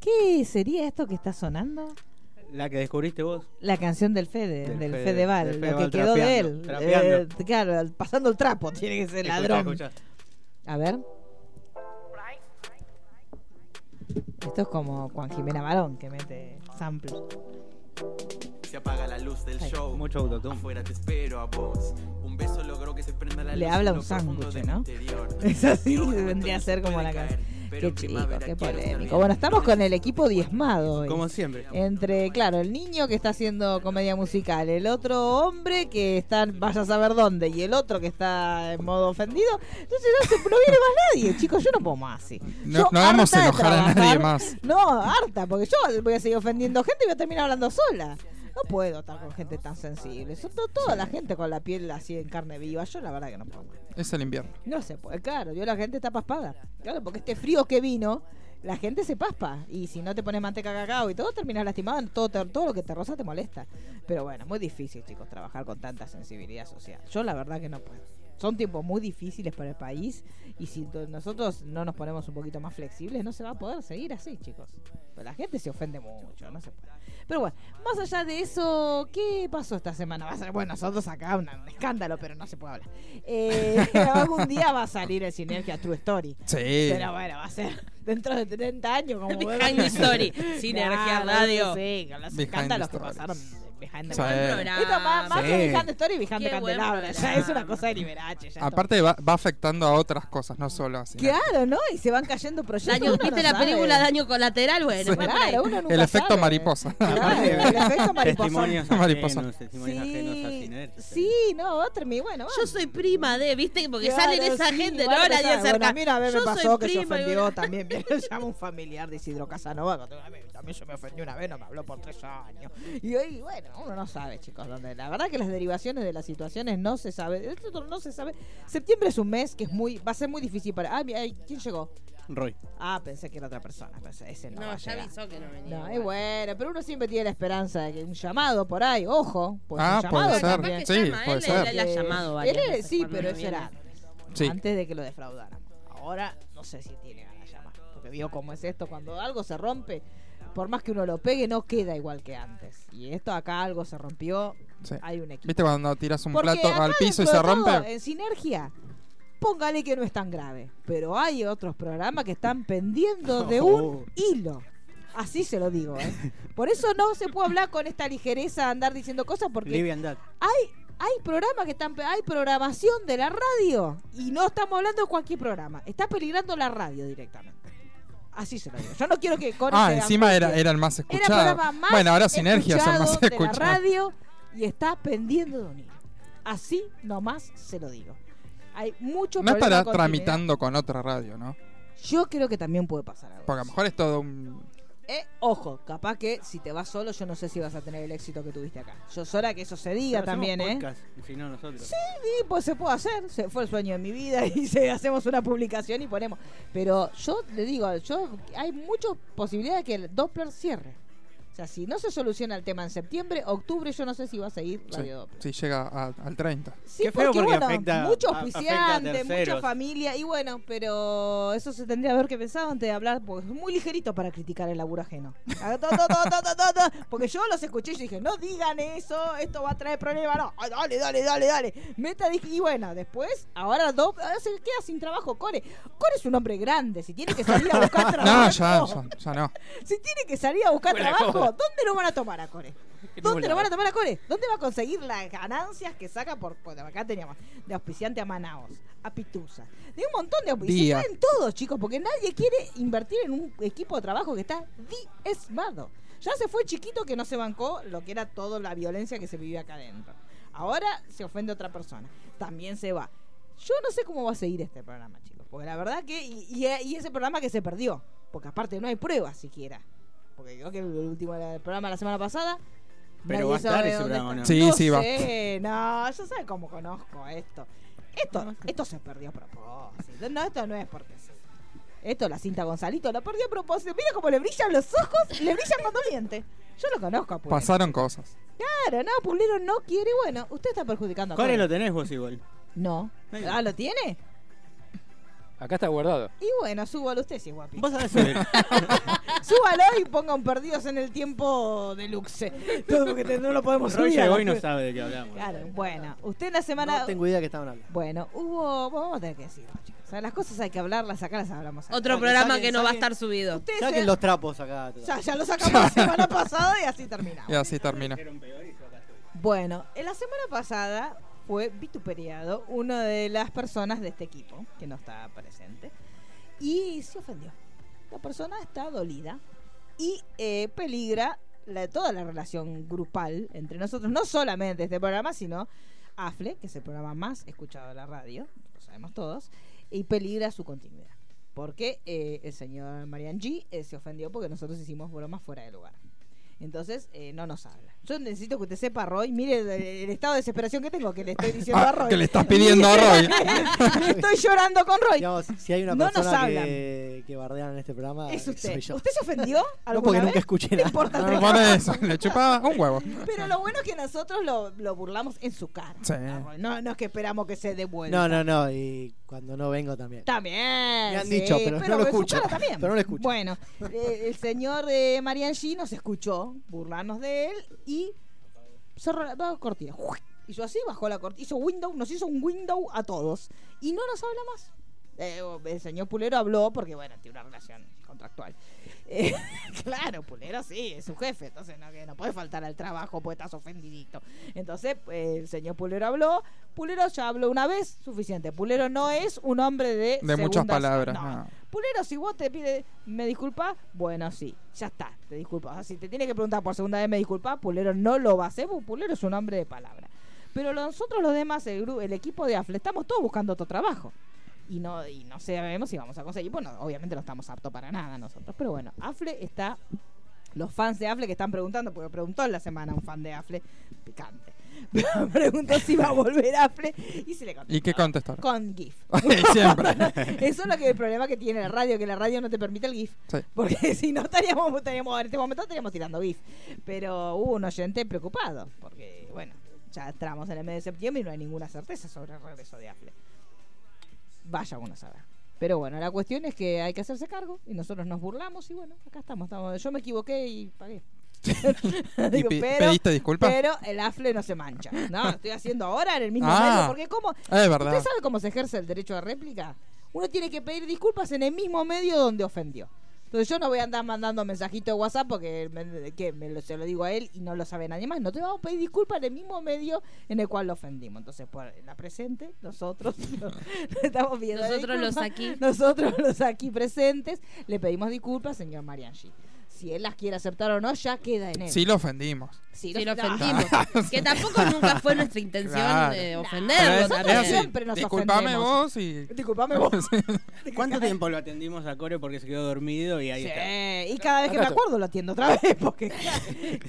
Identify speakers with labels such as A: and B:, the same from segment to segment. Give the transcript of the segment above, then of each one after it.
A: ¿Qué sería esto que está sonando?
B: La que descubriste vos.
A: La canción del Fede,
B: Del
A: del,
B: Fede-
A: Fedeval,
B: del
A: la
B: Fedeval
A: que quedó de él.
B: trapeando, trapeando.
A: Eh, claro, pasando el trapo, tiene que ser
B: Escuchá,
A: ladrón.
B: escuchá.
A: A ver. Esto es como Juan Jimena Barón que mete sample.
C: Se apaga la luz del
A: Ahí.
C: show.
B: Mucho autotune.
C: Afuera te espero a vos. Un beso logró que se prenda la
A: Le
C: luz.
A: habla
C: en
A: un
C: lo profundo
A: sándwich,
C: de mi
A: ¿no?
C: interior.
A: Es así,
C: Pero un momento
A: vendría a
C: no
A: ser
C: se
A: como
C: puede
A: la
C: caer,
A: canción.
C: pero
A: Qué
C: en
A: chico,
C: primavera
A: qué
C: quiero estar
A: polémico.
C: bien.
A: Bueno, estamos con el equipo diezmado hoy.
B: Como siempre.
A: Eh, Entre, claro, el niño que está haciendo comedia musical, el otro hombre que está vaya a saber dónde y el otro que está en modo ofendido. Entonces no, se- no viene más nadie, chicos, yo no puedo más así.
D: No-
A: Yo
D: no hagamos
A: harta de
D: enojar a nadie
A: trabajar-
D: más.
A: No, harta, porque yo voy a seguir ofendiendo gente y voy a terminar hablando sola. No puedo estar con gente tan sensible. Son to- toda la gente con la piel así en carne viva. Yo la verdad que no puedo más.
D: Es el invierno.
A: No se puede, claro, yo la gente está paspada. Claro, porque este frío que vino, la gente se paspa. Y si no te pones manteca cacao y todo, terminas lastimado, todo, te- todo lo que te roza te molesta. Pero bueno, muy difícil, chicos, trabajar con tanta sensibilidad social. Yo la verdad que no puedo. Son tiempos muy difíciles para el país y si to- nosotros no nos ponemos un poquito más flexibles, no se va a poder seguir así, chicos. Pero la gente se ofende mucho, no se puede. Pero bueno, más allá de eso, ¿qué pasó esta semana? Va a ser- bueno, nosotros acá un, un escándalo, pero no se puede hablar. Eh, algún día va a salir el Sinergia True Story.
D: Sí.
A: Pero bueno, va a ser dentro de 30 años como
E: Behind the Story, Sinergia
A: Claro,
E: Radio.
A: Sí, con los
D: Behind
A: escándalos
D: the
A: que
D: Stories.
A: pasaron behind the
D: Sí.
A: Story. Esto más, más que
B: Sí.
A: Behind the Story, Behind the
E: Qué buen
A: Candelabra. Ya es una
E: programa.
A: cosa de Liberace. ya
D: Aparte va, va afectando a otras cosas, no solo así.
A: todo. Claro, ¿no? Y se van cayendo proyectos.
E: Daño,
A: uno no
E: ¿Viste la
A: sabe.
E: película Daño Colateral? Bueno,
D: Sí.
E: fue por ahí.
A: Claro, uno nunca
D: El efecto
A: sabe.
D: mariposa.
A: Claro,
B: Aparte, eh,
A: el efecto mariposa.
B: Testimonios
D: Mariposa.
B: ajenos, testimonios ajenos a Sinergia.
A: sí, no, va a terminar. Bueno, va.
E: Yo soy prima de, ¿viste? Porque
A: Claro,
E: salen esa
A: sí,
E: gente, no
A: van a
E: nadie
A: empezar.
E: cerca.
A: Bueno, mira, a mí me
E: Yo
A: pasó
E: soy
A: que se
E: prima y
A: ofendió
E: una-
A: también. Me llama un familiar de Isidro Casanova. que a mí- También yo me ofendí una vez, no me habló por tres años. Y hoy, bueno, uno no sabe, chicos, dónde. La verdad que las derivaciones de las situaciones no se sabe. Esto no se sabe. Septiembre es un mes que es muy, va a ser muy difícil para. Ah, mira, ay, ¿quién llegó?
B: Roy.
A: Ah, pensé que era otra persona. Pensé, ese no. va
E: No,
A: a
E: ya
A: llegar.
E: avisó que no
A: No,
E: venía. igual.
A: es bueno, pero uno siempre tiene la esperanza de que un llamado por ahí, ojo, pues
D: Ah,
A: un
D: puede
A: llamado
E: Pero capaz
A: también.
E: que
D: Sí,
E: llama,
D: puede
E: él,
D: ser.
E: él la ha llamado
A: Eh, Él
E: varias
A: era-
E: veces
A: sí,
E: cuando
A: pero
E: no
A: eso era
E: viene.
A: antes.
D: Sí.
A: Antes de que lo defraudaran. Ahora no sé si tiene ganas de llamar. Porque vio cómo es esto. Cuando algo se rompe, por más que uno lo pegue, no queda igual que antes. Y esto acá algo se rompió.
D: Sí.
A: Hay un equipo.
D: ¿Viste cuando tiras un
A: Porque
D: plato
A: acá
D: al
A: dentro
D: piso y
A: de
D: se
A: todo, eh,
D: rompe?
A: en sinergia. Póngale que no es tan grave. Pero hay otros programas que están pendiendo de
B: Oh.
A: un hilo. Así se lo digo. ¿eh? Por eso no se puede hablar con esta ligereza de andar diciendo cosas porque
B: Liviandad.
A: hay, hay programas que están, pe- hay programación de la radio y no estamos hablando de cualquier programa. Está peligrando la radio directamente. Así se lo digo. Yo no quiero que con
D: Ah,
A: ese
D: encima era,
A: angustia.
D: era el más
A: Era
D: escuchado.
A: el programa más
D: bueno, ahora Sinergia es el más
A: escuchado de la
D: escuchado.
A: radio y está pendiendo de un hilo. Así nomás se lo digo. Hay mucho
D: No
A: problema
D: estará
A: de continuidad.
D: tramitando con otra radio, ¿no?
A: Yo creo que también puede pasar algo.
D: Porque a lo
A: así.
D: mejor es todo un...
A: Eh, ojo, capaz que si te vas solo, yo no sé si vas a tener el éxito que tuviste acá. Yo sola que eso se diga
B: Pero
A: también,
B: hacemos
A: ¿eh?
B: podcast, Si no, nosotros.
A: Sí, pues se puede hacer. Se fue el sueño de mi vida y se, hacemos una publicación y ponemos. Pero yo le digo, yo hay muchas posibilidades de que el Doppler cierre. O sea, si no se soluciona el tema en septiembre, octubre, yo no sé si va a seguir
D: Sí,
A: Radio Doppler.
D: sí, llega a- al 30.
A: Sí, pues,
B: Qué feo porque afecta-
A: mucho
B: a- afecta a
A: auspiciante, mucha
B: terceros.
A: familia, y bueno, pero eso se tendría que haber que pensado antes de hablar, porque es muy ligerito para criticar el laburo ajeno. Ah, to, to, to, to, to, to, to. Porque yo los escuché y yo dije, no digan eso, esto va a traer problemas, no, Ah, dale, dale, dale, dale. Meta dije, y bueno, después, ahora, do- ahora se queda sin trabajo Core. Core es un hombre grande, si tiene que salir a buscar trabajo.
D: No, ya, ya, ya no.
A: Si tiene que salir a buscar trabajo, ¿dónde lo van a tomar a Core?
B: Que
A: ¿Dónde
B: nula.
A: lo van a tomar a Core? ¿Dónde va a conseguir las ganancias que saca por, por- acá teníamos de auspiciante a Manaos, a Pitusa? De un montón de auspiciantes.
D: Día.
A: Se caen todos, chicos, porque nadie quiere invertir en un equipo de trabajo que está diezmado. Ya se fue el chiquito que no se bancó lo que era toda la violencia que se vivía acá adentro. Ahora se ofende a otra persona. También se va. Yo no sé cómo va a seguir este programa, chicos. Porque la verdad que. Y, y- y ese programa que se perdió. Porque aparte no hay pruebas siquiera. Porque creo que el último era el programa de la semana pasada.
B: Pero
A: nadie
B: va a estar
A: sabe
B: ese
A: dónde
B: programa,
A: está.
B: ¿no?
D: Sí,
A: No
D: sí, va.
A: sé, No, yo sé cómo conozco esto. Esto, esto se perdió a propósito. No, esto no es porque sí. Esto, la cinta Gonzalito, la perdió a propósito. Mira cómo le brillan los ojos, le brillan con doliente. Yo lo conozco a Pulero.
D: Pasaron cosas.
A: Claro, no, Pulero no quiere. Bueno, usted está perjudicando a
B: Core
A: Core.
B: lo tenés vos igual.
A: No.
B: Ahí.
A: Ah, ¿lo tiene?
F: Acá está guardado.
A: Y bueno, súbalo usted si es guapito.
B: Vos sabés sobre-
A: Súbalo y pongan perdidos en el tiempo deluxe. Todo porque te- no lo podemos
B: Roy
A: subir. a la
B: llegó y no
A: fe-
B: sabe de qué hablamos.
A: Claro, bueno, usted en la semana.
G: No tengo idea que estaban hablando.
A: Bueno, hubo. Vamos a tener que decirlo, chicos. O sea, las cosas hay que hablarlas, acá las hablamos. acá.
E: Otro
G: Saquen,
E: programa
G: saquen,
E: que no va a
G: saquen.
E: estar subido.
A: Ustedes
G: Saquen
A: se-
G: los trapos acá.
A: ya, ya lo sacamos la semana pasada y así
D: Y
A: terminamos.
D: así termina.
A: Bueno, en la semana pasada fue vituperiado una de las personas de este equipo que no está presente y se ofendió. La persona está dolida y eh, peligra la- toda la relación grupal entre nosotros, no solamente este programa, sino AFLE, que es el programa más escuchado de la radio, lo sabemos todos, y peligra su continuidad. Porque eh, el señor Marian G eh, se ofendió porque nosotros hicimos bromas fuera de lugar. Entonces, eh, no nos habla. Yo necesito que usted sepa, Roy, mire el, el estado de desesperación que tengo, que le estoy diciendo a
D: Ah,
A: Roy.
D: que le estás pidiendo a Roy.
A: estoy llorando con Roy.
G: Digamos, si hay una
A: No nos
G: persona
A: hablan.
G: que, que bardean en este programa,
A: Es usted.
G: soy yo.
A: ¿Usted se ofendió
G: No
A: alguna
G: porque nunca
A: vez?
G: escuché
A: No
G: nada.
A: importa
G: No,
A: tres
G: no,
D: Por eso, le chupaba un huevo.
A: Pero lo bueno es que nosotros lo, lo burlamos en su cara.
D: Sí.
A: a Roy. No, no es que esperamos que se devuelva.
G: No, no, no. Y cuando no vengo también.
A: También. Me
G: han dicho, pero no lo escucho.
A: también.
G: Pero no lo escucho.
A: Bueno, eh, el señor eh, Marian G nos escuchó burlarnos de él y cerró la bajó la cortina. Y yo así bajó la cortina. Hizo window, nos hizo un window a todos. Y no nos habla más. Eh, o- el señor Pulero habló porque, bueno, tiene una relación contractual. Eh, claro, Pulero sí, es su jefe. Entonces no, que no puede faltar al trabajo porque estás ofendidito. Entonces eh, el señor Pulero habló. Pulero ya habló una vez, suficiente. Pulero no es un hombre de.
D: De muchas
A: segundas-
D: palabras.
A: no.
D: no.
A: Pulero, si vos te pide, me disculpas, bueno, sí, ya está, te disculpas. O sea, si te tiene que preguntar por segunda vez, me disculpas, Pulero no lo va a hacer, porque Pulero es un hombre de palabra. Pero nosotros los demás, el, gru- el equipo de AFLE, estamos todos buscando otro trabajo. Y no, y no sabemos si vamos a conseguir. Bueno, obviamente no estamos aptos para nada nosotros. Pero bueno, AFLE está. Los fans de AFLE que están preguntando, porque preguntó en la semana un fan de AFLE, picante. preguntó si va a volver AFLE y se le contestó.
D: ¿Y qué contestaron?
A: Con GIF.
D: Siempre.
A: Eso es lo que el problema que tiene la radio, que la radio no te permite el GIF.
D: Sí.
A: Porque si no estaríamos, estaríamos- en este momento estaríamos tirando GIF. Pero hubo un oyente preocupado, porque bueno, ya entramos en el mes de septiembre y no hay ninguna certeza sobre el regreso de Apple. Vaya uno sabe. Pero bueno, la cuestión es que hay que hacerse cargo y nosotros nos burlamos y bueno, acá estamos. estamos- yo me equivoqué y pagué.
D: ¿Y
A: Digo,
D: pi-
A: pero-
D: pediste disculpas?
A: pero el afle no se mancha. No, lo estoy haciendo ahora en el mismo medio.
D: Ah.
A: Porque como
D: Es verdad.
A: ¿Usted sabe cómo se ejerce el derecho de réplica? Uno tiene que pedir disculpas en el mismo medio donde ofendió. Entonces yo no voy a andar mandando mensajito de WhatsApp porque me, que me lo- se lo digo a él y no lo sabe nadie más. No te vamos a pedir disculpas en el mismo medio en el cual lo ofendimos. Entonces, por la presente, nosotros lo- le estamos pidiendo
E: Nosotros los
A: disculpas.
E: aquí.
A: Nosotros los aquí presentes le pedimos disculpas, señor Marianchi. Si él las quiere aceptar o no, ya queda en él.
D: Sí lo ofendimos.
A: Eh,
E: Si lo
A: no,
E: ofendimos. Que tampoco nunca fue nuestra intención
D: Claro.
E: de
D: Pero
E: ofenderlo.
D: es-
A: Nosotros
D: es-
E: también.
A: siempre nos
D: Disculpame
A: ofendemos.
D: vos y...
A: Disculpame Ah, vos.
B: ¿Cuánto tiempo lo atendimos a Core porque se quedó dormido y ahí
A: Sí,
B: está?
A: y cada vez que me acuerdo lo atiendo otra vez, porque cada,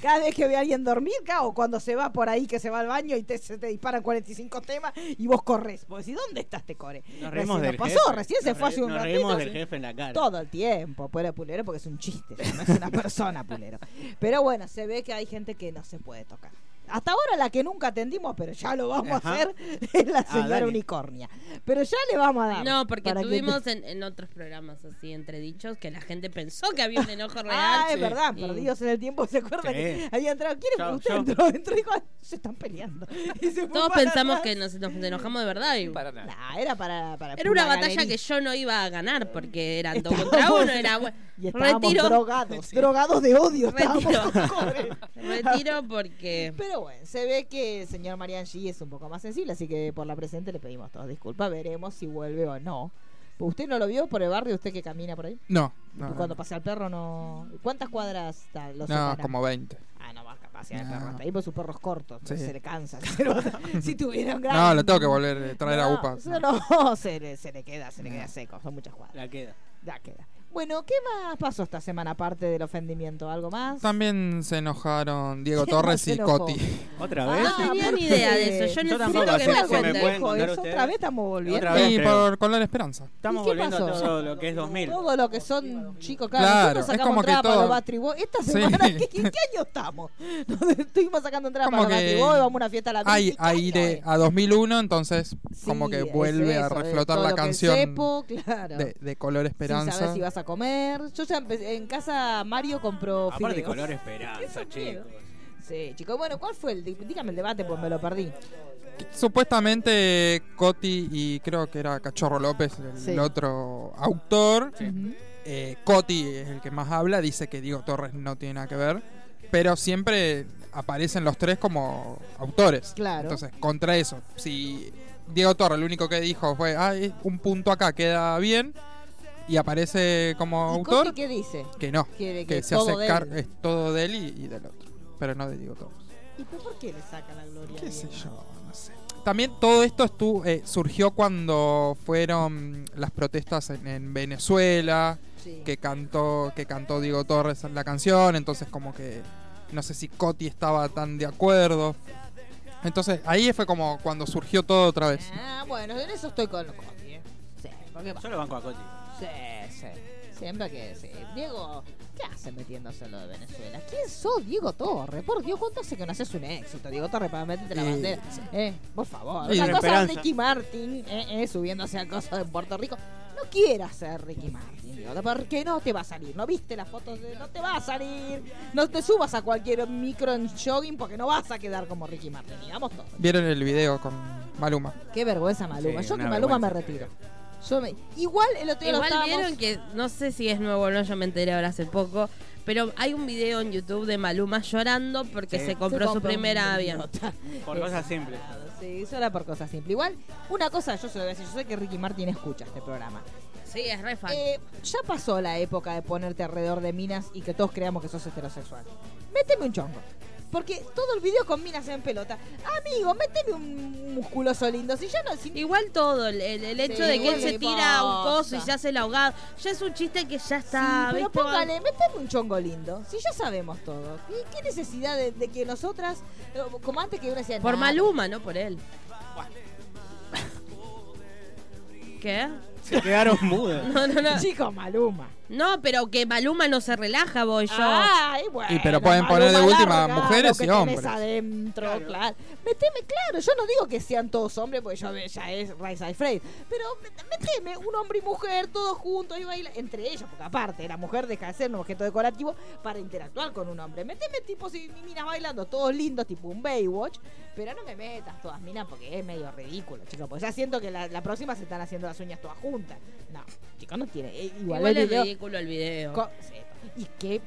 A: cada vez que veo a alguien dormir, ca- o cuando se va por ahí, que se va al baño y te, se te disparan 45 temas y vos corres. Vos decís, ¿dónde está este core?
B: Nos reímos
A: Recién
B: del
A: nos
B: jefe.
A: pasó, recién se
B: Nos
A: fue
B: re-
A: hace un
B: Nos
A: ratito,
B: reímos del
A: sí.
B: jefe en la cara.
A: Todo el tiempo, fuera pulero, porque es un chiste, ya no es una persona pulero. Pero bueno, se ve que hay gente que no se puede tocar. Hasta ahora la que nunca atendimos, pero ya lo vamos a
B: Ajá.
A: hacer, es la
B: Ah,
A: señora
B: Dani.
A: unicornia. Pero ya le vamos a dar.
E: No, porque
A: para que-
E: tuvimos en, en otros programas así, entre dichos, que la gente pensó que había un enojo real.
A: Ah, es
E: Sí. Mm.
A: verdad,
E: Y-
A: perdidos en el tiempo, ¿se acuerdan?
B: Sí.
A: que Había entrado, ¿quién
B: Yo-
A: usted
B: yo-
A: entró? Entró y dijo, "Ah, se están peleando. Y se fue
E: Todos
A: para
E: pensamos
A: atrás.
E: que nos, nos enojamos de verdad. y-
F: Para nada.
A: Nah, era para, para
E: Era una
A: pura
E: batalla
A: galería.
E: que yo no iba a ganar porque eran dos
A: Estábamos-
E: contra uno. Era bueno,
A: Y estábamos
E: retiro,
A: drogados, drogados de odio, estábamos
E: Retiro.
A: con cobre.
E: retiro porque
A: Pero bueno, se ve que el señor Marian G es un poco más sensible, así que por la presente le pedimos todos disculpas, veremos si vuelve o no. ¿Usted no lo vio por el barrio, usted que camina por ahí?
D: No. No, no,
A: Cuando pasa el perro no... ¿Cuántas cuadras está? lo
D: no,
A: separan?
D: como 20.
A: Ah, no, va capaz, ya el
D: No.
A: perro hasta ahí, pues sus perros cortos, entonces
D: Sí.
A: se le cansa. se lo- si tuvieron grandes.
D: No, lo tengo que volver a traer a
A: No,
D: UPA.
A: eso No, se, le, se le queda, se le
D: No.
A: queda seco, son muchas cuadras.
B: La queda.
A: Ya queda. Bueno, ¿qué más pasó esta semana aparte del ofendimiento? ¿Algo más?
D: También se enojaron Diego Torres
A: Se
D: y
A: enojó.
D: Coti.
B: ¿Otra
E: Ah,
B: vez?
E: no tenía
A: ¿por
E: ni
A: qué?
E: idea de eso. Yo
B: Yo
E: necesito
B: tampoco,
E: que
B: así
E: me
B: que me
E: cuenten.
B: cuenten.
A: Ojo,
B: contar
A: es
B: ustedes.
A: otra vez estamos volviendo.
B: Otra vez.
D: Y
B: creo.
D: por Color Esperanza.
B: Estamos
A: ¿Y qué
B: volviendo a
A: pasó?
B: todo lo que es 2000.
A: Todo lo que son chicos, claro,
D: Claro,
A: nosotros
D: es
A: sacamos
D: como que
A: entrada para
D: todo-
A: los Backstreet Boys. Esta
D: Sí.
A: semana, ¿qué- ¿en qué año estamos? Donde Estuvimos sacando entrada
D: Como
A: para los Backstreet
D: que
A: Boys, vamos a una fiesta a la
D: Hay
A: mística,
D: aire
A: ¿no?
D: a 2001, entonces
A: Sí,
D: como que
A: es
D: vuelve a
A: eso, es
D: reflotar
A: todo
D: la
A: lo que el
D: canción
A: cepo, claro.
D: de, de Color
A: Sin saber
D: Esperanza.
A: si vas a comer. Yo ya empecé- en casa Mario compró
B: Aparte
A: fideos.
B: color esperanza,
A: Eso miedo.
B: chicos.
A: Sí, chicos. Bueno, ¿cuál fue el? di- Dígame el debate, pues me lo perdí.
D: Supuestamente Coti y creo que era Cachorro López, el
A: Sí.
D: otro autor.
A: Ujú.
D: Eh, Coti es el que más habla, dice que Diego Torres no tiene nada que ver, pero siempre aparecen los tres como autores.
A: Claro.
D: Entonces, contra eso, si Diego Torres lo único que dijo fue, ah, es un punto acá queda bien, y aparece como
A: ¿Y
D: autor,
A: Coti qué dice?
D: que no,
A: Quiere
D: que,
A: que
D: se
A: todo
D: hace eh.
A: de él.
D: cargo, es todo de él y, y del otro, pero no de Diego Torres.
A: ¿Y pero por qué le saca la gloria?
D: ¿Qué
A: a
D: sé
A: Diego?
D: yo? No sé. También todo esto estuvo, eh, surgió cuando fueron las protestas en- en Venezuela
A: Sí.
D: que cantó que cantó Diego Torres en la canción, entonces como que no sé si Coti estaba tan de acuerdo. Entonces ahí fue como cuando surgió todo otra vez.
A: Ah, bueno, en eso estoy con Coti. ¿eh? Sí, porque
B: Yo lo banco a Coti.
A: Sí, sí. Siempre que sí. Diego, ¿qué hace metiéndose en lo de Venezuela? ¿Quién sos Diego Torres? Por Dios, ¿cuánto hace que no haces un éxito? Diego Torres, para meterte la
D: Y-
A: bandera. Eh, por favor.
D: Y
A: Una
D: la
A: cosa
B: esperanza.
A: Ricky Martin, eh, eh, subiéndose a cosas de Puerto Rico. No quieras ser Ricky Martin, Diego, porque no te va a salir. ¿No viste las fotos de.? No te va a salir. No te subas a cualquier micro en jogging porque no vas a quedar como Ricky Martin, digamos todo.
D: Vieron el video con Maluma.
A: Qué vergüenza, Maluma.
B: Sí,
A: Yo que
B: una
A: Maluma me
B: vergüenza.
A: retiro. Yo me... Igual el otro día lo
E: Igual
A: estábamos-
E: vieron que, no sé si es nuevo o no, yo me enteré ahora hace poco, pero hay un video en YouTube de Maluma llorando porque
B: Sí.
E: se compró
A: Se
E: su
A: compró un
E: primera avión.
A: idiota.
B: Por cosas simples.
A: Sí, solo por cosas simples. Igual, una cosa yo se lo voy a decir, yo sé que Ricky Martin escucha este programa.
E: Sí, es re fan.
A: Eh, ya pasó la época de ponerte alrededor de minas y que todos creamos que sos heterosexual. Méteme un chongo. Porque todo el video con minas en pelota. Amigo, méteme un musculoso lindo. Si ya no... si-
E: Igual todo, el, el- el hecho
A: Sí,
E: de que él
A: igual
E: se
A: le
E: tira un coso y
A: pasa.
E: se hace el ahogado, ya es un chiste que ya
A: Sí,
E: está.
A: pero
E: ¿viste?
A: póngale, méteme un chongo lindo. Si ya sabemos todo. ¿Qué, qué necesidad de, de que nosotras, eh, como antes que una decía...
E: Por
A: "Nah,
E: Maluma, no por él. ¿Qué?
B: Se quedaron mudos.
E: No, no, no.
A: Chico, Maluma.
E: No, pero que Maluma no se relaja, voy yo.
A: Ay, bueno,
D: Y pero pueden poner de
A: Maluma,
D: última
A: larga
D: mujeres
A: lo que
D: y
A: tenés
D: hombres.
A: adentro, claro. Meteme, claro, yo no digo que sean todos hombres, porque yo ya es Rise and Fred. Pero met- meteme un hombre y mujer, todos juntos y baila entre ellos, porque aparte, la mujer deja de ser un objeto decorativo para interactuar con un hombre. Meteme tipos y minas bailando, todos lindos, tipo un Baywatch, pero no me metas todas minas porque es medio ridículo, chicos. Porque ya siento que la, la próxima se están haciendo las uñas todas juntas. No, chicos, no tiene. eh, Igual,
E: Igual
A: el
E: es
A: video-
E: ridículo el video.
A: Co- sí. Y que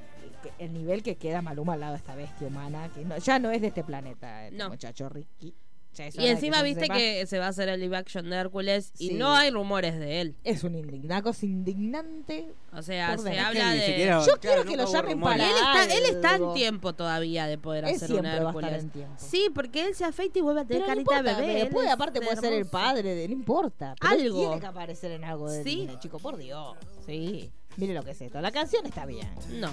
A: el nivel que queda Maluma al lado de esta bestia humana, que no- ya no es de este planeta, este
E: No.
A: muchacho Ricky. Ya es hora
E: Y
A: de
E: encima
A: se
E: viste
A: sepa.
E: que se va a hacer el live action de Hércules y
A: Sí.
E: no hay rumores de él.
A: Es un indignaco, es indignante.
E: O sea,
A: Por
E: se
A: dentro.
E: habla
B: Ni
E: de.
B: siquiera-
A: Yo
B: claro,
A: quiero que
B: nunca
A: lo
B: hubo
A: llamen
B: rumores.
E: Él
A: para
E: está, él está
A: algo.
E: en tiempo todavía de poder
A: Él
E: hacer un
A: siempre va a estar
E: Hércules.
A: en tiempo.
E: Sí, porque él se afeita y vuelve a tener
A: Pero no
E: carita
A: importa,
E: de bebé.
A: pero
E: él
A: puede,
E: es
A: aparte puede ser el
E: hermoso.
A: padre de, no importa. pero él
E: Algo.
A: tiene que aparecer en algo de
E: Sí.
A: Disney, chico, por Dios. Sí. Mire lo que es esto. La canción está bien.
E: No,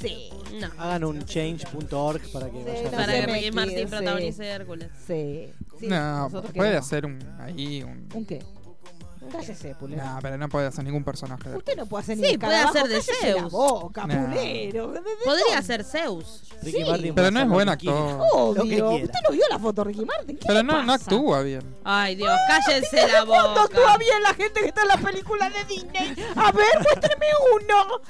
A: Sí.
E: no.
G: Hagan un change.org para que vayan
A: no
G: a-
E: Para
A: sé,
E: que
A: me
E: Ricky
A: quede,
E: Martin
A: sí.
E: protagonice Hércules.
A: Sí. Sí,
D: no,
A: nosotros
D: puede
A: queremos.
D: hacer un ahí un
A: ¿Un qué? Cállese, Pulero.
D: No, pero no puede hacer ningún personaje. de-
A: Usted no puede hacer
E: Sí,
A: ni el
E: puede
A: escarabajo,
E: hacer de
A: cállese la
E: Zeus.
A: boca,
D: No.
A: pulero. ¿De- de- de
E: Podría
A: dónde?
E: ser Zeus.
G: Ricky
A: Sí.
G: Martin
D: Pero
G: puede
D: no
G: hacer
D: es
G: lo
D: buen
G: que quiera.
D: actor.
G: Lo que
A: Obvio.
G: quiera.
A: Usted no vio la foto de Ricky Martin. Oh, ¿Qué
D: Pero
A: le
D: no, no
A: pasa?
D: actúa bien.
E: Ay, Dios, cállense la
A: ¿Cuándo
E: boca.
A: actúa bien la gente que está en la película de Disney? A ver, muéstreme uno.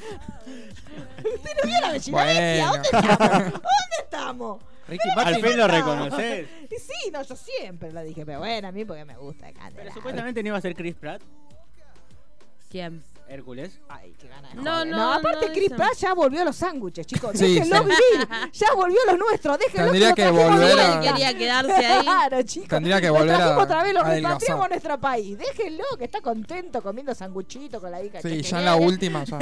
A: ¿Usted no vio la bellina bestia? ¿Dónde estamos? ¿Dónde estamos?
B: Ricky Al fin lo reconoces.
A: Y sí, no, yo siempre la dije, pero bueno, a mí porque me gusta.
B: Pero
A: Candela.
B: supuestamente no iba a ser Chris Pratt,
E: ¿Quién?
B: Hércules.
A: Ay, qué ganas de
E: No,
A: joder.
E: no,
A: aparte
E: no,
A: Chris
E: eso.
A: Pratt ya volvió a los sándwiches, chicos.
D: Sí,
A: Déjenlo
D: sí.
A: vivir. Ya volvió a lo nuestro. Déjenlo
D: Tendría
A: lo
D: que
A: trajimos de
D: volver a-
A: vuelta.
E: Quería quedarse ahí.
A: Claro, chicos.
D: Tendría que
A: Lo
D: volver a-
A: trajimos otra vez, lo
D: a adelgazar.
A: repatriamos a nuestro país. Déjenlo, que está contento comiendo sanguchito con la hija. Ah,
D: Sí, ya en la última ya.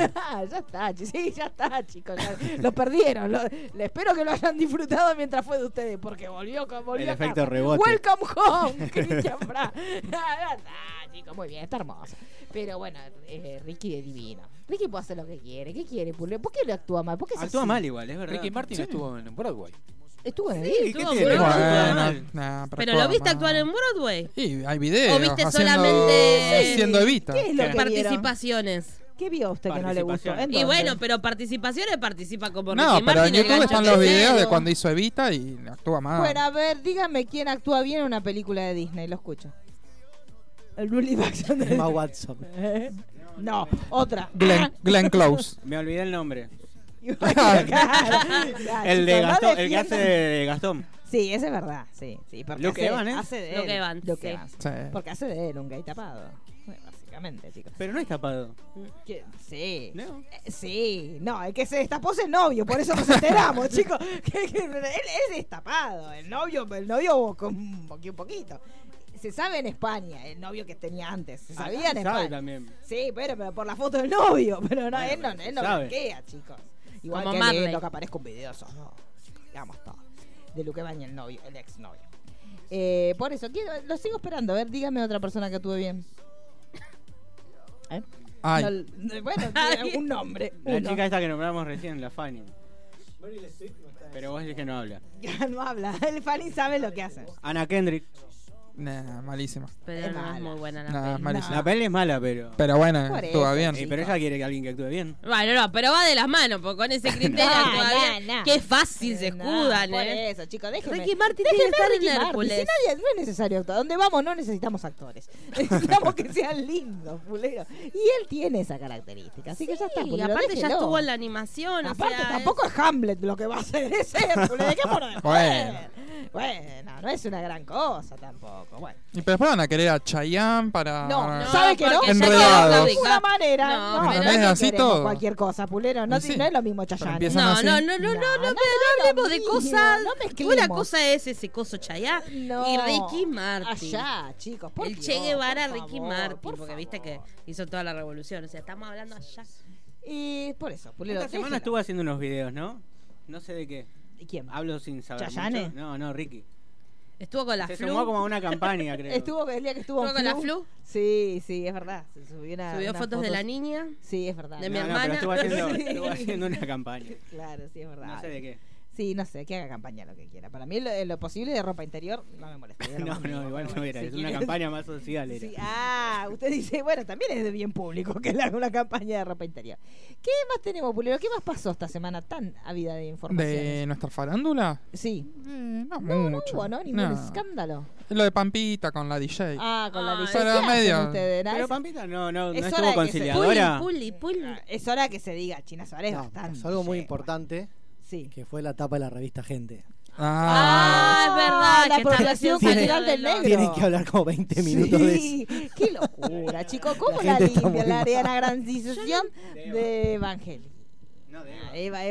A: ya está, chi- sí, ya está, chicos. ya- lo perdieron. lo- le espero que lo hayan disfrutado mientras fue de ustedes, porque volvió, con- volvió
B: El
A: a
B: efecto
A: casa.
B: rebote.
A: Welcome home, Cristian Bra. ya está, chicos, muy bien, está hermoso. Pero bueno,
H: eh, Ricky es divino. Ricky puede hacer lo que quiere. ¿Qué quiere, Pule? ¿Por qué no actúa mal? ¿Por qué es
B: Actúa
H: así?
B: mal igual, es verdad.
F: Ricky Martin estuvo en Broadway.
H: Estuvo en el
E: Sí,
H: video.
E: estuvo
B: tiene?
E: bueno.
B: Bueno.
D: nah,
E: Pero lo
D: actuaba
E: viste
D: mal.
E: actuar en Broadway.
D: Sí, hay videos.
E: ¿O viste
D: haciendo-
E: solamente-
D: Haciendo Evita.
A: ¿Qué es lo que vieron?
E: Participaciones.
A: ¿Qué vio usted que no le gustó?
B: Participaciones.
E: Y
A: Entonces,
E: bueno, pero participaciones participa como
D: No, pero
E: Ricky
D: en
E: Martin, el
D: YouTube
E: gancho
D: están los
E: de
D: videos de
E: dedo.
D: cuando hizo Evita y actúa mal.
A: Bueno, a ver, dígame quién actúa bien en una película de Disney, lo escucho. El Lully Baxter de-
G: Emma Watson.
A: No, otra.
D: Glenn, Glenn Close.
B: Me olvidé el nombre.
A: el Ah,
B: El de Gastón, el que hace de Gastón.
A: Sí, ese es verdad. Sí, sí. Porque
B: Luke
A: hace,
B: Evans, ¿eh?
A: hace de él.
E: Luke Evans,
A: Luke
E: sí.
A: Evans.
D: Sí.
A: Porque hace de él un gay tapado. Bueno, Básicamente, chicos.
B: Pero no es tapado.
A: Que- Sí.
B: ¿No?
A: Eh, Sí, no, el que se destapó es el novio, por eso nos enteramos, chicos. Que, que él es destapado, el novio, el novio con un poqui- un poquito. Se sabe en España, el novio que tenía antes, se sabía en
B: Ah, Sabe
A: España.
B: también.
A: Sí, pero, pero por la foto del novio, pero no,
B: Bueno,
A: él no,
B: pero
A: él
B: se
A: no
B: sabe.
A: blanquea, chicos. Igual
E: Como
A: que
E: Marley.
A: lindo que aparezca un video, esos dos, chicos, digamos todo. De Luque Baña, el novio, el ex novio. Eh, por eso, quiero, lo sigo esperando, a ver, dígame otra persona que tuve bien.
D: Ay,
A: No, bueno, tiene un nombre.
B: La
A: uno.
B: chica esta que nombramos recién, la Fanny. Pero vos es que no habla.
A: Ya no habla. El Fanny sabe lo que hace.
B: Ana Kendrick.
D: nah, malísima.
E: Pero
A: Es
E: no
A: mala.
E: es muy buena la
D: Nah,
E: peli.
D: es malísima.
A: Ah.
B: La peli es mala, pero.
D: Pero bueno,
A: Por eso,
D: actúa bien.
B: Eh, pero ella quiere que alguien que actúe bien.
E: Bueno, no, pero va de las manos, porque con ese criterio
A: No,
E: todavía.
A: no, no.
E: Qué fácil se escudan,
A: Nah,
E: ¿eh?
A: Por eso, chicos, déjenme.
E: Ricky Martin
A: Déjenme
E: tiene que estar
A: Ricky
E: en
A: Martin.
E: Hércules.
A: Si nadie, no es necesario actuar. Donde vamos no necesitamos actores. Necesitamos que sean lindos, pulero. Y él tiene esa característica. Así que ya está,
E: Y
A: pulero.
E: aparte ya
A: déjelo.
E: estuvo en la animación. o
A: Aparte,
E: sea, es-
A: tampoco es Hamlet lo que va a hacer ese Hércules. ¿De qué por de
D: Bueno.
A: joder? Bueno, no es una gran cosa tampoco. Bueno.
D: Y pero después van a querer a Chayanne para.
A: No,
E: no,
A: ¿sabe que no?
E: porque ya
D: Enredados.
E: quedó
A: De
D: Rica.
A: ninguna
E: claudicado.
A: manera.
E: No,
A: No, no,
E: pero-
D: ¿Entendés? Así
A: queremos
D: todo.
A: Cualquier cosa, pulero. No,
D: Y sí.
A: no es lo mismo Chayanne.
D: empieza-
E: No,
D: así.
E: no, no, no,
A: No,
E: no, no, no,
A: no,
E: pero hablemos de
A: no,
E: cosas.
A: no mezclemos.
E: Una cosa es ese coso Chayá
A: No.
E: y Ricky Martin.
A: Allá, chicos. por
E: El
A: Dios,
E: Che Guevara,
A: por
E: Ricky
A: favor,
E: Martin,
A: por
E: porque viste que
A: favor.
E: hizo toda la revolución. O sea, estamos hablando allá.
A: Y por eso, Pulero.
B: Esta semana
A: déjelo.
B: estuve haciendo unos videos, ¿no? No sé de qué.
A: ¿Y quién?
E: Ah,
B: Hablo sin saber.
A: ¿Chayane?
B: mucho. No, no, Ricky.
E: Estuvo con la
B: Se
E: flu.
B: sumó como a una campaña, creo.
A: Estuvo el día que estuvo.
E: ¿Estuvo
A: en
E: con la flu?
A: Sí, sí, es verdad. Se subió una,
E: Subió
A: unas
E: fotos de la niña.
A: Sí, es verdad.
E: de
B: No,
E: mi
B: no, pero
E: hermana.
B: estuvo haciendo,
A: Sí.
B: estuvo haciendo una campaña.
A: Claro, sí, es verdad.
B: No sé de qué.
A: Sí, no sé, que haga campaña lo que quiera. Para mí, lo, eh, lo posible de ropa interior no me molesta. yo
B: No,
A: conmigo,
B: no, igual
A: pero
B: no
A: bueno,
B: era.
A: si
B: Es una
A: quiere-
B: campaña más social. Era.
A: Sí, ah, usted dice, bueno, también es de bien público que le haga una campaña de ropa interior. ¿Qué más tenemos, Pulero? ¿Qué más pasó esta semana tan ávida de informaciones?
D: ¿De nuestra farándula?
A: Sí.
D: Eh, no,
A: No, no
D: mucho.
A: hubo, ¿no? Ningún
D: No.
A: escándalo.
D: Lo de Pampita con la DJ.
A: Ah, con la
E: Ay.
A: DJ.
D: Pero
A: ¿Qué
D: medio-
A: hacen ustedes? Nah,
B: Pero
A: es-
B: Pampita no, no, no
A: es hora de que
B: estuvo
A: se-
E: Puli,
B: conciliadora.
E: puli, puli.
A: Es hora que se diga, China Suárez,
G: No,
A: bastante.
G: pasó algo muy
A: yegua.
G: importante
A: Sí.
G: que fue la tapa de la revista Gente.
E: Ah, es verdad.
A: la
E: que está
A: apropiación
E: recién
A: cultural del
E: saliendo.
A: negro.
G: Tienen que hablar como 20 minutos de eso.
A: sí, qué locura, chicos. ¿Cómo
G: La
A: la,
G: gente está
A: limpia
G: muy
A: la
G: mal.
A: Ariana Grandicización
B: Eva.
A: de Evangelio?
B: No, de Eva.
A: Eva,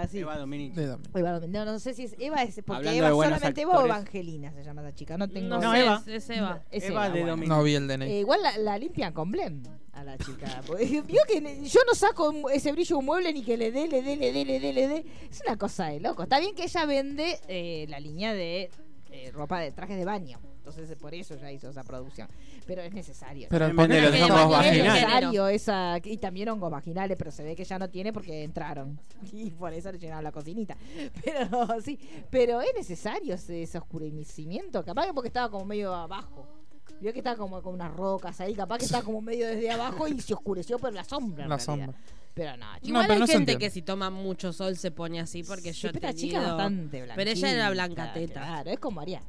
A: Eva, sí.
B: Eva Dominici.
D: De Domi-
A: Eva, no, no sé si es Eva, es porque
B: Hablando
A: Eva
B: de buenos
A: solamente Eva o
B: actores.
A: Evangelina se llama esa chica. No tengo.
E: No,
B: No,
E: sé,
B: Eva.
E: es Eva.
A: es
B: Eva de
A: bueno.
B: Dominici.
D: No vi el
A: Eh,
D: DNI.
A: igual la, la limpian con blem a la chica. Porque eh, Vio que le- yo no saco un- ese brillo a un mueble ni que le dé, le dé, le dé, le dé, le dé. Es una cosa de loco. Está bien que ella vende eh, la línea de eh, ropa de trajes de baño. Entonces eh, por eso ya hizo esa producción. Pero es necesario.
D: Pero el
B: También de
D: Pampita-
B: los
E: que
B: hongos
E: debatir
A: es
E: el
B: vaginales.
A: necesario esa, y también hongos vaginales, pero se ve que ya no tiene porque entraron. Y por eso le llenaron la cocinita. Pero sí, pero es necesario ese, ese oscurecimiento. Capaz que porque estaba como medio abajo. Vio que estaba como con unas rocas ahí, capaz que estaba como medio desde abajo y se oscureció por la sombra. en
D: La
A: realidad.
D: sombra.
A: Pero no, chica.
E: Igual
D: pero
E: hay
D: no se
E: gente
D: entiende.
E: que si toma mucho sol se pone así porque yo he
A: Siempre la chica es
E: tenido-
A: bastante blanquita.
E: Pero ella era blanca teta.
A: Claro, es como Ariana.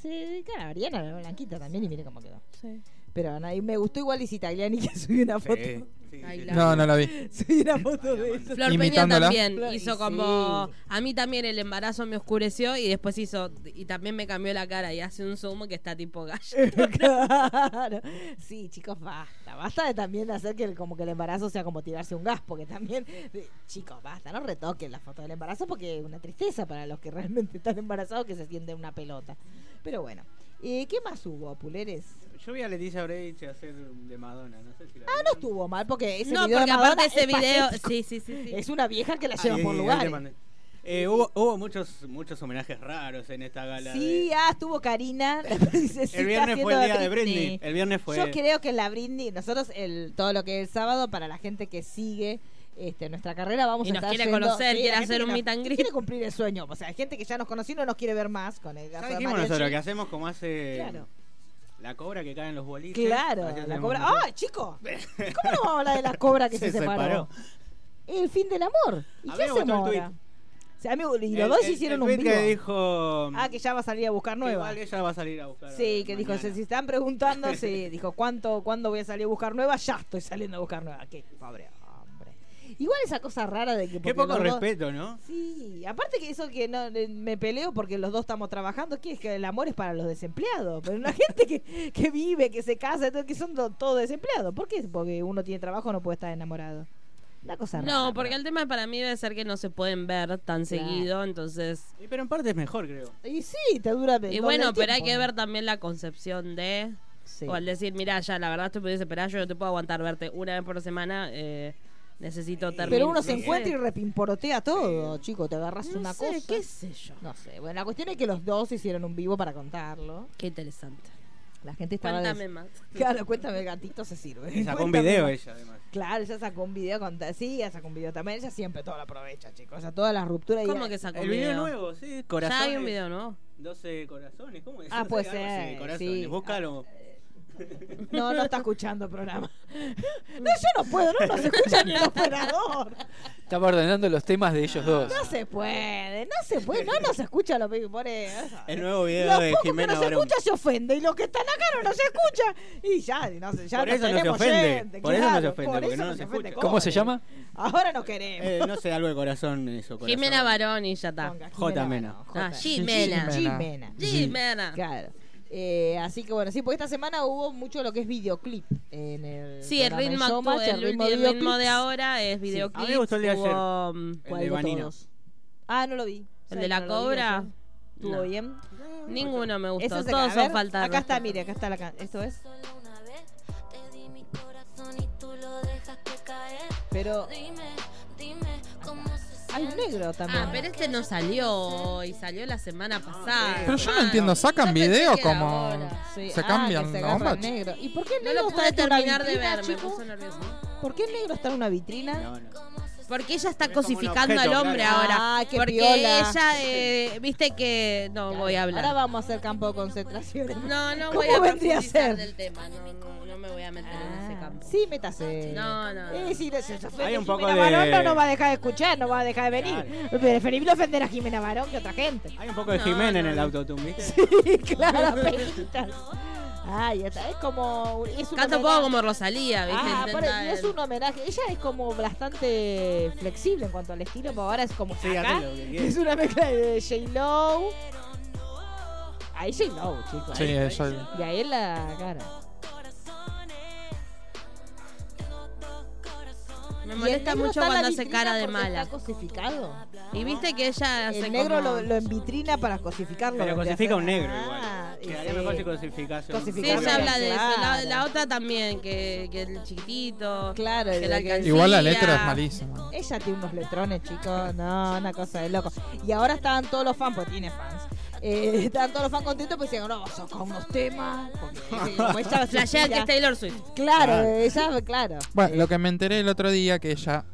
A: Sí, claro, Ariana era blanquita también y mire cómo quedó.
E: Sí.
A: Pero no, y me gustó igual Liz Italiani que subió una foto.
E: Ay, la-
D: No, no la vi.
A: Subí una foto de eso.
E: Flor Peña
D: Imitándola.
E: también
A: Flor-
E: hizo
A: sí.
E: como a mí también el embarazo me oscureció y después hizo y también me cambió la cara y hace un zoom que está tipo gallo.
A: claro. Sí, chicos, basta. Basta de también de hacer que el- como que el embarazo sea como tirarse un gas, porque también, eh, chicos, basta, no retoquen la foto del embarazo porque es una tristeza para los que realmente están embarazados que se sienten una pelota. Pero bueno, eh, ¿qué más hubo, Puleres?
B: Yo vi a Leticia Brecht hacer de Madonna. No sé si la
A: Ah, no estuvo mal porque ese
E: No,
A: video de
E: porque
A: Madonna
E: aparte ese
A: es
E: video,
A: patético.
E: sí, sí, sí, sí.
A: Es una vieja que la
B: Ah,
A: lleva
B: sí,
A: por
B: ahí te
A: lugares.
B: mandé. Eh, hubo hubo muchos, muchos homenajes raros en esta gala.
A: Sí,
B: de-
A: ah, estuvo Karina. la princesita
B: el viernes fue el
A: haciendo
B: día
A: de
B: de Britney. El viernes fue.
A: Yo creo que la Britney, nosotros el, todo lo que es el sábado, para la gente que sigue este, nuestra carrera, vamos
E: Y
A: a
E: nos
A: estar
E: quiere
A: yendo-
E: conocer,
A: la
E: quiere
A: gente
E: hacer
A: que
E: un
A: nos-
E: meet and
A: que
E: greet.
A: quiere cumplir el sueño. O sea, hay gente que ya nos conoció y no nos quiere ver más con el
B: Ya
A: gato de
B: dijimos
A: mariachi.
B: nosotros que hacemos como hace
A: Claro.
B: la cobra que cae en los boliches.
A: Claro,
B: Así
A: la
B: hacemos
A: cobra.
B: nosotros.
A: ¡Ay, chico! ¿Cómo no vamos a hablar de la cobra que se,
B: Se
A: separó?
B: separó.
A: El fin del amor. ¿Y qué
B: A mí me gustó
A: hacemos
B: el
A: ahora? O sea, a mí- y los
B: El-
A: dos
B: el-
A: hicieron
B: el
A: un
B: tweet
A: vivo.
B: que dijo.
A: Ah, que ya va a salir a buscar
B: que
A: nueva.
B: Igual ella va a salir a buscar.
A: Sí, que dijo,
B: mañana.
A: se- si están preguntando, sí, dijo, ¿cuánto, ¿cuándo voy a salir a buscar nueva? Ya estoy saliendo a buscar nueva. Qué pobre hombre. Igual esa cosa rara de que... porque
B: Qué poco
A: los dos-
B: respeto, ¿no?
A: Sí, aparte que eso que no eh, me peleo porque los dos estamos trabajando, que es que el amor es para los desempleados, pero una gente que, que vive, que se casa, todo- que son do- todos desempleados. ¿Por qué? Porque uno tiene trabajo no puede estar enamorado. Una cosa rara,
E: No, porque el tema para mí debe ser que no se pueden ver tan seguido, entonces...
B: Y, pero en parte es mejor, creo.
A: Y sí, te dura... doble
E: Y
A: el
E: bueno, pero hay
A: tiempo.
E: que ver también la concepción de...
A: Sí.
E: O al decir, mira, ya, la verdad, estoy muy desesperado, yo no te puedo aguantar verte una vez por semana, eh, necesito terminar...
A: Pero uno
E: no
A: se
E: sé.
A: encuentra y repimporotea todo, chico, te agarras
E: No
A: una
E: sé,
A: cosa.
E: qué sé yo.
A: No sé, bueno, la cuestión es que los dos hicieron un vivo para concontarlo.
E: Qué interesante.
A: La gente estaba... des-
E: Cuéntame más.
A: Claro, cuéntame, el gatito se sirve.
B: Y sacó un
A: Cuéntame
B: video eh.
A: más.
B: ella, además.
A: Claro, ella sacó un video con... Sí, ella sacó un video también. Ella siempre todo lo aprovecha, chicos. O sea, todas las rupturas... y-
E: ¿Cómo que sacó
B: El
E: un
B: video nuevo, sí. Corazones.
E: Ya hay un video nuevo.
B: 12 corazones, ¿cómo es? Ah.
A: Ah,
B: No sé,
A: puede
B: algo
A: ser,
B: así, corazones.
A: sí.
B: Búscalo.
A: No, no está escuchando el programa. No, yo no puedo. No nos escucha ni el operador.
F: Estaba ordenando los temas de ellos dos.
A: No se puede. No se puede. No nos escucha los baby por eso.
B: El nuevo video
A: Los
B: de
A: pocos que
B: Jimena
A: nos
B: Barón.
A: escucha se ofende y los que están acá no nos escucha y ya, no sé, ya
B: Por
A: no
B: eso no se
A: tenemos
B: ofende,
A: gente,
B: por eso no se
A: claro,
B: ofende,
A: por
B: porque
A: eso
B: no nos
A: se ofende,
B: escucha.
F: ¿Cómo se
A: cobre.
F: llama?
A: Ahora no queremos.
B: Eh, no sé, algo de corazón eso. Corazón.
E: Jimena Barón y ya está.
A: Ponga,
B: J. Mena.
A: Barón,
E: Ah,
A: J.
E: Jimena.
A: Jimena.
E: Jimena.
A: Claro. Eh, así que bueno, sí, porque esta semana hubo mucho lo que es videoclip en el
E: Sí, el
A: programa
E: ritmo
A: Showmatch,
E: actual, el, ritmo, el ritmo de
A: videoclips.
E: ahora es videoclip. um,
B: A mí me gustó el de ayer.
A: ¿Cuál
B: El de Vanina.
A: todos? Ah, no lo vi.
E: El
A: ¿Sabes
E: de
A: que
E: la
A: no lo vi
E: cobra.
A: ayer? ¿Estuvo
E: No.
A: bien?
E: Ninguno me
A: Eso
E: gustó.
A: es de- a
E: Todos
A: ver,
E: son falta de
A: Acá está,
E: respeto.
A: mire, acá está la can- Esto es. Pero hay un negro también.
E: Ah, pero este no salió hoy, salió la
A: Ah,
E: semana pasada.
D: Pero yo no
E: hermano.
D: entiendo, ¿sacan
E: Yo pensé
D: video
E: que era
D: como-
E: ahora.
A: Sí,
D: se
A: ah,
D: cambian
A: que se
D: los
A: agarra el
D: matches.
A: negro. ¿Y por qué el
E: No
A: negro
E: lo
A: está
E: pude
A: dentro de una
E: terminar de
A: vitrina,
E: ver, me
A: chico?
E: puso nervioso.
A: ¿Por qué el negro está en una vitrina?
B: No, no.
E: Porque ella está
B: Es como un
E: cosificando
B: objeto,
E: al hombre
A: claro.
E: ahora.
A: Ah, qué
E: porque
A: piola.
E: ella, eh, viste que. No voy a hablar.
A: Ahora vamos a hacer campo de concentración.
E: No, no
A: ¿Cómo
E: voy a
A: vendría a
E: profundizar
A: ser?
E: del tema. No, no, no me voy a meter en ese
A: Ah,
E: campo.
A: sí, métase.
E: No, no.
A: Eh, sí, no sé, se ofende
B: Hay un poco
A: Jimena
B: de-
A: Barón no nos va a dejar de escuchar, no va a dejar de venir. Preferible ofender a Jimena Barón que a otra gente.
B: Hay un poco de
E: No,
B: Jimena
E: no,
B: en el
E: no.
B: autotune, ¿viste?
A: claro, pelitas. Ay, está, es como. Es un
E: Canta
A: homenaje-
E: un poco como Rosalía, ¿viste?
A: Ah,
E: Intenta
A: por- y es
E: el-
A: un homenaje. Ella es como bastante flexible en cuanto al estilo, pero ahora es como.
B: Sí,
A: acá,
B: hace lo que quiere.
A: es una mezcla de J-Lo. Ahí J-Lo, chicos.
D: Sí, eso.
A: Y ahí en la cara.
E: Me
A: Y el
E: molesta
A: negro está
E: mucho
A: en la
E: cuando hace
A: vitrina
E: cara de
A: porque
E: mala.
A: Está cosificado.
E: Y viste que ella hace
A: El negro
E: como-
A: lo, lo en vitrina para cosificarlo.
B: Pero
A: vendría a
B: cosifica
A: ser.
B: un negro
A: Ah,
B: igual.
A: y
B: Quedaría
A: sí.
B: mejor si cosificación.
E: Sí,
A: Cosificación.
E: ella habla de eso. La,
A: Claro.
E: la otra también, que, que el chiquitito.
A: Claro,
E: que la
A: de que-
E: alcancía.
D: Igual la letra es malísima.
A: Ella tiene unos letrones, chicos. No, una cosa de loco. Y ahora estaban todos los fans, porque tiene fans. Eh, estaban todos los fans contentos porque decían, no, saca unos temas. Porque, sí, como ella
E: Flashean que es Taylor Swift.
A: Claro,
B: Ah.
A: ella, claro.
D: Bueno, lo que me enteré el otro día que ella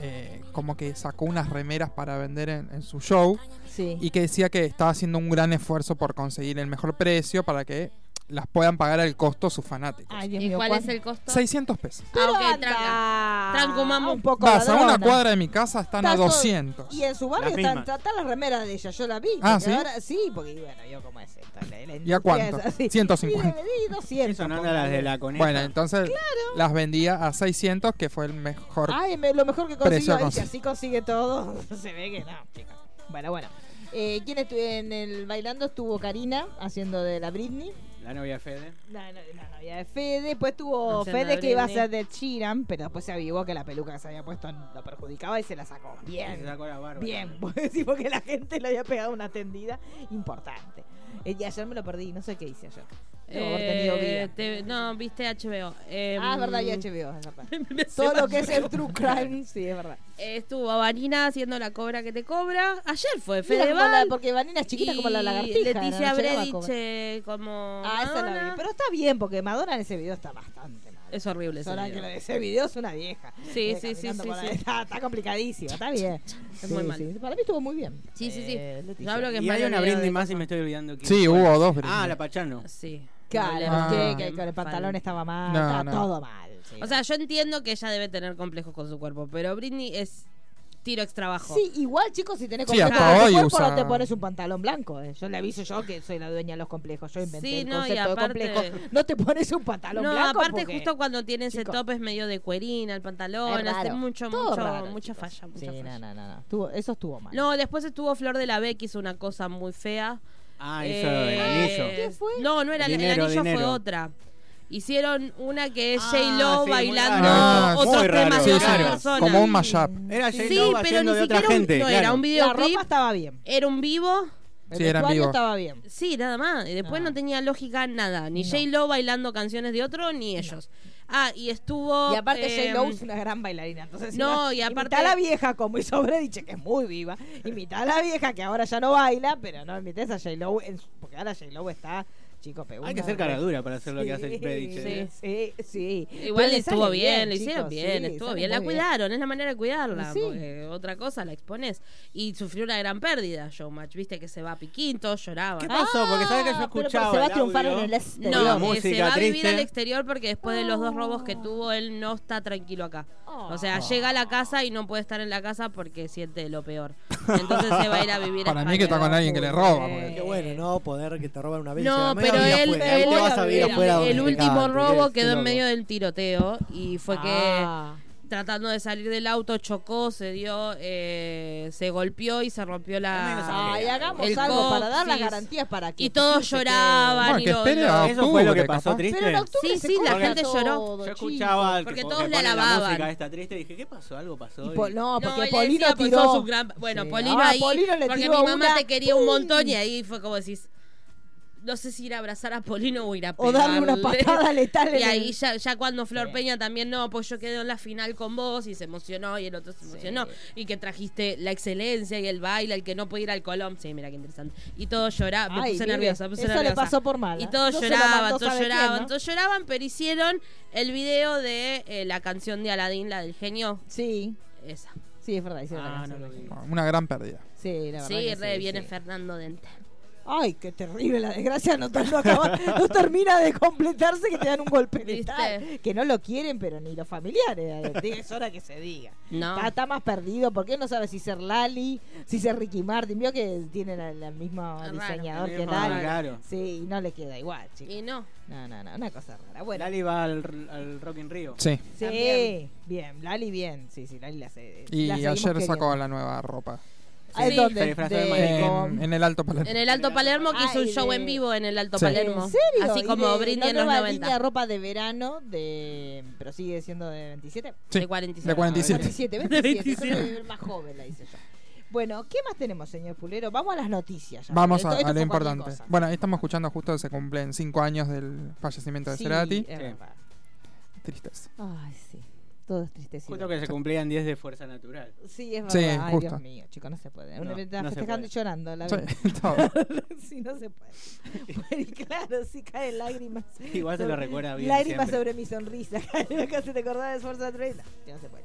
D: eh, como que sacó unas remeras para vender en, en su show
A: Sí.
D: y que decía que estaba haciendo un gran esfuerzo por conseguir el mejor precio para que las puedan pagar al costo sus fanáticos.
A: Ay, Dios
E: ¿Y
A: mío,
E: cuál es
A: ¿cuánto?
E: el costo?
D: 600 pesos.
A: Pero
E: Ah, ok,
A: anda.
E: tranca. Tranco, mamu.
A: Un poco
D: Vas a una
A: ladrona.
D: cuadra de mi casa, están a
A: Está todo-
D: 200.
A: Y en su barrio
B: Las
A: están,
B: mismas.
A: están las remeras de ella, yo la vi.
D: Ah,
A: porque
D: ¿sí?
A: ahora- sí, porque bueno, yo cómo es esto. la- la
D: ¿Y a cuánto?
A: industria es así.
D: 150.
A: Y le di 200.
B: Sonando las de la coneja.
D: Bueno, entonces las vendía a 600, que fue el mejor.
A: Ay, me- lo mejor que consiguió.
D: Precio
A: Y si
D: consigue.
A: así consigue todo, se ve que no, chicos. Bueno, bueno. Eh, ¿Quién estuvo en el bailando? Estuvo Karina haciendo de la Britney.
B: La novia Fede.
A: La, la- la novia de Fede. Después tuvo
E: Haciendo
A: Fede
E: de
A: que iba a
E: Britney.
A: ser de Chiran, pero después se avivó que la peluca que se había puesto lo perjudicaba y se la sacó.
B: Y Se
A: Bien.
B: sacó la barba.
A: Bien, porque sí, porque la gente le había pegado una tendida importante. Eh, Y ayer me lo perdí, no sé qué hice ayer. Debo haber tenido vida.
E: Eh, te- no, viste HBO. eh,
A: Ah, es verdad, y HBO, es verdad.
E: me hace
A: Todo lo
E: más
A: que es el
E: huevo.
A: true crime, sí, es verdad.
E: Eh, Estuvo Vanina haciendo la cobra que te cobra. Ayer fue
A: Mira, como la-
E: Fedeval.
A: porque Vanina es chiquita como la
E: y
A: lagartija.
E: Leticia
A: no llegaba a
E: Bredich
A: comer.
E: eh, como.
A: Ah, esa la
E: Madonna.
A: vi. Pero está bien, porque Madonna en ese video está bastante mal.
E: Es horrible ese
A: Ahora que
E: video.
A: lo de ese video es una vieja.
E: Sí,
A: Eh,
E: sí, sí,
A: caminando
E: sí,
A: por ahí.
E: sí.
A: Está, está complicadísimo, está bien.
E: Es muy mal.
A: Para mí estuvo muy bien.
E: Sí, sí, sí.
A: Eh,
E: Yo
A: Leticia.
E: hablo que es
B: Y hay
E: Mario
B: una
E: León
B: Britney
E: de-
B: más y me estoy olvidando. quién
D: Sí,
B: fue.
D: hubo dos Britney.
B: Ah, la Pachano.
E: Sí.
A: Claro,
D: Ah.
A: que, que con el pantalón
E: Fal-
A: estaba mal,
D: No,
A: estaba
D: no.
A: todo mal. sí.
E: O sea, yo entiendo que ella debe tener complejos con su cuerpo, pero Britney es tiro extrabajo.
A: Sí, igual chicos, si tenés
D: Sí,
A: complejos
D: hasta
A: de
D: hoy
A: cuerpo
D: usa-
A: no te pones un pantalón blanco. eh. Yo le aviso yo que soy la dueña de los complejos. Yo inventé
E: Sí,
A: el
E: no, y
A: concepto
E: aparte-
A: de complejo. No te pones un pantalón
E: No,
A: blanco.
E: aparte
A: porque-
E: justo cuando tiene ese
A: Chico.
E: top es medio de cuerina, el pantalón,
A: Es
E: hace
A: raro.
E: mucho,
A: Todo
E: mucho,
A: raro,
E: mucha
A: chicos.
E: falla,
A: Sí,
E: mucha
A: no,
E: falla.
A: no, no, no. Estuvo- eso estuvo mal.
E: No, después estuvo Flor de la B que hizo una cosa muy fea.
B: Ah, eso,
E: Eh,
B: el anillo.
A: ¿Qué fue?
E: No, no era el- el
B: Dinero,
E: anillo, fue
B: dinero.
E: otra. Hicieron una que es
B: Ah,
E: J-Lo
B: sí, muy
E: bailando
D: raro eso.
E: otros
B: Ah, Muy raro,
E: temas de
D: Sí,
E: otras
D: sí,
B: claro.
E: personas.
D: como un mashup.
B: Era J-Lo
E: Sí, pero
B: haciendo
E: ni
B: de otra
E: siquiera un-
B: gente.
E: no era
B: claro.
E: un
A: La ropa
E: videoclip,
A: estaba bien.
E: era un vivo.
A: El
D: Sí, era en
A: vestuario
D: vivo.
A: estaba bien.
E: Sí, nada más. Y después
A: Ah.
E: no tenía lógica nada. Ni
A: No.
E: J-Lo bailando canciones de otro, ni ellos. Ah, y estuvo.
A: Y aparte
E: eh,
A: J-Lo es una gran bailarina. Entonces,
E: no,
A: si
E: y
A: la-
E: aparte-
A: Imita a la vieja, como hizo Brediche, que es muy viva. Imita a la vieja, que ahora ya no baila, pero no imites a J-Lo. en su- Porque ahora J-Lo está, chico, pegó.
B: Hay que
A: una-
B: hacer cara dura para hacer lo que hace
A: Sí,
B: el Predich. ¿eh?
A: Sí, sí.
E: Igual
A: Pero le
E: estuvo
A: sale
E: bien, lo hicieron
A: chicos,
E: bien,
A: sí,
E: estuvo
A: sale
E: bien. La
A: muy
E: cuidaron, es la manera de cuidarla.
A: Sí.
E: Porque otra cosa la expones. Y sufrió una gran pérdida, Showmatch. Viste que se va a Piquinto, lloraba.
B: ¿Qué pasó? Porque sabes que
A: Ah,
B: yo
A: pero- pero
B: escuchaba
A: se va a
B: el
A: triunfar
B: audio.
A: en el este.
B: la
E: No, eh, se
B: música
E: va a vivir
B: triste.
E: al exterior porque después de los dos robos que tuvo, él no está tranquilo acá. O
G: Ah.
E: sea, llega a la casa y no puede estar en la casa porque siente lo peor. Entonces se va a ir a vivir a
D: Para mí que
E: España.
D: está con alguien que le roba. porque-
G: Qué bueno, ¿no? Poder que te roban una vez. y
E: No,
G: se van a
E: pero
G: medio
E: él,
G: afuera.
E: él-
G: Vos vas a vivir
E: el,
G: afuera donde
E: el
G: te
E: último
G: cante,
E: robo
G: ¿viste?
E: quedó en
G: Loco.
E: medio del tiroteo y fue
A: Ah.
E: que tratando de salir del auto chocó, se dio, eh, se golpeó y se rompió la.
A: Ay, ah, hagamos
E: el
A: algo para dar las
E: coxis.
A: garantías para que.
E: Y todos
A: se quede.
E: lloraban.
D: Bueno,
E: y
D: que
E: lo-
D: espere
E: lo-
D: a
B: Eso fue lo que
D: octubre,
B: pasó
D: capaz.
B: triste.
A: Pero en octubre
E: Sí,
A: se
E: sí, la
A: corta
E: gente
A: todo,
E: lloró.
B: Yo
A: chicos.
B: escuchaba el
E: Porque
B: que po-
E: todos
B: que
E: la
B: pone
E: alababan.
B: La música esta triste y dije, ¿qué pasó? Algo pasó.
A: Y
B: y-
A: po- no, porque
E: él
A: Polino
E: decía, pues,
A: tiró.
E: sos un gran- Bueno,
A: Sí.
E: Polino
A: Ah,
E: ahí.
A: Polino le
E: porque
A: tiró
E: mi mamá
A: una-
E: te quería un
A: ¡Pum!
E: montón y ahí fue como decís. No sé si ir a abrazar a Polino o ir a
A: O
E: pegarle.
A: darle una patada letal en
E: Y ahí
A: el-
E: ya, ya cuando Flor
A: Sí.
E: Peña también no, pues yo quedé en la final con vos y se emocionó y el otro se emocionó. Y que trajiste la excelencia y el baile, el que no puede ir al Colón. Sí, mira qué interesante. Y todo lloraba, me
A: Ay,
E: puse
A: vive.
E: nerviosa, me puse
A: Eso le
E: nerviosa.
A: pasó por mala.
E: Y todos
A: No se lo
E: lloraban,
A: mandó,
E: todos
A: ¿sabe quién,
E: lloraban,
A: no?
E: todos lloraban, pero hicieron el video de eh, la canción de Aladín, la del genio.
A: Sí,
E: Esa.
A: sí, es verdad. hicieron la
B: Ah, no
A: canción.
B: lo vi.
D: Una gran pérdida.
A: Sí, la verdad.
E: Sí,
A: que
E: re, viene
A: sí.
E: Fernando Dente.
A: Ay, qué terrible la desgracia. No, ter- no acaba- no termina de completarse que te dan un golpe
E: ¿Viste?
A: letal. Que no lo quieren, pero ni los familiares. Es hora que se diga.
E: No.
A: Ah, Está, está más perdido porque él no sabe si ser Lali, si ser Ricky Martin. Vio que tienen al, al mismo
E: Raro,
A: diseñador
B: el
A: que
B: mismo
A: Lali.
B: raro.
A: Sí, y no le queda igual, chicos.
E: Y no.
A: No, no, no, una cosa rara. Bueno,
B: Lali va al, al Rock in Rio.
D: Sí.
A: sí,
E: también.
A: bien, Lali bien. Sí, sí, Lali la hace.
D: Y ayer sacó la nueva ropa.
A: ¿Ah,
E: Sí.
A: es dónde?
B: Se disfrazó de
A: De-
D: En, Eh, en el Alto Palermo.
E: En el Alto Palermo que hizo
A: Ay,
E: un show
A: de-
E: en vivo en el Alto
D: Sí.
E: Palermo.
A: ¿En serio?
E: Así
A: Y
E: como
A: de
E: Brindy
A: la
E: en los
A: nueva línea de
E: 90.
A: ropa de verano de pero sigue siendo de 27.
D: Sí,
E: de 47.
D: De 47.
A: 27, 27, yo soy más joven la hice yo. Bueno, ¿qué más tenemos, señor Pulero? Vamos a las noticias ya.
D: Vamos
A: porque esto- esto
D: a, a lo
A: fue cualquier
D: importante.
A: cosa.
D: Bueno, ahí estamos escuchando justo que se cumplen 5 años del fallecimiento de
A: Sí, eh.
D: Cerati.
A: es verdad.
D: Tristeza.
A: Ay, sí. Todo es tristecito.
B: Justo que se cumplían 10 de Fuerza Natural.
A: Sí, es verdad.
D: Sí,
A: Ay,
D: justo.
A: Dios mío, chico, no se puede. Uno
B: No,
A: está
B: no se
A: festejando
B: puede.
A: y llorando. La
D: Sí,
A: verdad.
D: todo.
A: sí, no se puede. Bueno, y claro, sí caen lágrimas.
B: Igual se lo recuerda bien.
A: Lágrimas
B: siempre.
A: sobre mi sonrisa. Acá se te acordaba de esfuerzo de Trueno. No, no se puede.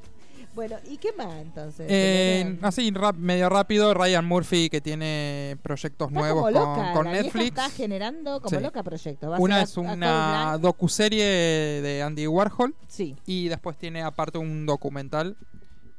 A: Bueno, ¿y qué más entonces?
D: Eh,
A: Tenemos-
D: así, rap- medio rápido, Ryan Murphy que tiene proyectos
A: Está
D: nuevos
A: como
D: con,
A: loca,
D: con
A: la vieja
D: Netflix.
A: Está generando como
D: Sí.
A: loca proyectos. Va a ser
D: Una es
A: a- a Kobe
D: una
A: Bryant.
D: docuserie de Andy Warhol
A: Sí.
D: y después tiene aparte un documental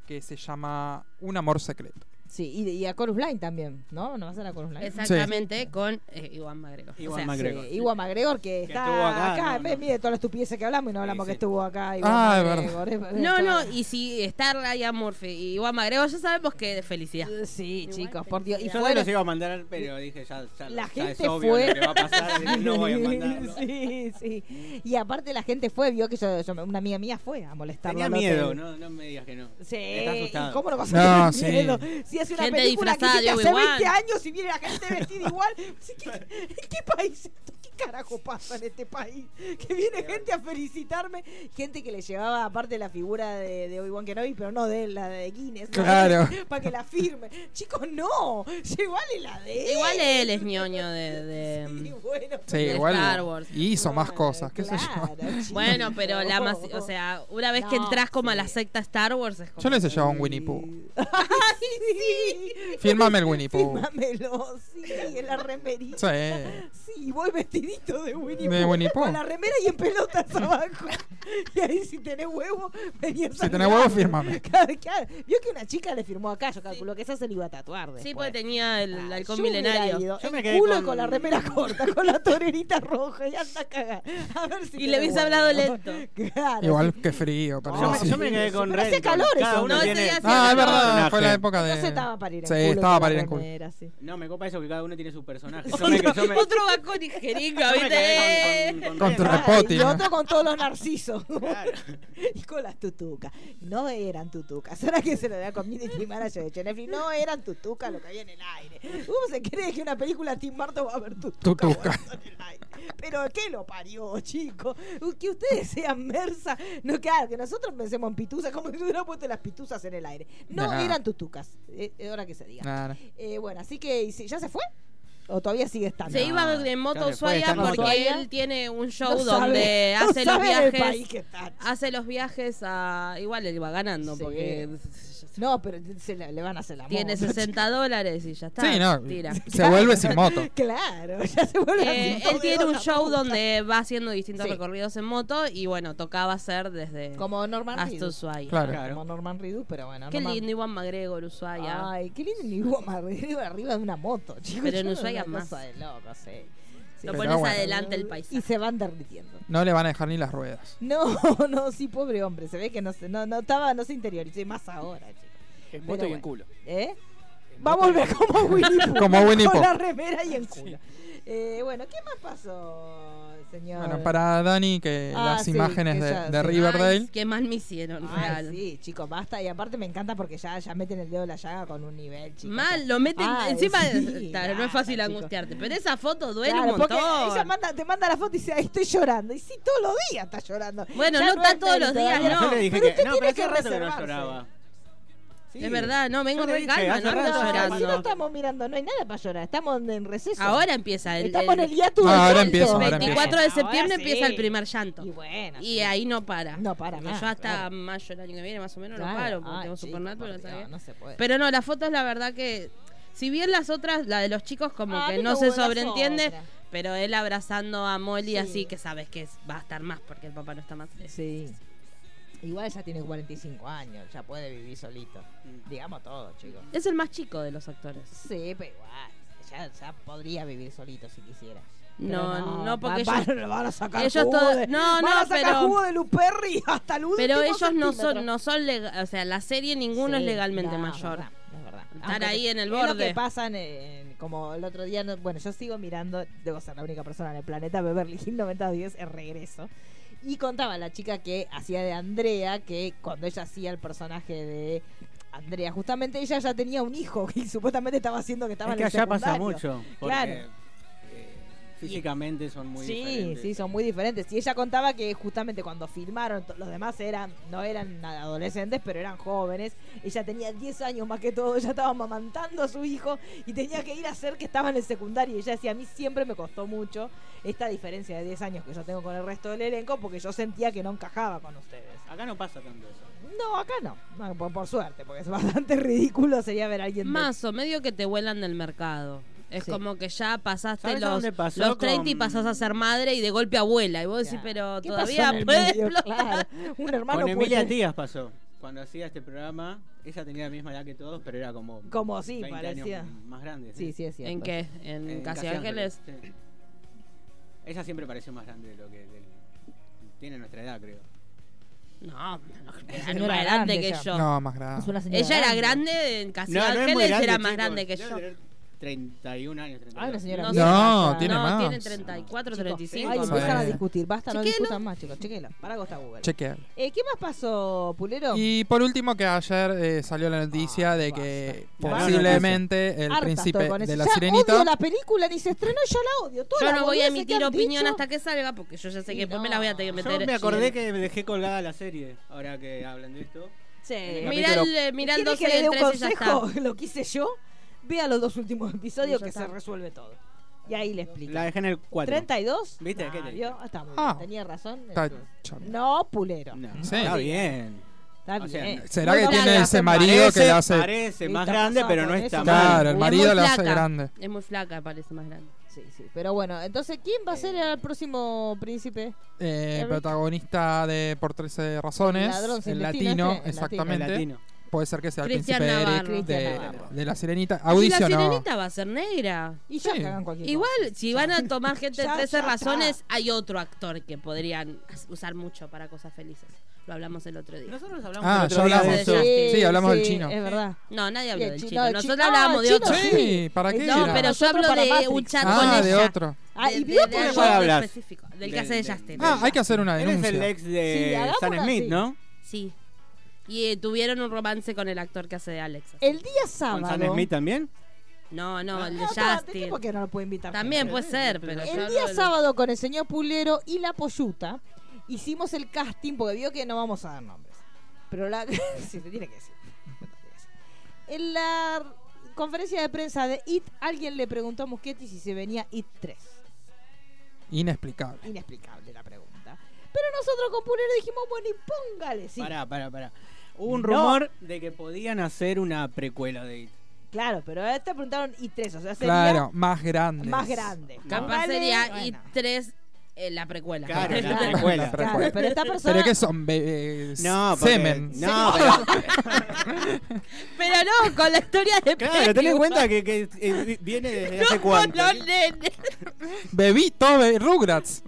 D: que se llama Un amor secreto.
A: Sí, y, y a Corus Blind también, ¿no? ¿No va a ser a Corus Blind?
E: Exactamente, con eh, Iwan Magrego.
B: Iwan
E: o sea,
B: Magrego.
A: Sí, Iwan McGregor que, está
B: estuvo acá,
A: acá,
B: no,
A: en vez
B: no.
A: mire toda la estupidez que hablamos y no hablamos
B: Sí,
A: que
B: sí.
A: estuvo acá.
D: Ah, es
A: McGregor, es- es
E: No, no,
A: todo.
E: y si está Ryan Murphy y Iwan Magrego, ya sabemos que de felicidad.
A: Sí, chicos, por Dios. Y
B: Yo se
A: fueron-
B: los iba a mandar, pero dije, ya, ya,
A: La
B: ya
A: gente
B: es obvio
A: fue-
B: lo que va a pasar, dije, no voy a mandarlo.
A: Sí, sí. Y aparte la gente fue, vio que yo, yo- una amiga mía fue a molestarlo.
B: Tenía
A: al hotel.
B: miedo, no, no me digas que no.
A: Sí,
B: Está
A: ¿y
B: asustado.
A: ¿cómo no vas
D: No,
A: a tener
D: sí.
A: miedo? Si hace una
E: Gente
A: película que
E: disfrazada
A: hiciste
E: de
A: hace
E: Obi-Wan.
A: 20 años y viene la gente vestida igual. sí, ¿qué- ¿En qué país esto? ¿Qué carajo pasa en este país? Que viene gente a felicitarme. Gente que le llevaba, aparte, la figura de, de Obi-Wan Kenobi, pero no de él, la de Guinness. ¿no?
D: Claro.
A: Para que la firme. Chicos, no. Llévale la de él.
E: Igual él es ñoño de. de- mm,
A: Sí, bueno.
D: Sí,
E: De
D: igual.
E: Star Wars.
D: Hizo más cosas, qué sé yo.
A: Claro, chicos.
E: Bueno, pero la más. O sea, una vez que
H: No,
E: entras como a la secta Star Wars es como.
D: Yo le hice llevar un Winnie Pooh.
A: Ay, sí.
D: Fírmame el Winnie Pooh.
A: Fírmamelo, sí, en la remerita.
D: Sí.
A: Sí, voy vestidito de Winnie
D: De
A: Pooh.
D: Winnie Pooh.
A: Con la remera y en pelotas abajo. Y ahí si tenés huevo, venía
D: Si tenés huevo, fírmame.
A: Claro, claro. Vio que una chica le firmó acá, yo calculo que esa se le iba a tatuar.
E: Sí,
A: después.
E: porque tenía el
A: Ah,
E: halcón
A: yo hubiera
E: milenario.
A: ido
B: Yo
A: en
B: me quedé
A: culo y
B: con-
A: con la remera corta, con la torerita roja y anda a cagar. A ver si
E: Y
A: tenés
E: le hubiese
A: huevo.
E: hablado lento.
A: Claro.
D: Igual que frío,
B: Yo
D: pero
B: me,
D: sí.
B: yo me quedé con
A: Pero
B: Ren.
A: hacía calor
B: cada
A: eso,
B: uno
E: ¿no? Ese
B: tiene-
E: día hacía
D: Ah, es verdad,
B: personaje.
D: fue la época de.
A: Entonces estaba para ir en
D: Sí,
A: culo.
D: estaba
A: con
D: para
A: la
D: ir en culo.
A: remera, sí.
B: No, me copa eso que cada uno tiene su personaje. Yo me,
E: Otro,
B: yo me-
E: otro bacón y jeringa,
B: yo me quedé
E: ¿viste?
B: con, con,
D: Con tu
B: Ren.
D: re- Repoti,
A: y
D: ¿no?
A: otro con todos los narcisos.
B: Claro.
A: y con las tutucas. No eran tutucas. Ahora que se lo da Community Manager de Netflix, no eran tutucas lo que había en el aire. ¿Cómo se cree que una película Tim Burton va a haber tutucas?
D: Tutuca.
A: boludo, en el aire? Pero ¿qué lo parió, chicos? Que ustedes sean mersa. No, claro, que nosotros pensemos en pituzas como si hubieran puesto las pituzas en el aire. No
D: Nah.
A: eran tutucas. Eh, ahora que se diga.
D: Nah, nah.
A: Eh, bueno, así que ¿y si- ya se fue. ¿O todavía sigue estando?
E: Se
B: No,
E: iba en moto
B: claro,
E: a
B: después
E: Ushuaia
B: estando
E: porque
A: Ushuaia.
E: él tiene un
A: No
E: show
A: sabe-
E: donde
A: no
E: hace los
A: sabe del país
E: viajes.
A: que está,
E: Hace los viajes a. Igual él va ganando
A: Sí.
E: porque
A: No, pero se le, le van a hacer la
E: tiene
A: moto.
E: 60 dólares y ya está.
D: Sí, no.
E: Tira.
D: Se vuelve sin moto.
A: Claro, ya se vuelve
E: Eh,
A: así,
E: él tiene un
A: la
E: show
A: puta.
E: donde va haciendo distintos
A: Sí.
E: recorridos en moto y bueno, tocaba hacer desde
A: Como Norman
E: hasta
A: Reedus.
E: Ushuaia.
D: Claro.
A: Como Norman Reedus, pero bueno.
E: Ah, Qué
A: Norman-
E: lindo, Iwan McGregor, Ushuaia.
A: Ay, qué lindo ni Goma Reedus arriba de una moto, chicos.
E: Pero en
A: Yo,
E: Ushuaia
A: una
E: más.
A: cosa de loco, sí. Sí.
E: Lo
D: Pero
E: pones
D: bueno.
E: adelante el
A: Y
E: paisaje.
A: se van derritiendo.
D: No le van a dejar ni las ruedas.
A: No, no, sí, pobre hombre. Se ve que no, se- no, no estaba, no se interiorizó. Y más ahora, chicos.
B: En
A: Pero
B: moto y
A: bueno.
B: en culo.
A: ¿Eh? Va a volver como Winnie Pooh.
D: Como Winnie
A: Con
D: Pooh.
A: la remera y en culo. Eh, bueno, ¿qué más pasó, señor?
D: Bueno, para Dani, que
A: Ah,
D: las
A: sí,
D: imágenes
A: que
D: de,
A: ya-
D: de
A: sí.
D: Riverdale.
E: Ay, qué mal me hicieron,
A: Ay,
E: real.
A: sí, chicos, basta. Y aparte me encanta porque ya, ya meten el dedo en la llaga con un nivel, chicos.
E: Mal, lo meten
A: Ay,
E: encima.
A: sí,
E: Claro, no es fácil
A: basta,
E: angustiarte, pero esa foto duele
A: Claro,
E: un
A: porque
E: montón.
A: ella manda, te manda la foto y dice, "Ay, estoy llorando. Y sí, todos los días está llorando.
E: Bueno,
A: Ya
E: no está
A: es
E: todos los
A: mérito,
E: días,
A: Daniel.
E: no.
B: yo le dije
A: Pero
B: que
A: usted
B: no,
A: tiene
B: pero hace
A: que
B: rato que no
A: reservarse.
B: lloraba. Sí.
E: Es verdad, no, vengo
B: Yo le
E: re
B: dije,
E: calma,
B: hace
E: no
B: rato
E: ando
A: Ah, No,
B: lloraba.
A: si no
E: llorando.
A: estamos mirando, no hay nada para llorar. Estamos en receso.
E: Ahora empieza el,
A: estamos en el hiatus.
D: No,
A: del
D: Ah, ahora
A: llanto.
D: empieza, ahora empieza.
E: 24 de
A: Ahora
E: septiembre
A: sí.
E: empieza el primer llanto.
A: Y bueno.
E: Y ahí no para.
A: No para
E: Porque
A: más,
E: Yo hasta
A: claro.
E: mayo del año que viene más o menos
A: Claro.
E: no paro, porque
A: Ay,
E: tengo
A: chicos,
E: Supernatural,
A: por Dios,
E: ¿sabes?
A: No se puede.
E: Pero no, las fotos la verdad que... Si bien las otras, la de los chicos como
A: Ah, a
E: que
A: mí
E: no
A: me
E: se
A: gustó la
E: sobreentiende,
A: otra.
E: pero él abrazando a Molly
A: Sí.
E: así que sabes que es- va a estar más porque el papá no está más.
A: Sí. Igual ya tiene 45 años, ya puede vivir solito.
E: Mm.
A: Digamos todo, chicos.
E: Es el más chico de los actores.
A: Sí, pero igual. Ya, ya podría vivir solito si quisiera. Pero
E: No, no, porque
A: va-
E: ellos-
A: van, le van a sacar
E: ellos
A: jugo
E: todo-
A: de,
E: no,
A: van
E: no,
A: a sacar
E: pero-
A: jugo de Luperri hasta el último
E: Pero ellos no
A: centímetro.
E: son, no son lega- o sea, la serie ninguno
A: Sí,
E: es legalmente
A: no,
E: mayor.
A: Es verdad, es verdad.
E: Estar
A: Aunque
E: ahí en el
A: Es lo que
E: borde.
A: pasa en- en- como el otro día, no- bueno, yo sigo mirando, debo ser la única persona en el planeta, Beverly Hills 910, el regreso. Y contaba la chica que hacía de Andrea, que cuando ella hacía el personaje de Andrea, justamente ella ya tenía un hijo y supuestamente estaba haciendo que estaba
B: Es
A: en
B: que
A: el
B: allá pasa
A: secundario.
B: mucho. Porque,
A: Claro.
B: eh, físicamente son muy
A: sí,
B: diferentes.
A: sí, son muy diferentes. Y ella contaba que justamente cuando filmaron, to- los demás eran, no eran nada adolescentes, pero eran jóvenes. Ella tenía 10 años más que todo, ella estaba amamantando a su hijo y tenía que ir a hacer que estaba en el secundario. Y ella decía, a mí siempre me costó mucho esta diferencia de 10 años que yo tengo con el resto del elenco porque yo sentía que no encajaba con ustedes.
B: Acá no pasa tanto eso.
A: No, acá no. No, por, por suerte, porque es bastante ridículo sería ver a alguien de-
E: Más o medio que te vuelan del mercado. Es
A: Sí.
E: como que ya pasaste
B: ¿Sabes a
E: los,
B: dónde pasó
E: los 30 y
B: con-
E: pasás a ser madre y de golpe abuela. Y vos decís,
A: Claro.
E: pero
A: ¿Qué pasó en
E: todavía
A: el
E: puede
A: medio?
E: explotar.
A: Claro, Un hermano
B: Con
A: puede-
B: Emilia Díaz pasó. Cuando hacía este programa, ella tenía la misma edad que todos, pero era como.
A: Como sí,
B: 20 años
A: parecía.
B: más grande.
A: Sí, sí, es cierto.
E: ¿En qué? ¿En,
B: Eh,
E: Casi,
B: Casi
E: Ángeles?
B: sí. Ella siempre pareció más grande de lo que. del- tiene nuestra edad, creo.
E: No, no, era
A: señora grande
E: más grande que
A: ya.
E: yo.
D: No, más grave.
A: Es una señora
E: Ella era
A: grande.
E: grande en Casi
B: No, no es muy
E: Ángeles, era más
B: chicos.
E: grande que
B: Debe
E: yo.
B: tener 31 años. 32.
A: Ay, una señora.
E: No,
A: vieja.
D: no, tiene
E: no,
D: más.
E: tiene 34,
A: Chicos,
E: 35.
A: Ay,
D: Sí.
A: empiezan a
D: Sí.
A: discutir. Basta, no
E: Chequelo.
A: discutan más, chicos. Chequenlo. Para que está Google.
D: Chequea.
A: Eh, ¿Qué más pasó, Pulero?
D: Y por último, que ayer eh, salió la noticia
A: Ah,
D: de que
B: basta.
D: posiblemente el
A: Harta estoy
D: príncipe
A: con eso.
D: de la
A: ya odio
D: sirenita.
A: la película, ni se estrenó y ya la odio. Todas
E: Yo
A: las
E: no voy a
A: boludeces que
E: emitir
A: han
E: opinión
A: dicho.
E: hasta que salga porque yo ya sé que
A: Y
E: después
A: no.
E: me la voy a tener que
B: Yo
E: meter.
B: me acordé
E: Sí.
B: que me dejé colgada la serie, ahora que hablan de esto.
A: Sí.
B: Mira,
E: Mirá el, eh, mirá el
A: ¿Quiere
E: 12
A: que
E: y
A: le dé
E: el
A: un
E: 13 y ya está.
A: consejo? Lo que hice yo. Vea los dos últimos episodios
E: ya
A: que
E: está.
A: se resuelve todo. Y ahí le explico.
B: La dejé en el 4.
A: 32.
B: ¿Viste?
A: Ah,
B: ¿Qué te
A: vio? Ah, está muy
D: Ah.
A: bien. Tenía razón.
D: Está-
A: No, Pulero.
B: No,
D: Sí.
B: Está bien.
A: Está
B: O sea,
A: bien. eh.
D: ¿Será
E: Muy
D: que
E: larga,
D: tiene ese
E: se
D: marido que
B: Parece-
D: la hace?
B: Parece
A: Y
B: más
A: está
B: grande,
A: casado
B: pero no
A: con
B: está
A: eso.
D: Claro,
E: Es
D: el
E: muy
D: marido la hace
E: flaca.
D: grande.
E: Es muy flaca, parece más grande.
A: Sí, sí. Pero bueno, entonces, ¿quién va a ser
E: Eh.
A: el próximo príncipe?
D: Eh,
A: Eric.
D: protagonista de Por 13
A: El
D: razones,
A: ladrón sin
D: el
A: destino, este,
D: latino,
A: el
B: mal. El
D: exactamente.
B: latino.
D: Puede ser que sea el
E: Cristian
D: príncipe
E: Navarro.
D: Eric de,
A: Cristian Navarro.
D: de la sirenita.
E: Y la
D: Audicionó.
E: sirenita va a ser negra.
A: Y ya
D: Sí.
A: que hagan cualquier
E: Igual,
A: cosa.
E: si van a tomar gente de
A: Ya,
E: 13
A: ya está.
E: razones, hay otro actor que podrían usar mucho para cosas felices. Lo hablamos el otro día.
B: Nosotros hablamos
D: Ah,
B: el
D: ya
B: otro día
D: hablamos.
B: de eso.
D: Sí, hablamos del chino.
A: Es verdad.
E: No, nadie habló
A: Y el
E: del
A: chino,
E: chino.
A: el
E: Nosotros
A: chino-
E: hablamos de
A: ah,
E: otro.
A: chino,
D: Sí, ¿para qué?
E: No,
D: era?
E: pero yo
A: Nosotros
E: hablo
A: para
E: de
A: Matrix.
E: un chat
D: Ah,
E: con ella.
D: de otro.
A: Ah, y
E: De-
A: vio
E: de-
A: por
E: de
B: ¿Cuál
E: otro
B: hablas?
E: específico, del que
B: Del-
E: hace
B: del-
E: Justin.
D: Ah, hay que hacer una
B: Él es el
D: denuncia.
B: ex
A: Sí,
B: de
A: hagamos
B: Sam
A: una
B: Smith,
A: así.
B: ¿no?
E: Sí. Y eh, tuvieron un romance con el actor que hace de Alex.
A: El día
B: Con
A: sábado.
B: Sam Smith también.
E: No, no, el
A: Eh.
E: de
A: No, pará, ¿viste
E: Justin.
A: ¿Por qué no lo puede invitar?
E: También puede ser, pero yo
A: El
E: hablo
A: día
E: del-
A: sábado con el señor Pulero y la Poyuta hicimos el casting porque vio que no vamos a dar nombres. Pero la. sí, te tiene que decir. En la conferencia de prensa de IT, alguien le preguntó a Muschetti si se venía IT 3.
D: Inexplicable.
A: Inexplicable la pregunta. Pero nosotros con Pulero dijimos, bueno, y póngale, sí.
B: Pará, pará, pará. Hubo un
A: No.
B: rumor de que podían hacer una precuela de It.
A: Claro, pero a este preguntaron IT 3, o sea, sería
D: Claro, más grande.
A: más grande.
E: Capaz
A: Póngale,
E: sería
A: bueno.
E: y tres eh, la precuela.
B: Claro,
E: Tres
B: la
E: precuelas.
B: precuela.
D: La
A: Claro, pero esta persona.
D: Pero que son bebés.
B: No, porque-
D: semen.
B: No, pero-
E: Pero no, con la historia de
B: claro, ten en cuenta que, que, eh, viene desde hace cuánto.
E: No, nene.
D: Bebito, be- eh, Rugrats.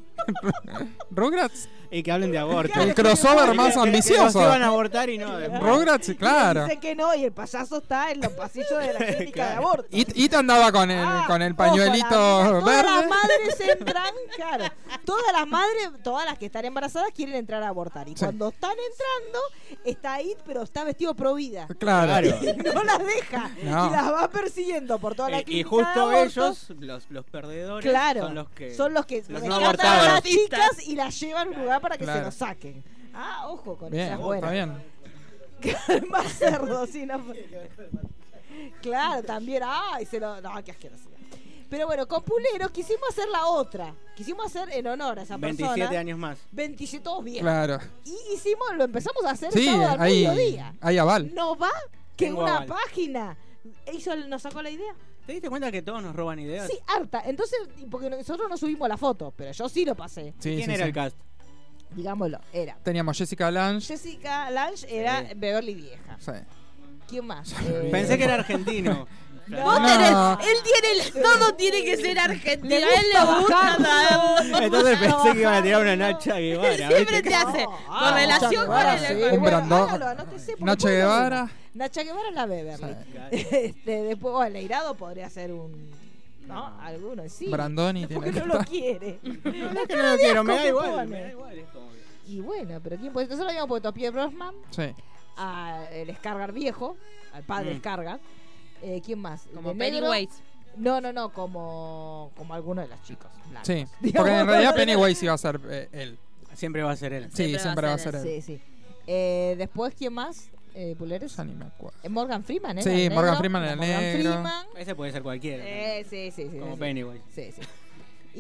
D: Rugrats.
B: Y que hablen de aborto.
D: El crossover más
B: Que- que- Que los
D: ambicioso.
B: iban a abortar y no. después.
D: Rugrats, claro.
A: Dice que no, y el payaso está en los pasillos de la clínica de aborto.
D: It, It andaba con el,
A: Ah,
D: eh, con el
A: ojo,
D: pañuelito
A: la- Todas las
D: verde.
A: madres entran, claro. Todas las madres, todas las que están embarazadas quieren entrar a abortar. Y
D: Sí.
A: cuando están entrando, está ahí, pero está vestido pro vida.
D: Claro.
A: Y no las deja.
D: No.
A: Y las va persiguiendo por toda la
B: Eh,
A: clínica.
B: y
A: de
B: justo
A: aborto.
B: ellos, los, los perdedores,
A: Claro,
B: son los que.
A: rescatan
B: los no
A: a las
B: abortados.
A: chicas y las llevan a un lugar para que se
D: Claro.
A: lo saquen. Ah, ojo con
D: Bien,
A: esas
D: está
A: buenas.
D: bien.
A: Más cerdo, sí, no. Claro, también. Ay, se lo. No, qué asquerosidad. Pero bueno, con Pulero quisimos hacer la otra. Quisimos hacer en honor a esa
B: 27
A: persona.
B: años más.
A: 27 todos bien.
D: Claro.
A: Y hicimos, lo empezamos a hacer
D: Sí,
A: sábado al
D: hay,
A: mediodía.
D: hay aval.
A: No va que
B: Tengo
A: una
B: aval.
A: página hizo, nos sacó la idea.
B: ¿Te diste cuenta que todos nos roban ideas?
A: Sí, harta. Entonces, porque nosotros no subimos la foto, pero yo sí lo pasé.
D: Sí,
B: ¿Quién era
D: sí, sí.
B: el cast?
A: Digámoslo, era.
D: Teníamos Jessica Lange.
A: Jessica Lange era
B: Sí.
A: Beverly Vieja.
D: Sí.
A: ¿Quién más?
D: olvidé.
A: Eh,
B: Pensé que era argentino.
E: Vos
D: No.
E: tenés- él tiene, el- todo tiene que ser argentino.
A: Le
E: a él le
A: gusta
E: gusta traer-
B: Entonces pensé que iban a tirar una Nacha Guevara.
E: Siempre
B: Este, ¿viste?
E: te hace.
A: Ah,
E: con relación con
A: Nacha
E: el.
A: Guevara, sí.
D: Un
A: Bueno,
D: brandón.
A: hágalo, anótese, porque
D: Nacho
A: puede ser.
D: Guevara.
A: Nacha Guevara es la Beverly. Este, después, bueno, Leirado podría ser un. ¿No? Alguno, sí.
D: Brandoni tiene
A: Porque
D: que
A: no lo
D: estar.
A: quiere.
B: No es que no lo quiero, me da
A: ¿Cómo
B: igual.
A: pone?
B: Me da igual. es como que-
A: Y bueno, pero ¿quién puede? Nosotros habíamos puesto a Pierre Brosman,
D: Sí.
A: a el Scargar viejo, al padre
B: Mm.
A: Scargar. Eh, ¿Quién más?
E: Como
A: ¿De negro?
E: Pennywise.
A: No, no, no, como, como alguno de los chicos. blancos.
D: Sí.
A: Digamos,
D: Porque en realidad Pennywise iba a ser eh, él.
B: Siempre va a ser él.
D: Sí, siempre va a ser él.
A: Sí, sí. Eh, después, ¿quién más? Eh, ¿Puleres?
D: Ya ni me acuerdo.
A: Eh, Morgan Freeman, ¿eh?
D: Sí,
A: Era el
D: Morgan
A: negro.
D: Freeman era
A: Morgan
D: negro.
A: Freeman.
B: Ese puede ser cualquiera.
A: Eh, sí, sí, sí.
B: también, como
A: sí,
B: Pennywise.
A: Sí, sí.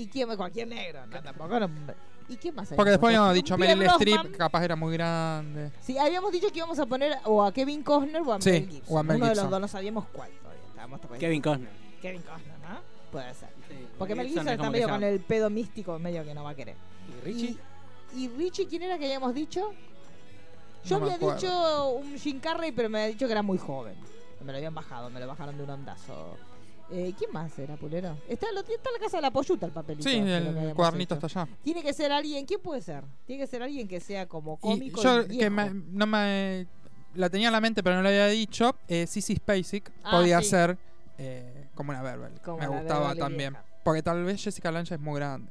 A: ¿Y quién? Cualquier negro. No, tampoco era un- ¿Y quién más?
D: Porque después
A: habíamos
D: habíamos dicho
A: Pierre
D: Meryl Streep,
A: Brosnan.
D: capaz era muy grande.
A: Sí, habíamos dicho que íbamos a poner o a Kevin Costner o a
D: Sí,
A: Mel Gibson.
D: o a Mel
A: Uno de los
D: Gibson.
A: dos no sabíamos cuál todavía. Estábamos todavía-
B: Kevin Costner.
A: Kevin Costner, ¿no? Puede ser.
B: Sí,
A: Porque Mel Gibson
B: es
A: está
B: como
A: medio
B: que
A: con
B: ya-
A: el pedo místico, medio que no va a querer.
B: ¿Y Richie?
A: ¿Y, y Richie quién era que habíamos dicho? Yo
D: No me
A: había
D: acuerdo.
A: dicho un Jim Carrey, pero me había dicho que era muy joven. Me lo habían bajado, me lo bajaron de un ondazo. Eh, ¿Quién más era, Pulero? Está, lo, está en la casa de la polluta el papelito.
D: Sí,
A: de lo que
D: el
A: habíamos
D: cuadernito
A: hecho.
D: está allá.
A: Tiene que ser alguien, ¿quién puede ser? Tiene que ser alguien que sea como
D: Y
A: cómico.
D: yo
A: y
D: que
A: viejo.
D: me- no me la tenía en la mente, pero no la había dicho. Eh, Sissy Spacek
A: Ah,
D: podía
A: sí.
D: ser eh, Como una Beverly.
A: Como
D: me
A: la
D: gustaba
A: Beverly
D: también.
A: vieja.
D: Porque tal vez Jessica Lange es muy grande.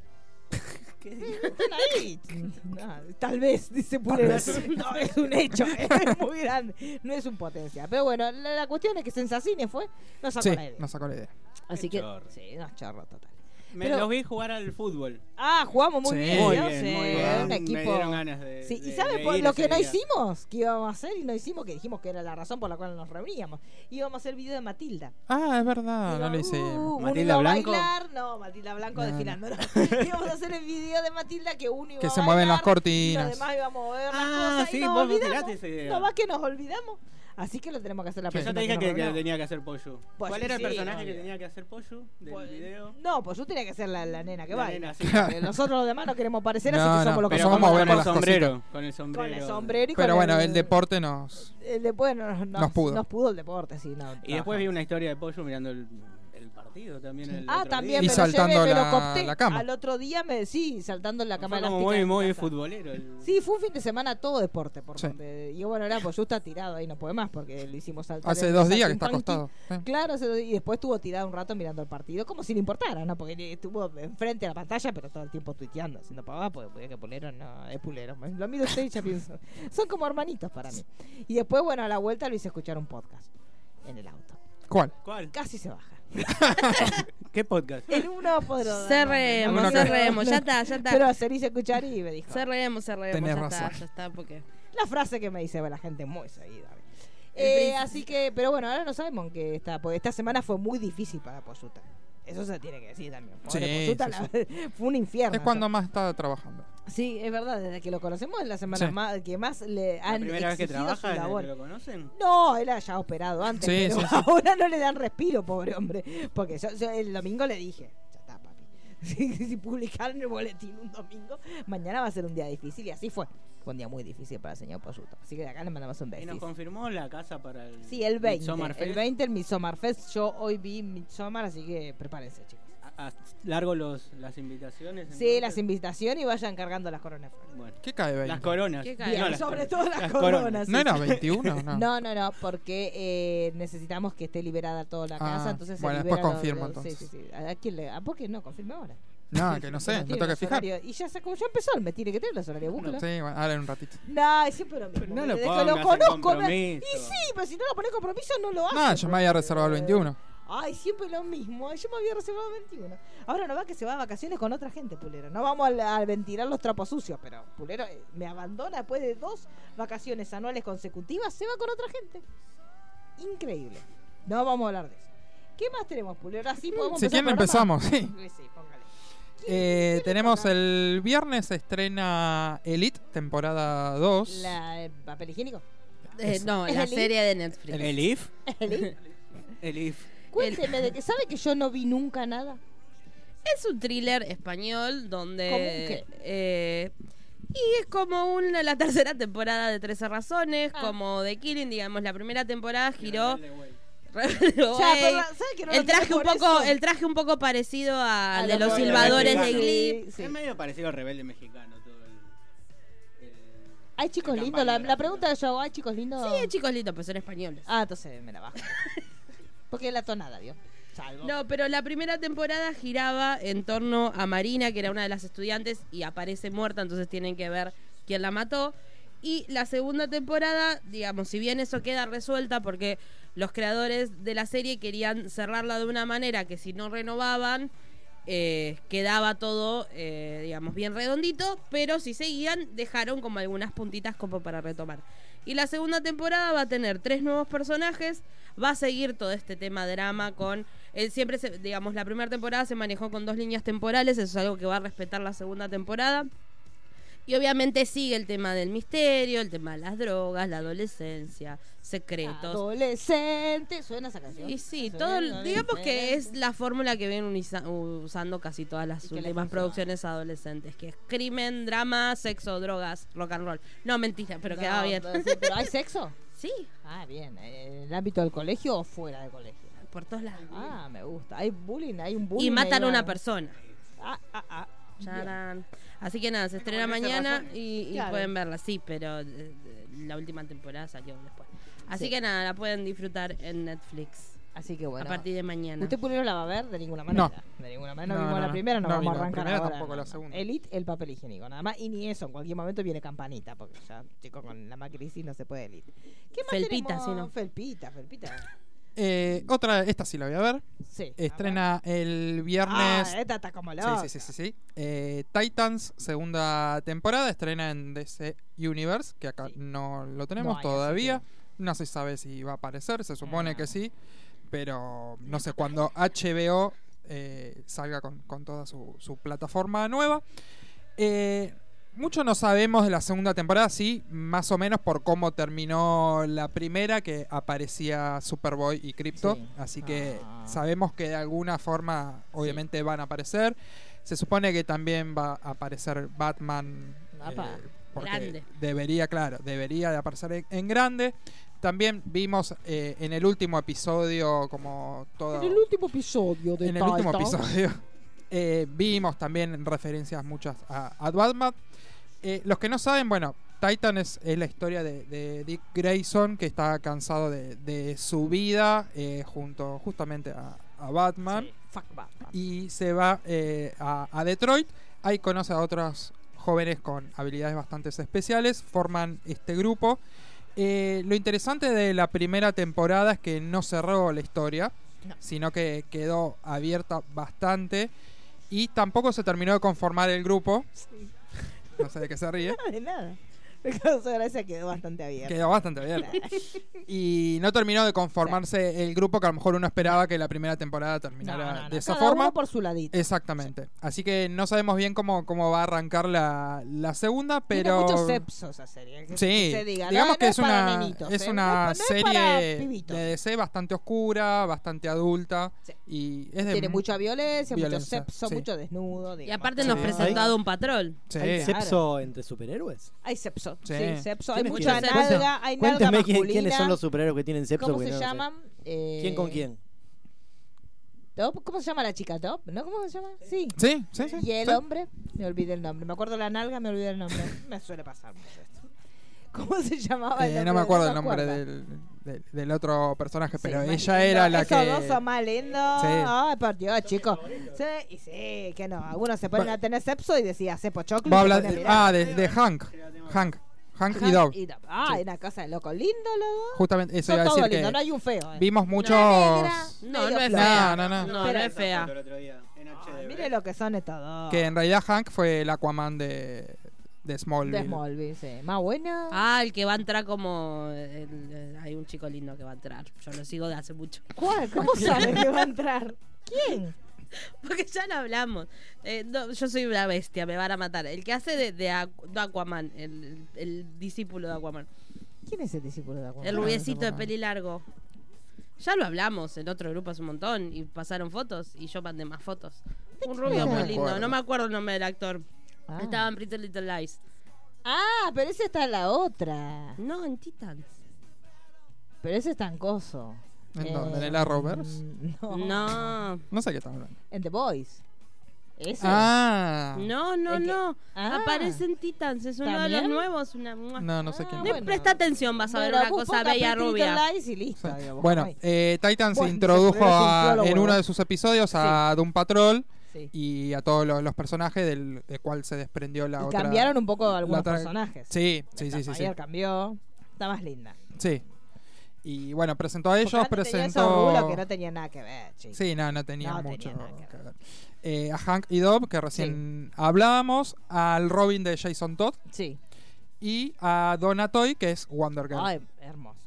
A: Están ahí. No, tal vez, dice Pulero.
G: vez.
A: No, es un hecho. Es muy grande. No es un potencia. Pero bueno, la, la cuestión es que Sensacine fue. No sacó
D: Sí,
A: la idea.
D: no sacó la idea.
A: Así
B: Qué
A: que.
B: chorro.
A: Sí, no, chorro total.
B: Me
A: Pero-
B: los vi jugar al fútbol.
A: Ah, jugamos muy
D: Sí.
A: bien.
D: Muy
A: ¿no? Sí, un
B: Me dieron
A: equipo.
B: ganas de.
A: Sí, ¿Y
B: de-
A: saben
B: de
A: por
B: ir
A: lo
B: ese
A: que no
B: día.
A: hicimos? Que íbamos a hacer y no hicimos, que dijimos que era la razón por la cual nos reuníamos. Íbamos a hacer video de Matilda.
D: Ah, es verdad, no
A: Íbamos,
D: lo hice.
A: uh, uno
B: ¿Matilda
A: iba a
B: Blanco?
A: bailar, no, Matilda Blanco
D: No, no.
A: desfilando. no. íbamos a hacer el video de Matilda que uno iba
D: Que
A: a
D: se mueven
A: bailar,
D: las
A: y los
D: cortinas.
A: demás íbamos a mover las
B: Ah,
A: cosas y
B: sí,
A: nos
B: vos me
A: olvidamos.
B: tiraste esa idea.
A: No más que nos olvidamos. Así que lo tenemos que hacer la
D: Que
B: Que yo
A: próxima.
B: te dije
A: nos
B: que, que
A: reunamos.
B: tenía que hacer Pollo.
A: Pues
B: ¿Cuál era
A: sí,
B: el personaje
A: obvio.
B: que tenía que hacer Pollo del
A: Pues,
B: video?
A: No, pues yo tenía que ser la, la nena que
B: La
A: baila.
B: nena, sí.
A: Porque Nosotros los demás no queremos parecer,
D: No,
A: así que
D: no,
A: somos lo que
D: pero
B: con-
A: somos.
D: vamos a ver
B: con
D: las
B: el sombrero. Con el sombrero.
A: Con el sombrero y
D: Pero
A: con
D: bueno, el deporte nos.
A: el de- bueno, nos,
D: Nos pudo.
A: Nos pudo el deporte, sí. No,
B: Y después
A: trabajamos.
B: vi una historia de Pollo mirando el, el partido también. El
A: Ah,
B: otro
A: también me
D: Y
B: día.
A: lo
D: saltando
A: llevé, me lo
D: la-
A: copté.
D: la cama.
A: Al otro día me sí, saltando en la cama
B: Fue como
A: elástica
B: muy,
A: de mi
B: muy
A: casa.
B: futbolero. el-
A: Sí, fue un fin de semana todo deporte. Por
D: Sí.
A: donde- y bueno, era pues yo está tirado ahí, no puede más porque lo hicimos saltar.
D: Hace
A: en
D: dos
A: el
D: días que está
A: Sacking
D: acostado.
A: County.
D: sí.
A: Claro, hace dos días, y después estuvo tirado un rato mirando el partido, como si le importara, ¿no? Porque ni- estuvo enfrente a la pantalla, pero todo el tiempo tuiteando, haciendo pavada, porque podía que Pulero no es Pulero. man. Lo miro a usted y ya pienso. Son como hermanitos para mí. Y después, bueno, a la vuelta lo hice escuchar un podcast en el auto.
D: ¿Cuál?
B: ¿Cuál?
A: Casi se baja.
B: ¿Qué podcast?
A: En uno podrá.
E: Cerremos, cerremos, ya está, ya está.
A: Pero se le hice escuchar y me dijo.
E: Cerremos, cerremos,
D: Tenés
E: ya
D: razón.
E: está, ya está, porque...
A: La frase que me dice la gente muy seguida.
E: El
A: Eh,
E: príncipe.
A: así que, pero bueno, ahora no sabemos en qué está, porque esta semana fue muy difícil para Poyuta. Eso se tiene que decir también. Pobre
D: Sí,
A: Poyuta,
D: sí,
A: la- fue un infierno.
D: Es cuando más está trabajando.
A: Sí, es verdad, desde que lo conocemos es la semana
D: Sí.
A: más, que más le
B: ¿La
A: han
B: primera vez que
A: exigido su
B: trabaja? desde
A: labor.
B: que ¿Lo conocen?
A: No, él ya operado antes,
D: Sí,
A: pero
D: sí, sí.
A: ahora no le dan respiro, pobre hombre. Porque yo, yo el domingo le dije, ya está, papi. Si, si publicaron el boletín un domingo, mañana va a ser un día difícil y así fue. Fue un día muy difícil para el señor Poyuto. Así que de acá le mandamos un
B: Y
A: beso.
B: nos confirmó la casa para el.
A: Sí, el 20.
B: Midsummerfest.
A: El 20 el Midsommar Fest. Yo hoy vi Midsommar, así que prepárense, chicos.
B: A- a- largo los, las invitaciones.
A: Sí,
B: entonces.
A: las invitaciones y vayan cargando las coronas. de flores.
B: Bueno,
D: ¿Qué cae,
B: las
D: 20?
B: coronas.
E: ¿Qué
A: Bien,
E: No, las
A: sobre
B: coronas.
A: todo las,
B: Ah, Las
A: coronas.
B: coronas.
A: sí,
D: ¿No era
A: sí.
D: 21? No.
A: No, no, no, porque eh, necesitamos que esté liberada toda la
D: Ah,
A: casa, entonces se
D: bueno,
A: libera
D: después
A: lo-
D: confirmo,
A: lo- sí,
D: entonces.
A: sí, sí. ¿A a quién le- a por qué no? Confirma ahora.
D: No, que no sé,
A: Porque tiene
D: me tengo que
A: los
D: fijar.
A: horarios. Y ya, se, como ya empezó, me tiene que tener los horarios, búscalo.
D: Sí, bueno, ahora en un ratito.
A: No, es siempre lo mismo.
B: Pero no lo
A: desde
B: pongas
A: que lo
B: en
A: conozco. no- Y
B: compromiso.
A: sí, pero si no lo pones compromiso, no lo hago.
D: No, yo me había reservado el 21.
A: Ay, siempre lo mismo. Ay, Yo me había reservado 21. Ahora no va que se va a vacaciones con otra gente, Pulero. No vamos a, a ventilar los trapos sucios, pero Pulero eh, me abandona después de dos vacaciones anuales consecutivas, se va con otra gente. Increíble. No vamos a hablar de eso. ¿Qué más tenemos, Pulero? Así podemos
D: Si
A: empezar
D: quieren
A: el programa.
D: empezamos, sí.
A: Sí, sí, póngale.
D: Eh, tenemos el viernes se estrena Elite, temporada 2.
A: La, ¿El papel higiénico?
E: Eh,
D: Eso.
E: no, la
A: ¿El
E: serie de Netflix.
B: ¿El IF?
A: Eli,
B: El IF.
A: Cuénteme de que sabe que yo no vi nunca nada.
E: Es un thriller español donde.
A: ¿Cómo un qué?
E: eh, y es como una, la tercera temporada de 13 Razones,
A: Ah.
E: como de Killing, digamos. La primera temporada giró.
A: O sea, pero la- ¿sabe que no lo
E: el, traje
A: entiendo
E: un
A: por
E: poco,
A: eso?
E: el traje un poco parecido a,
A: A
E: de
A: lo
E: los
A: que-
E: silbadores de
A: Sí,
E: Glee.
A: sí.
B: Es medio parecido al rebelde mexicano todo el. el-
A: Ay, chicos
B: La
A: lindos. La,
B: campaña
A: la
B: gráfica.
A: pregunta que yo hago, ay, chicos lindos.
E: Sí, chicos lindos, pero son españoles.
A: Ah, entonces me la bajo. Porque la tonada, Dios. Salvo.
E: No, pero la primera temporada giraba en torno a Marina, que era una de las estudiantes, y aparece muerta, entonces tienen que ver quién la mató. Y la segunda temporada, digamos, si bien eso queda resuelta porque los creadores de la serie querían cerrarla de una manera que si no renovaban, eh, quedaba todo, eh, digamos, bien redondito, pero si seguían, dejaron como algunas puntitas como para retomar. Y la segunda temporada va a tener tres nuevos personajes, va a seguir todo este tema drama con... eh, siempre, se- digamos, la primera temporada se manejó con dos líneas temporales, eso es algo que va a respetar la segunda temporada. Y obviamente sigue el tema del misterio, el tema de las drogas, la adolescencia, secretos.
A: Adolescente. Suena esa canción.
E: Y sí,
A: Suena
E: todo,
A: adolescente.
E: digamos que es la fórmula que vienen uniza- usando casi todas
A: Y
E: las
A: que le
E: últimas
A: funciona.
E: producciones adolescentes, que es crimen, drama, sexo, drogas, rock and roll. No, mentira, pero
A: No,
E: quedaba bien.
A: pero sí, pero ¿Hay sexo?
E: Sí,
A: Ah, bien. eh, ¿En el ámbito del colegio o fuera del colegio?
E: por todos lados.
A: Ah, me gusta. Hay bullying, hay un bullying.
E: y matan
A: hay
E: a una persona.
A: Ah, ah, ah. bien.
E: Charán. Así que nada, se
B: como
E: estrena
B: 13
E: mañana
B: razones.
E: y, y
A: Claro.
E: pueden verla, sí, pero eh, eh, la última temporada salió después. Así
A: Sí.
E: que nada, la pueden disfrutar en Netflix.
A: Así que bueno.
E: a partir de mañana.
A: ¿Usted Pulero la va a ver? De ninguna manera. De ninguna manera. No,
D: No,
A: vimos
D: no,
A: la
D: no.
A: primera, no,
D: No
A: vamos a
D: vimos la
A: arrancar
D: primera,
A: ahora,
D: tampoco la segunda.
A: Elite, el papel higiénico, nada más. Y ni eso, en cualquier momento viene campanita, porque ya, chico, con la macrisis no se puede Elite. ¿Qué más
E: Felpita,
A: tenemos?
E: si no.
A: Felpita, Felpita.
D: Eh, otra, esta sí la voy a ver.
A: Sí.
D: Estrena el
A: a ver.
D: viernes.
A: Ah, esta está como
D: Sí,
A: loca.
D: sí, sí, sí, sí. Eh, Titans, segunda temporada, estrena en DC Universe, que acá
A: Sí.
D: no lo
A: No
D: tenemos
A: hay,
D: todavía.
A: así
D: No se sabe si va a aparecer, se supone
A: Ah.
D: que sí, pero no sé, cuando HBO eh, salga con, con toda su, su plataforma nueva. Eh, mucho no sabemos de la segunda temporada, sí, más o menos por cómo terminó la primera, que aparecía Superboy y Crypto.
A: Sí.
D: Así que
A: Ah.
D: sabemos que de alguna forma, obviamente, van a aparecer. Se supone que también va a aparecer Batman. eh,
A: Apa.
D: porque
E: Grande.
D: Debería, claro, debería de aparecer en, en grande. También vimos eh, en el último episodio, como todo
A: último episodio
D: en el último episodio eh, vimos también referencias muchas a, a Batman. Eh, los que no saben, bueno, Titan es, es la historia de, de Dick Grayson que está cansado de, de su vida eh, junto justamente a, a Batman
A: Fuck Batman.
D: y se va eh, a, a Detroit. Ahí conoce a otros jóvenes con habilidades bastante especiales, forman este grupo. Eh, lo interesante de la primera temporada es que no cerró la historia,
A: No.
D: sino que quedó abierta bastante y tampoco se terminó de conformar el grupo. No sé de qué se ríe.
A: Nada de nada. Me causó gracia, quedó bastante abierto.
D: Quedó bastante abierta. Y no terminó de conformarse el grupo que a lo mejor uno esperaba que la primera temporada
A: No,
D: terminara
A: no, no.
D: de esa
A: Cada
D: forma.
A: uno por su ladito.
D: Exactamente. Así que no sabemos bien cómo, cómo va a arrancar la, la segunda,
A: Tiene
D: pero.
A: muchos sepsos esa serie. que
D: Sí,
A: se diga. No,
D: digamos
A: no
D: que es
A: para
D: una,
A: nenitos,
D: es
A: ¿eh?
D: una
A: No es pa- no es
D: serie
A: para
D: de
A: pibitos.
D: DC bastante oscura, bastante adulta.
A: Sí.
D: Y es de
A: Tiene mucha violencia, mucho
D: violencia,
A: sepso,
D: sí.
A: mucho desnudo.
E: Y
A: digamos.
E: aparte
D: Sí.
E: nos
D: Ay.
E: presentó a Don Patrol.
D: Sí.
G: ¿Hay
A: claro.
G: sexo entre superhéroes?
A: Hay sepso. Sí,
D: Sí.
A: sepso. Hay
G: ¿Quiénes
A: mucha
E: tienen?
A: nalga, hay nalga
G: Cuénteme quién-
A: masculina.
G: quiénes son los superhéroes que tienen sexo.
A: ¿Cómo
G: porque
A: se
G: no lo sé.
A: llaman? Eh,
G: ¿Quién con quién?
A: Top. ¿Cómo se llama la chica? ¿Top? ¿No? ¿Cómo se llama? Sí.
D: Sí, sí, sí.
A: Y el
D: sí. Eh,
A: hombre, me olvidé el nombre. Me acuerdo la nalga, me olvidé el nombre. me suele pasar mucho esto. ¿Cómo se llamaba? el
D: Eh, no
A: nombre?
D: me acuerdo el
A: me
D: nombre
A: acuerdo.
D: del, del- del otro personaje,
A: Sí,
D: pero
A: más
D: ella
A: lindo.
D: era la
A: Esos dos son
D: que.
A: más lindos. Ay, por Dios, chicos. Sí, y sí, que no. Algunos se ponen
D: Va-
A: a tener sepso y decía, hace pochoclo.
D: Va a
A: y se
D: hablar-
A: ponen a mirar.
D: ah, de, de Hank. Hank. Hank y
A: Ajá,
D: Dove.
A: y Dove. Ah, una cosa de loco. Lindo los dos.
D: Justamente, eso
A: Son
D: iba a decir
A: todos
D: que.
A: lindos, no hay un feo. eh.
D: Vimos muchos.
A: negra.
E: No,
A: Medio
E: no es
D: No,
E: fea.
D: no, no.
E: No, no, es fea.
A: Ay, Mire lo que son estos dos.
D: Que en realidad Hank fue el Aquaman de, de Smallville.
A: De Smallville, sí. Más bueno.
E: Ah, el que va a entrar como. el- el- hay un chico lindo que va a entrar. Yo lo sigo de hace mucho.
A: ¿Cuál? ¿Cómo sabe que va a entrar? ¿Quién?
E: Porque ya lo hablamos. Eh, no, yo soy una bestia, me van a matar. El que hace de, de Aqu- de Aquaman, el, el- el discípulo de Aquaman.
A: ¿Quién es el discípulo de Aquaman?
E: El rubiecito de
D: Aquaman.
E: peli largo. Ya lo hablamos en otro grupo hace un montón y pasaron fotos y yo mandé más fotos. Un rubio
A: No me
E: muy lindo,
D: acuerdo.
E: no me acuerdo el nombre del actor.
A: Ah.
E: Estaba en Pretty Little Lies.
A: Ah, pero esa está en la otra.
E: No, en Titans.
A: Pero ese es tan coso.
D: ¿En dónde? ¿En el Arrowverse?
A: mm, No.
E: No,
D: No sé qué estamos hablando.
A: En The Boys. Ese.
D: Ah.
E: no, no,
A: Es que-
E: no.
A: Ah.
E: Aparece en Titans, es uno de los
A: ¿También?
E: nuevos. Una... No,
D: No, no sé
A: Ah,
D: quién.
A: bueno.
E: presta atención, vas a ver
A: Bueno,
E: una
A: vos
E: cosa
A: ponga
E: bella
A: Pretty Little
E: rubia.
A: Lies y listo. digamos,
D: Bueno,
A: ahí.
D: eh, Titan se
A: Bueno,
D: introdujo
A: pero es un
D: a-
A: floro
D: en
A: huevo.
D: uno de sus episodios a Doom Patrol
A: Sí.
D: y a todos los, los personajes del, del cual se desprendió la
A: Y
D: otra.
A: cambiaron un poco algunos
D: otra-
A: personajes.
D: Sí, sí, sí, sí, sí.
A: Mayer cambió. Está más linda.
D: Sí. Y bueno, presentó a ellos,
A: Porque antes tenía esos rulos
D: presentó.
A: que no tenía nada que ver, chicos.
D: Sí, no, no tenía
A: No
D: mucho.
A: tenía nada que
D: que
A: ver.
D: ver. Eh, a Hank y Dob, que recién hablábamos, al Robin de Jason Todd
A: Sí.
D: y a Donatoy, que es Wonder Girl.
A: Ay, hermosa.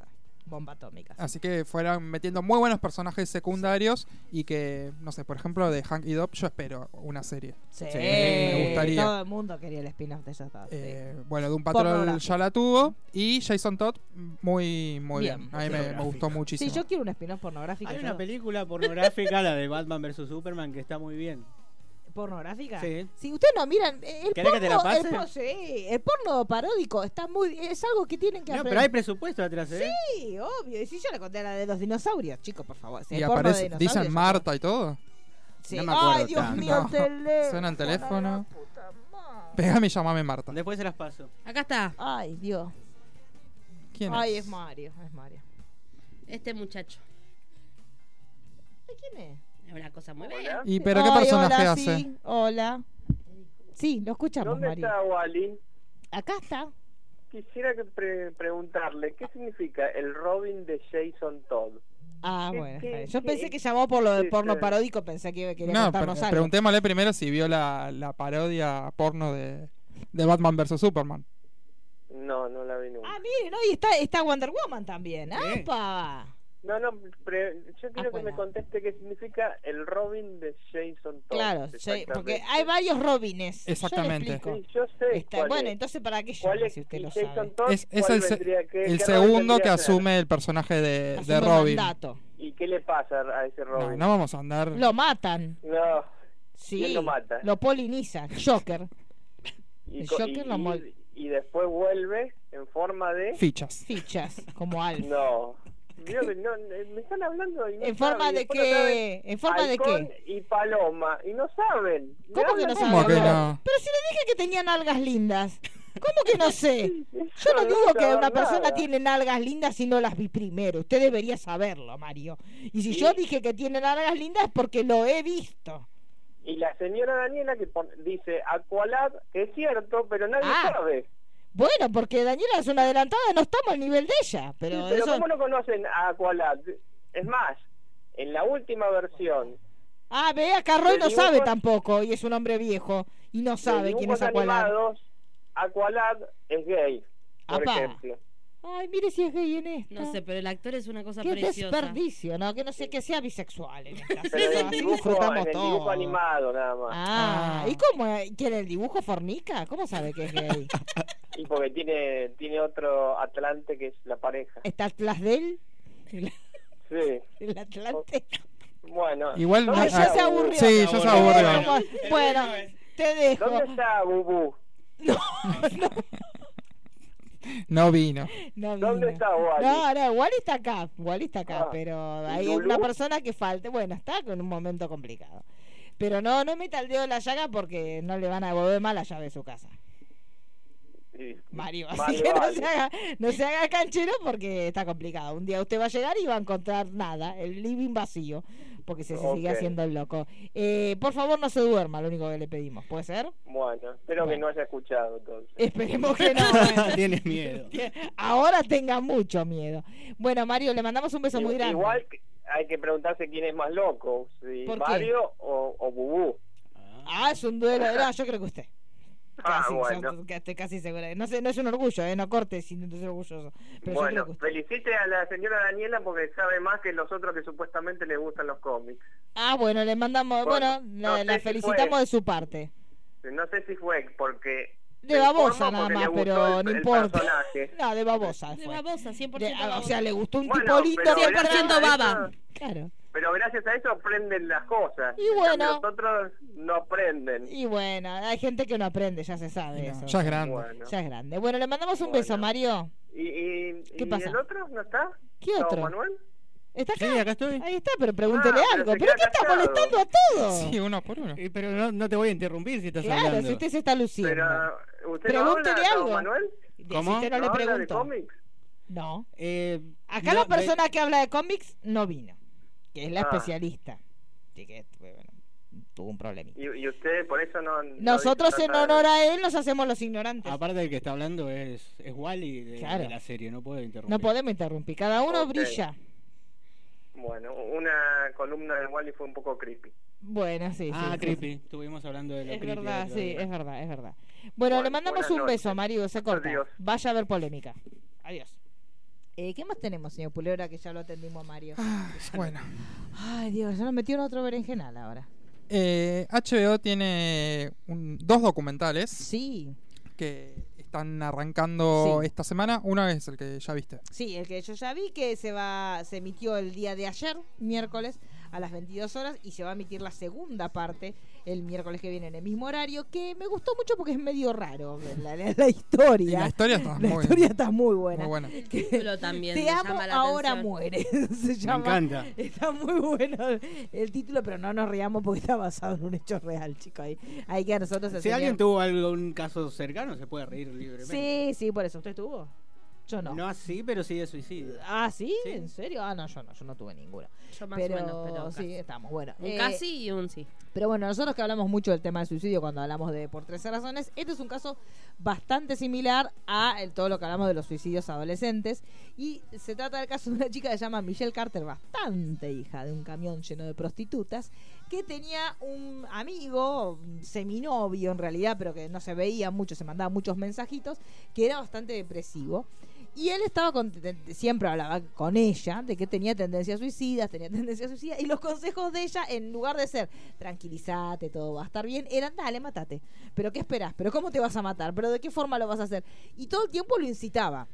A: Bomba atómica.
D: Así que fueron metiendo muy buenos personajes secundarios y que, no sé, por ejemplo, de Hank y Dob, yo espero una serie.
A: Sí,
D: Sí, me gustaría.
A: Todo el mundo quería el spin-off de ellos dos. Ah, sí.
D: Eh, bueno, de un
A: Pornográfico.
D: patrón ya la tuvo y Jason Todd, muy, muy
A: Bien.
D: bien. A mí me, me gustó
A: Sí,
D: muchísimo.
A: yo quiero un spin-off pornográfico.
B: Hay
A: yo-
B: una película pornográfica, la de Batman vs Superman, que está muy bien.
A: ¿Pornográfica?
B: Sí.
A: Si ustedes no miran, eh, el
B: ¿Querés
A: porno,
B: que te la pase?
A: El, por- sí, el porno paródico está muy, es algo que tienen que
B: No, pero hay
A: aprender.
B: presupuesto atrás, ¿eh?
A: Sí, obvio. Y si yo le conté la de los dinosaurios, chicos, por favor. si
D: y
A: el porno
D: aparece,
A: de dinosaurios,
D: dicen
A: yo-
D: Marta y todo.
A: Sí.
B: No me
A: Ay,
B: acuerdo
A: Dios
B: tanto.
A: mío,
D: No.
A: teléfono.
D: Suena el teléfono.
A: la puta madre.
D: Pégame y llamame Marta.
B: Después se las paso.
E: Acá está,
A: Ay, Dios.
D: ¿Quién
A: Ay,
D: es?
A: es Mario, es Mario.
E: este muchacho.
A: ¿De quién es?
E: Es una cosa muy bella.
D: ¿Y pero qué
A: Ay,
D: personaje
A: hola,
D: hace?
A: Sí, hola. Sí, lo escuchamos,
I: ¿Dónde
A: Mario.
I: está Wally?
A: Acá está.
I: Quisiera que pre- preguntarle, ¿qué significa el Robin de Jason Todd?
A: Ah,
I: ¿Qué-
A: bueno.
I: qué-
A: está bien. Yo
I: qué- este?
A: pensé que llamó por lo de
I: qué-
A: porno
I: qué-
A: paródico, pensé que quería
D: No,
A: contarnos
D: pre-
A: algo.
D: preguntémosle primero si vio la, la parodia porno de, de Batman vs. Superman.
I: No, no la vi nunca.
A: Ah, miren, hoy está, está Wonder Woman también. ¡Apa!
I: No, no, pre- yo quiero que
A: Afuera.
I: me conteste qué significa el Robin de Jason Todd.
A: Claro, sí,
I: Oh, exactamente.
A: porque hay varios Robines. Yo le
D: Exactamente.
A: explico.
I: Sí, yo sé.
A: Está-
I: cuál
A: bueno,
I: es.
A: entonces, ¿para qué
I: ¿Cuál
A: llama
I: es
A: si usted lo
I: Jason
A: sabe?
I: Todd?
D: Es, es
I: ¿Cuál
D: el, se-
I: vendría- qué-
D: el
I: qué Robin
D: segundo que
I: vendría a ser?
D: asume el personaje de,
A: Asume
D: de
A: el
D: Robin.
A: mandato.
I: ¿Y qué le pasa a ese
D: No,
I: Robin?
D: no vamos a andar.
A: Lo matan.
I: No,
A: Sí.
I: lo mata? ¿eh?
A: Lo poliniza. Joker. El
I: Y, co-
A: Joker
I: y-
A: lo
I: y-
A: mol-
I: y después vuelve en forma de...
D: Fichas.
A: Fichas. Como Alf.
I: No. Vio que no- eh, me están hablando y no
A: ¿En forma
I: saben, y
A: de
I: después no saben
A: qué? ¿En forma de
I: halcón
A: qué?
I: y paloma y no saben. Me
A: ¿Cómo que
I: hablan
A: no
I: como-
D: ¿Cómo que
A: Habla-
D: no?
A: Pero si le dije que tenía nalgas lindas. ¿Cómo que no sé? Yo no
I: No
A: digo que
I: saben
A: una persona
I: nada.
A: tiene nalgas lindas si no las vi primero. Usted debería saberlo, Mario. Y si yo dije que tiene nalgas lindas es porque lo he visto.
I: Y la señora Daniela que pon- dice Aqualad, que es cierto, pero nadie
A: Ah,
I: sabe.
A: Bueno, porque Daniela es una adelantada, no estamos al nivel de ella.
I: Sí,
A: Pero,
I: pero
A: eso...
I: ¿cómo no conocen a Aqualad? Es más, en la última versión
A: Ah, ve, acá Roy
I: de
A: no sabe
I: dibujos-
A: tampoco. Y es un hombre viejo. Y no
I: de
A: sabe quién
I: dibujos
A: es Aqualad.
I: animados, Aqualad es gay, por
A: Apá.
I: ejemplo.
A: Ay, mire si es gay en esta.
E: No sé, pero el actor es una cosa
A: Qué
E: preciosa.
A: desperdicio, ¿no? Que no sé que sea bisexual en esta
I: Pero en
A: serie,
I: el
A: así
I: dibujo,
A: disfrutamos
I: en el dibujo
A: todo.
I: animado nada más.
A: Ah,
D: Ah.
A: ¿y cómo? eh? ¿Que en el dibujo fornica? ¿Cómo sabe que es gay?
I: Y porque tiene, tiene otro Atlante que es la pareja.
A: ¿Está atrás de él? El,
I: Sí.
A: el Atlante.
I: Bueno.
D: Igual
I: ¿dónde
D: no-
I: está
A: ya ah, se
I: Bubú?
A: aburrió.
D: Sí, ya se aburrió.
A: Como- Bueno, te dejo.
I: ¿Dónde está Bubú?
D: No vino.
A: No,
I: ¿Dónde
A: vino.
I: está Wally?
A: No, no, Wally está acá, Wally está acá,
I: Ah.
A: pero
I: ¿Y
A: hay una
I: Lulú?
A: persona que falta. Bueno, está con un momento complicado. Pero no, no meta el dedo en la llaga porque no le van a volver mal la llave de su casa.
I: Sí.
A: Mario, así
I: Más le
A: que no
I: vale.
A: se, haga, no se haga canchero porque está complicado. Un día usted va a llegar y va a encontrar nada, el living vacío, porque se, se sigue
I: Ok.
A: haciendo el loco. Eh, por favor, no se duerma, lo único que le pedimos. ¿Puede ser?
I: Bueno, espero que no haya escuchado entonces.
A: Esperemos que no. bueno.
B: Tienes miedo.
A: Ahora tenga mucho miedo. Bueno, Mario, le mandamos un beso muy grande.
I: Eh, Igual que- hay que preguntarse quién es más loco, si
A: ¿Por qué?
I: Mario o, o Bubú.
A: Ah, es un duelo. No, yo creo que usted.
I: Ah,
A: Casi,
I: bueno.
A: yo estoy casi segura. No, sé, no es un orgullo, eh, no corte sin ser orgulloso. Pero yo creo que
I: Bueno,
A: usted.
I: felicite a la señora Daniela porque sabe más que los otros que supuestamente les gustan los cómics.
A: Ah, bueno, le mandamos. Bueno,
I: Bueno, no
A: la,
I: sé
A: la
I: si fue-
A: felicitamos de su parte.
I: No sé si fue porque...
A: De
I: se
A: babosa
I: informó
A: nada más,
I: porque le gustó
A: pero
I: el-
A: no
I: el
A: importa.
I: personaje.
A: No, de babosa.
E: De
A: fue.
E: babosa, 100%
A: De- ah, o
E: babosa.
A: sea, le gustó un tipo
I: Bueno,
A: lindo.
I: pero
A: que
E: 100%
I: gracias a
E: baba.
I: eso-
A: Claro.
I: Pero gracias a eso aprenden las cosas.
A: Y
I: En cambio,
A: bueno.
I: Los otros no aprenden.
A: Y bueno, hay gente que no aprende, ya se sabe eso.
D: ya es grande.
I: Bueno.
A: Ya es grande. Bueno, le mandamos un beso,
I: Bueno.
A: Mario.
I: ¿Y, y,
A: ¿Qué
I: y
A: pasa?
I: el otro no está?
A: ¿Qué
I: ¿No,
A: otro?
I: Manuel?
A: ¿Está acá?
B: Sí, acá estoy.
A: Ahí está, pero pregúntele
I: Ah, pero
A: algo.
I: se
A: ¿Pero qué
I: queda
A: está
I: callado.
A: molestando a todos?
D: Sí, uno por uno.
B: Eh, Pero no, no te voy a interrumpir si estás
A: claro,
B: hablando.
A: si usted se está luciendo.
I: Pero, ¿usted
A: Pregúntele
I: no habla,
A: algo.
I: don Manuel?
B: ¿Cómo?
A: Si usted no,
I: ¿No
A: le
I: habla de
A: preguntó.
I: cómics?
A: No.
B: Eh,
A: Acá
B: no,
A: la persona que habla de cómics no vino, que es la
I: Ah.
A: especialista. Así que, bueno, tuvo un problemita.
I: Y, y usted por eso no... no
A: Nosotros
I: dice
A: en
I: nada.
A: honor a él nos hacemos los
B: ve-
A: ignorantes.
B: aparte del que está hablando es, es Wally de,
A: Claro.
B: de la serie, no puedo interrumpir.
A: No podemos interrumpir. Cada uno
I: Ok.
A: brilla.
I: Bueno, una columna de Wally fue un poco creepy.
A: Bueno, sí, sí,
B: Ah,
A: sí.
B: creepy. Estuvimos hablando de lo
A: Es
B: creepy el
A: verdad,
B: otro
A: sí,
B: día.
A: es verdad, es verdad. Bueno, le
I: Bueno,
A: mandamos
I: buenas
A: un beso,
I: noches.
A: Mario, se corta.
I: Adiós.
A: Vaya a haber polémica. Adiós. Eh, ¿Qué más tenemos, señor Pulebra, que ya lo atendimos a Mario?
D: Bueno.
A: Ay, Dios, ya nos metió en otro berenjenal ahora.
D: Eh, HBO tiene un- dos documentales
A: Sí,
D: que están arrancando
A: Sí.
D: esta semana. Una es el que ya viste.
A: sí, el que yo ya vi que se va se emitió el día de ayer, miércoles, a las 22 horas y se va a emitir la segunda parte el miércoles que viene en el mismo horario, que me gustó mucho porque es medio raro la, la- la
D: Y
A: historia.
D: la historia está
A: La
D: muy,
A: historia está muy
D: muy
A: buena.
D: buena.
E: Título también.
A: Te
E: me
A: amo,
E: llama la
A: ahora
E: atención.
A: mueres. Se
B: Me
A: llama.
B: encanta.
A: Está muy bueno el- el título, pero no nos riamos porque está basado en un hecho real, chicos. Hay, hay que a nosotros
B: Si
A: enseñar-
B: alguien tuvo algún caso cercano, se puede reír libremente.
A: Sí, sí, por eso. ¿Usted estuvo? Yo no.
B: No así, pero sí de suicidio.
A: Ah, ¿sí?
B: Sí.
A: ¿En serio? Ah, no, yo no, yo no tuve ninguno.
E: Yo más
A: pero
E: o menos, pero
A: sí,
E: casi.
A: estamos. Bueno,
E: Un
A: eh,
E: casi y un sí.
A: Pero bueno, nosotros que hablamos mucho del tema del suicidio cuando hablamos de por 13 razones, este es un caso bastante similar a el- todo lo que hablamos de los suicidios adolescentes. Y se trata del caso de una chica que se llama Michelle Carter, bastante hija de un camión lleno de prostitutas, que tenía un amigo, un seminovio en realidad, pero que no se veía mucho, se mandaba muchos mensajitos, que era bastante depresivo. Y él estaba con, te- siempre hablaba con ella de que tenía tendencias suicidas, tenía tendencias suicidas, y los consejos de ella, en lugar de ser tranquilízate, todo va a estar bien, eran dale, matate. ¿Pero qué esperás? ¿Pero cómo te vas a matar? ¿Pero de qué forma lo vas a hacer? Y todo el tiempo lo incitaba.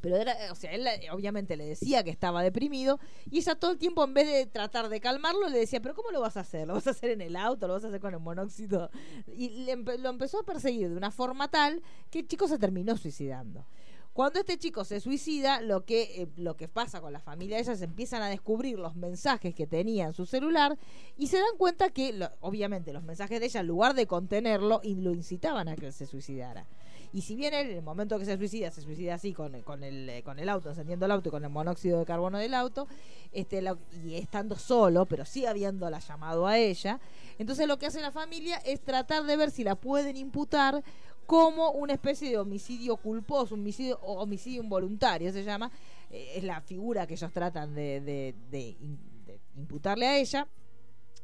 A: Pero era, o sea, él eh, obviamente le decía que estaba deprimido y ella todo el tiempo en vez de tratar de calmarlo le decía, pero ¿cómo lo vas a hacer? ¿Lo vas a hacer en el auto? ¿Lo vas a hacer con el monóxido? Y le empe- lo empezó a perseguir de una forma tal que el chico se terminó suicidando. Cuando este chico se suicida, lo que, eh, lo que pasa con la familia de ellas empiezan a descubrir los mensajes que tenía en su celular y se dan cuenta que, lo- obviamente, los mensajes de ella, en lugar de contenerlo, in- lo incitaban a que él se suicidara. Y si bien él, en el momento que se suicida, se suicida así con, con, el, eh, con el auto, encendiendo el auto y con el monóxido de carbono del auto, este, la- y estando solo, pero sí habiéndola llamado a ella, entonces lo que hace la familia es tratar de ver si la pueden imputar como una especie de homicidio culposo, homicidio, o homicidio involuntario se llama, eh, es la figura que ellos tratan de, de- de in- de imputarle a ella,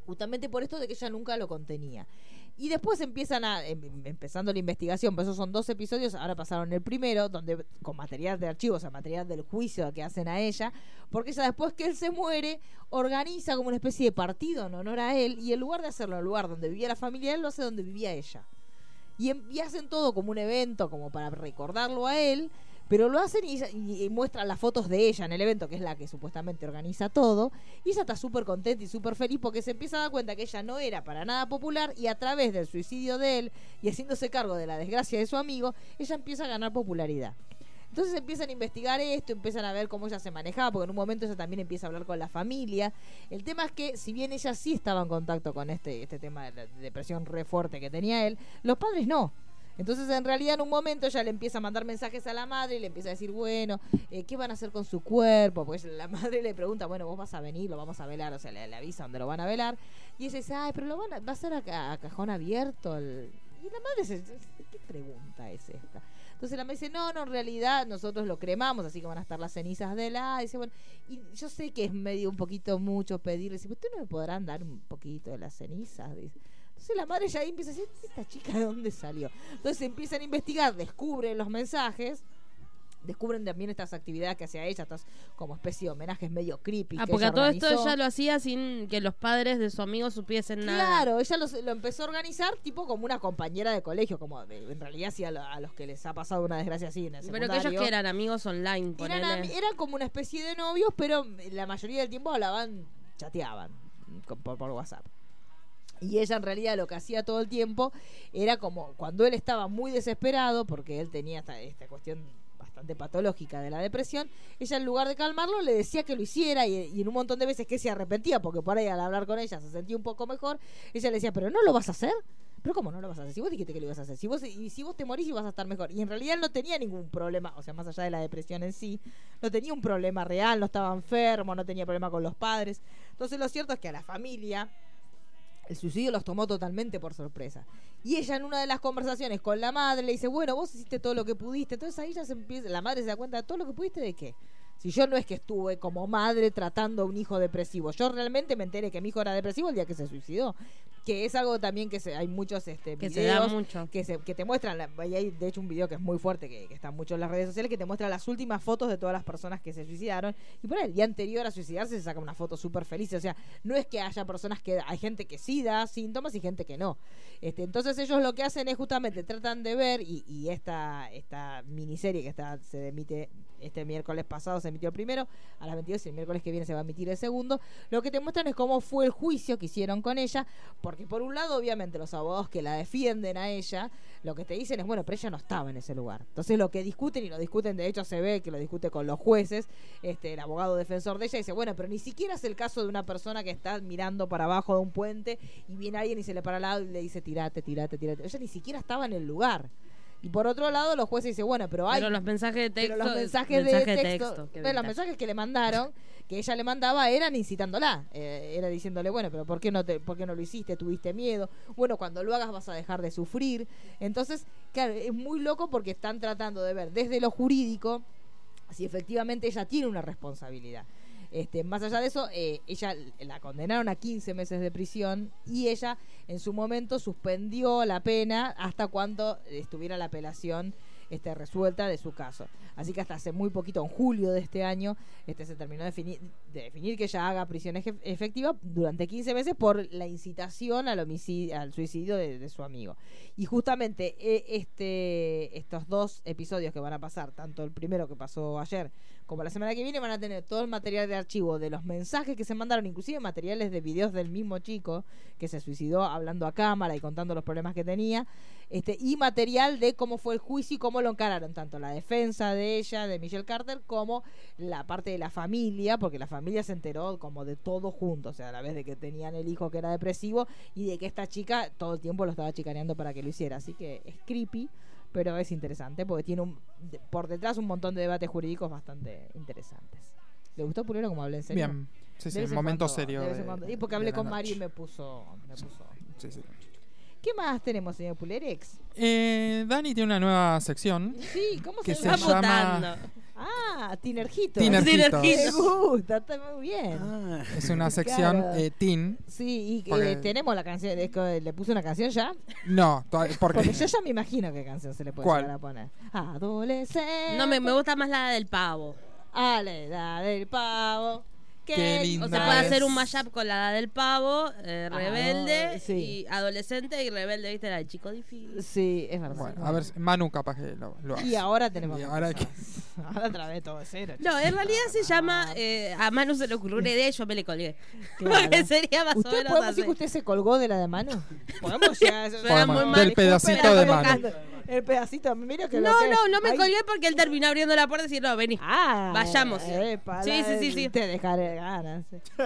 A: justamente por esto de que ella nunca lo contenía. Y después empiezan a, em- em- empezando la investigación, por eso son dos episodios, ahora pasaron el primero, donde con material de archivos, o sea, material del juicio que hacen a ella, porque ella después que él se muere, organiza como una especie de partido en honor a él, y en lugar de hacerlo en el lugar donde vivía la familia, él lo hace donde vivía ella. Y, em- y hacen todo como un evento, como para recordarlo a él, pero lo hacen y, ella- y- y muestran las fotos de ella en el evento, que es la que supuestamente organiza todo, y ella está súper contenta y súper feliz porque se empieza a dar cuenta que ella no era para nada popular y a través del suicidio de él y haciéndose cargo de la desgracia de su amigo, ella empieza a ganar popularidad. Entonces empiezan a investigar esto, empiezan a ver cómo ella se manejaba, porque en un momento ella también empieza a hablar con la familia. El tema es que, si bien ella sí estaba en contacto con este, este tema de la depresión re fuerte que tenía él, los padres no. Entonces, en realidad, en un momento ella le empieza a mandar mensajes a la madre y le empieza a decir, bueno, eh, ¿qué van a hacer con su cuerpo? Pues la madre le pregunta, bueno, vos vas a venir, lo vamos a velar, o sea, le, le avisa dónde lo van a velar. Y ella dice, ay, pero lo van a, va a ser a, ca- a cajón abierto. el-". Y la madre se, ¿qué pregunta es esta? Entonces la madre dice, no, no, en realidad nosotros lo cremamos, así que van a estar las cenizas de la... Dice, bueno, y yo sé que es medio un poquito mucho pedirle, dice, ¿usted no me podrán dar un poquito de las cenizas? Dice. Entonces la madre ya ahí empieza a decir, ¿esta chica de dónde salió? Entonces empiezan a investigar, descubren los mensajes, descubren también estas actividades que hacía ella, estas como especie de homenajes medio creepy.
E: Ah,
A: que
E: porque
A: ella
E: a todo esto
A: organizó.
E: ella lo hacía sin que los padres de su amigo supiesen nada.
A: Claro, ella los- lo empezó a organizar tipo como una compañera de colegio, como de- en realidad sí a, lo- a los que les ha pasado una desgracia así en el
E: Pero que ellos
A: secundario.
E: que eran amigos online,
A: Eran,
E: ponele.
A: ami- eran como una especie de novios, pero la mayoría del tiempo hablaban, chateaban con- por, por WhatsApp. Y ella en realidad lo que hacía todo el tiempo era como cuando él estaba muy desesperado, porque él tenía esta, esta cuestión bastante patológica de la depresión, ella en lugar de calmarlo le decía que lo hiciera y, y en un montón de veces que se arrepentía, porque por ahí al hablar con ella se sentía un poco mejor, ella le decía, pero no lo vas a hacer. Pero ¿cómo no lo vas a hacer? Si vos dijiste que lo ibas a hacer, si vos, y si vos te morís y vas a estar mejor. Y en realidad él no tenía ningún problema, o sea, más allá de la depresión en sí, no tenía un problema real, no estaba enfermo, no tenía problema con los padres. Entonces lo cierto es que a la familia el suicidio los tomó totalmente por sorpresa. Y ella en una de las conversaciones con la madre le dice, bueno, vos hiciste todo lo que pudiste. Entonces ahí ya se empieza, la madre se da cuenta de todo lo que pudiste de qué. Si yo no es que estuve como madre tratando a un hijo depresivo. Yo realmente me enteré que mi hijo era depresivo el día que se suicidó. Que es algo también que se, hay muchos este,
E: que
A: videos
E: se da mucho.
A: que, se- que te muestran, la- y hay de hecho un video que es muy fuerte, que, que está mucho en las redes sociales, que te muestra las últimas fotos de todas las personas que se suicidaron. Y por ahí, el día anterior a suicidarse se saca una foto súper feliz. O sea, no es que haya personas que. Hay gente que sí da síntomas y gente que no. Este, entonces, ellos lo que hacen es justamente tratan de ver, y, y esta, esta miniserie que está, se emite este miércoles pasado, se emitió el primero, a las 22 y el miércoles que viene se va a emitir el segundo. Lo que te muestran es cómo fue el juicio que hicieron con ella, porque por un lado, obviamente, los abogados que la defienden a ella, lo que te dicen es, bueno, pero ella no estaba en ese lugar. Entonces lo que discuten, y lo discuten, de hecho se ve que lo discute con los jueces, este, el abogado defensor de ella dice, bueno, pero ni siquiera es el caso de una persona que está mirando para abajo de un puente y viene alguien y se le para al lado y le dice, tirate, tirate, tirate. Ella ni siquiera estaba en el lugar. Y por otro lado, los jueces dicen, bueno, pero hay.
E: Pero los mensajes de texto.
A: pero los mensajes de texto,
E: que
A: pero los
E: evita.
A: mensajes que le mandaron, que ella le mandaba eran incitándola, eh, era diciéndole, bueno, pero ¿por qué no te, por qué no lo hiciste? ¿Tuviste miedo? Bueno, cuando lo hagas vas a dejar de sufrir. Entonces, claro, es muy loco porque están tratando de ver desde lo jurídico si efectivamente ella tiene una responsabilidad. Este, más allá de eso, eh, ella la condenaron a 15 meses de prisión y ella en su momento suspendió la pena hasta cuando estuviera la apelación este, resuelta de su caso. Así que hasta hace muy poquito, en julio de este año, este, se terminó de definir, de definir que ella haga prisión eje- efectiva durante 15 meses por la incitación al, homicidio, al suicidio de, de su amigo. Y justamente eh, este, estos dos episodios que van a pasar, tanto el primero que pasó ayer como la semana que viene, van a tener todo el material de archivo de los mensajes que se mandaron, inclusive materiales de videos del mismo chico que se suicidó hablando a cámara y contando los problemas que tenía, este, y material de cómo fue el juicio y cómo lo encararon, tanto la defensa de ella, de Michelle Carter, como la parte de la familia, porque la familia se enteró como de todo junto, o sea, a la vez de que tenían el hijo que era depresivo y de que esta chica todo el tiempo lo estaba chicaneando para que lo hiciera, así que es creepy. Pero es interesante porque tiene un, de- por detrás un montón de debates jurídicos bastante interesantes. ¿Le gustó Pulero como hablé en serio?
D: Bien. Sí, sí,
A: De vez en
D: momento
A: cuando,
D: serio.
A: de vez en
D: de-
A: cuando. Y porque
D: de
A: hablé
D: la
A: con
D: noche.
A: Mari y me puso, me puso.
D: Sí, sí.
A: ¿Qué más tenemos, señor Pulerex?
D: Eh, Dani tiene una nueva sección
A: Sí, ¿cómo
D: que
A: se
D: se
A: llama?
E: Vamos.
D: llama.
E: Votando.
A: Ah, Tinerjito.
D: Tinerjitos.
A: Me
E: Tinerjitos.
A: gusta, está muy bien.
B: Ah,
D: Es una sección
A: Claro.
D: eh, teen.
A: Sí, y
D: Porque-
A: eh, tenemos la canción. es que ¿Le puse una canción ya?
D: No, to- porque
A: Porque yo ya me imagino qué canción se le puede
D: ¿Cuál?
A: llegar a poner. Adolescente.
E: No, me, me gusta más la del pavo.
A: A la edad del pavo. Qué,
D: Qué lindo.
E: O
D: Nice.
E: sea, puede hacer un mashup con la del pavo, eh,
A: Ah,
E: rebelde,
A: sí.
E: y adolescente y rebelde, ¿viste? La del chico difícil.
A: Sí, es verdad.
D: Bueno, a ver, Manu capaz que lo, lo hace.
A: Y ahora tenemos.
D: Y ahora
A: que... empezar. ahora otra vez todo de cero.
E: No, en realidad se llama. eh, a Manu se le ocurrió una idea y yo me le colgué.
A: Claro.
E: Porque sería más o
A: ¿Usted
E: menos
A: podemos decir que
E: así.
A: usted se colgó de la de mano? Podemos llegar a eso.
E: Suena Podemos, muy mal.
D: del pedacito de mano.
A: El pedacito, mira que lo
E: No,
A: que es.
E: no, no me
A: Ahí-
E: colgué porque él terminó abriendo la puerta y diciendo, no, vení.
A: Ah,
E: Vayamos.
A: epa,
E: Sí,
A: la-
E: sí, sí, sí.
A: Te dejaré ganas.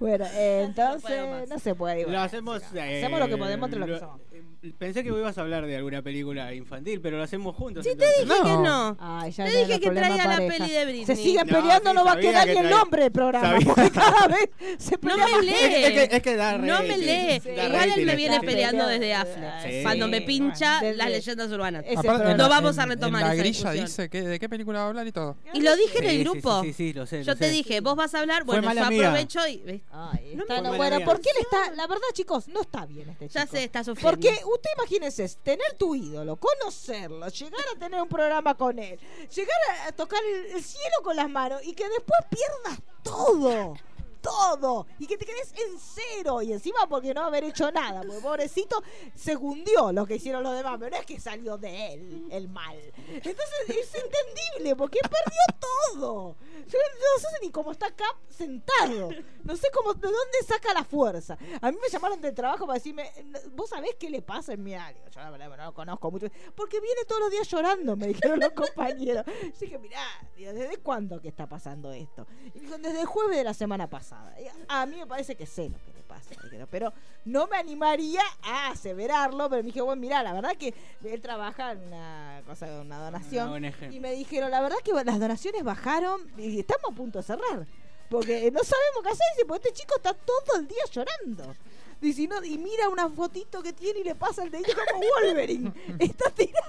A: bueno, eh,
E: puedo
A: entonces
E: más.
A: no se puede ir.
B: Lo
A: bueno,
B: hacemos.
A: chica.
B: eh,
A: hacemos lo que podemos entre lo que somos.
B: eh, Pensé que ibas a hablar de alguna película infantil, pero lo hacemos juntos.
E: Sí, te
B: entonces.
E: dije que
D: No.
E: no.
A: Ay, ya
E: Te
A: eran
E: dije
A: los
E: que
A: problemas
E: traía la
A: pareja.
E: peli de Britney.
A: Se siguen
B: No,
A: peleando,
B: sí,
A: no va a
B: sabía
A: quedar
B: que
A: ni el
B: traía-
A: nombre del programa.
B: sabía.
A: Porque cada vez se
E: No
A: pelea
E: me
A: más.
E: lee.
B: Es que- es que- es que da
E: no me
B: rating,
E: lee.
B: da
E: Igual él
B: rating
E: me
B: esta
E: viene
B: película.
E: peleando desde
A: Sí.
E: AFLA.
B: Sí.
E: Cuando me pincha
A: Desde-
E: las leyendas urbanas.
A: Ese
D: Aparte,
A: programa.
E: No vamos a
D: en-
E: retomar
D: En la
E: esa
D: grilla
E: discusión.
D: dice que, de qué película va a hablar y todo.
E: Y lo dije en
B: Sí,
E: el
B: sí,
E: grupo.
B: Sí, sí, sí, lo sé.
E: Yo
B: lo
E: te
B: sé.
E: dije, vos vas a hablar,
G: Fue
E: bueno, yo
G: mala amiga.
E: aprovecho y. ¿ves?
A: Ay,
E: No
A: está-
E: me
A: no,
B: acuerdo
A: bueno,
B: bien.
A: ¿por qué le está? La verdad, chicos, no está bien este chico.
E: Ya se está sufriendo.
A: Porque usted imagínese, tener tu ídolo, conocerlo, llegar a tener un programa con él, llegar a- a tocar el, el cielo con las manos y que después pierdas todo. Todo y que te quedes en cero y encima porque no haber hecho nada, porque pobrecito se hundió lo que hicieron los demás, pero no es que salió de él el mal. Entonces es entendible porque perdió todo. Yo no sé ni cómo está acá sentado. No sé cómo, de dónde saca la fuerza. A mí me llamaron del trabajo para decirme, ¿vos sabés qué le pasa en mi área? Yo la verdad no lo conozco mucho. Porque viene todos los días llorando, me dijeron los compañeros. Así que mirá, digo, ¿desde cuándo que está pasando esto? Y me dijeron, desde el jueves de la semana pasada. Y a mí me parece que sé lo que le pasa. dijeron, pero no me animaría a aseverarlo. Pero me dije, bueno, mirá, la verdad que él trabaja en una cosa, en una donación.
B: Una ONG.
A: Y me dijeron, la verdad que las donaciones bajaron y estamos a punto de cerrar. Porque eh, no sabemos qué hacer. Dice, porque este chico está todo el día llorando. Dice, y, no- y mira una fotito que tiene y le pasa el dedito como Wolverine. Está tirado.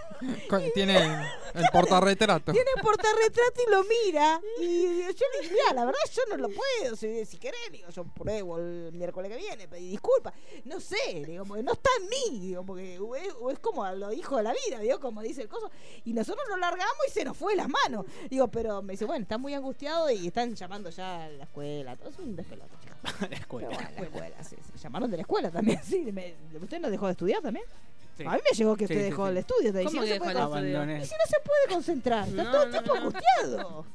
D: Co- Tiene el, el portarretrato.
A: Tiene el portarretrato y lo mira. Y yo le digo, mira, la verdad yo no lo puedo. Si, si querés, le digo, yo pruebo el miércoles que viene, pedí disculpas. No sé, le digo, porque no está en mí, digo, porque o es, o es como a los hijos de la vida, digo, como dice el coso. Y nosotros nos largamos y se nos fue de las manos. Digo, pero me dice, bueno, está muy angustiado y están llamando ya a la escuela. Todo es un despelote, chicos.
B: La escuela.
A: Pero bueno, la escuela, sí, sí. Llamaron de la escuela también, sí. Me- ¿Usted no dejó de estudiar también?
B: Sí.
A: A mí me llegó que
B: Sí,
A: usted
B: sí,
A: dejó
B: sí.
A: el estudio. te dice,
E: ¿Cómo
A: no
E: que
A: se
E: dejó
A: puede
E: el
A: concentrar.
B: Abandoné.
A: Y si no se puede concentrar, está
E: No,
A: todo el
E: no,
A: tiempo
E: no.
A: angustiado.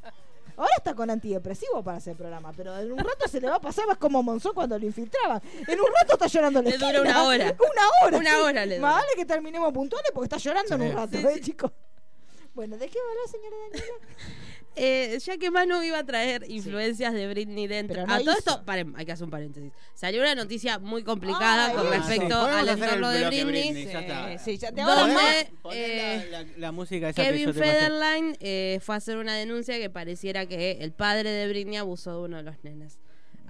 A: Ahora está con antidepresivo para hacer programa, pero en un rato se le va a pasar más como Monzón cuando lo infiltraban. En un rato está llorando en la
E: Le dura
A: esquina.
E: una hora.
A: Una hora.
E: Una
A: sí.
E: hora le dura.
A: Más vale que terminemos puntuales porque está llorando en
D: Sí.
A: un rato,
E: Sí,
A: ¿eh,
E: sí.
A: chicos? Bueno, ¿de qué va a hablar, señora Daniela?
E: eh, ya que Manu iba a traer influencias de Britney dentro.
A: Pero no
E: a todo
A: hizo.
E: esto, paren, hay que hacer un paréntesis. Salió una noticia muy complicada
A: Ay,
E: con
A: sí.
E: respecto
B: Podemos
E: al
B: hacer el
E: entorno de
B: bloque
E: Britney.
B: Britney, ya está.
A: Sí, ya te ahora más.
E: Donde
B: Poné
E: eh,
B: la, la- la música esa que
E: Kevin
B: yo te pasé.
E: Federline eh, fue a hacer una denuncia que pareciera que el padre de Britney abusó de uno de los nenes.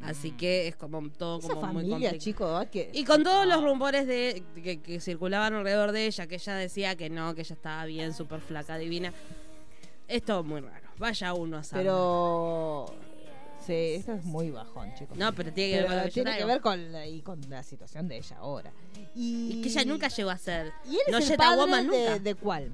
E: Así que es como todo
A: Esa
E: como muy
A: familia,
E: complicado. Ah.
A: chicos, ay, que
E: Y con todos los rumores de que, que circulaban alrededor de ella, que ella decía que no, que ella estaba bien, súper flaca, divina. Es todo muy raro. Vaya uno a saber.
A: Pero. Sí, esto es muy bajón, chicos.
E: No, pero tiene que
A: Pero
E: ver con lo que yo
A: tiene que
E: traigo.
A: ver con la, y con la situación de ella ahora. Y,
E: Y que ella nunca llegó a ser.
A: ¿Y él
E: no
A: es el
E: Jetta
A: padre
E: Woman
A: de,
E: nunca.
A: de cuál?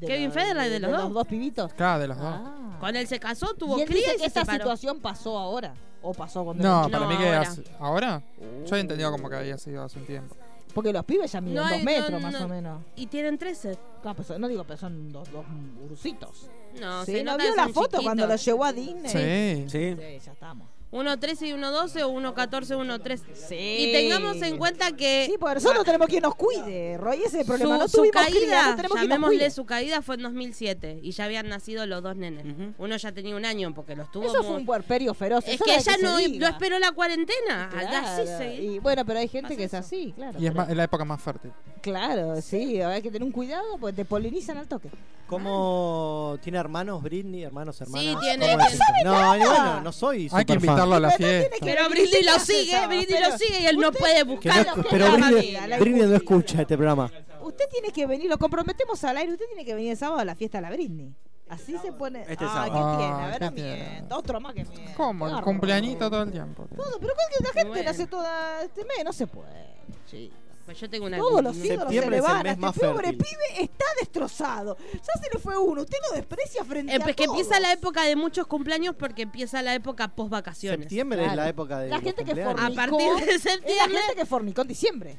E: Kevin
A: la-
E: Federline, de los dos.
A: los dos pibitos.
D: Claro, de los dos.
A: Ah.
E: Cuando él se casó, tuvo
A: Y él
E: cría
A: dice
E: y
A: que
E: se
A: esta
E: separó.
A: situación pasó ahora. O pasó cuando
D: No,
A: era
D: para
E: No,
D: mí que
E: ahora.
D: hace- ahora. Yo he entendido como que había sido hace un tiempo.
A: chico. Porque los pibes ya miden
E: No,
A: dos
E: no,
A: metros,
E: no.
A: más o menos.
E: Y tienen 13.
A: Claro, pues, no digo, pero son dos, dos ursitos.
E: No,
A: sí,
E: se
A: ¿no
E: nota
A: vio
E: que
A: la
E: son
A: foto cuando
E: chiquitos.
A: lo llevó a Disney?
D: Sí.
G: Sí.
A: Sí, ya estamos.
E: 1.13 y 1.12 o 1.14, 1.13.
A: Sí.
E: Y tengamos en cuenta que
A: Sí, porque nosotros tenemos quien nos cuide, Roy, ese es el problema.
E: Eh, ah. su,
A: no
E: su
A: tuvimos cría,
E: caída,
A: no tenemos quien nos
E: llamémosle
A: cuide.
E: su caída, fue en 2007 y ya habían nacido los dos nenes.
B: Ujú.
E: Uno ya tenía un año porque los tuvo.
A: Eso
E: muy-
A: fue un puerperio feroz.
E: Es
A: eso
E: que
A: era
E: ella
A: se
E: no,
A: diga.
E: no esperó la cuarentena. Así
A: Claro,
E: se-
A: y bueno, pero hay gente
E: Pasa
A: que es
E: eso.
A: así, claro.
D: Y es,
A: pero-
D: más- es la época más fértil.
A: Claro, sí, hay que tener un cuidado porque te polinizan al toque.
G: ¿Cómo tiene hermanos Britney? Hermanos, hermanas. ¿Cómo
E: tiene-
G: es
E: no
G: esto? No, y bueno, no soy
D: Hay
G: superfan.
D: que invitarlo a la
A: Pero no tiene
D: fiesta.
A: que-
E: Pero Britney lo
A: Hace
E: sigue,
A: eso,
E: Britney lo
A: pero
E: sigue y él no
A: usted-
E: puede
G: Que no-
E: buscar.
A: Claro,
G: pero
A: la
G: Britney,
A: familia, la
G: Britney no
A: injusticia.
G: escucha este programa.
A: Usted tiene que venir, lo comprometemos al aire, usted tiene que venir el sábado a la fiesta de la Britney. Así se pone.
C: Este
A: ah,
C: sábado.
A: ¿qué tiene?
D: Ah,
A: A ver,
D: ¿qué
A: a
D: tiene?
A: mienta, Otro más que mienta.
D: ¿Cómo? El
A: Garro.
D: cumpleañito todo el tiempo.
A: Todo, pero ¿cuál que la gente
E: Bueno.
A: nace toda este mes? No se puede, chicos.
E: Pues yo tengo una.
A: Todos los ídolos se
G: Septiembre
A: le
G: es el
A: van.
G: mes
A: Este
G: más
A: pobre
G: fértil.
A: pibe está destrozado. Ya se le fue uno. Usted lo desprecia frente
E: Empe-
A: a
E: Eh, que
A: todos.
E: empieza la época de muchos cumpleaños porque empieza la época post vacaciones.
G: Septiembre es la
A: Claro.
G: época de
A: La
G: los
A: gente que
G: cumpleaños.
E: A
A: forma-
E: partir de
A: Es la
E: septiembre.
A: gente que fornicó en diciembre.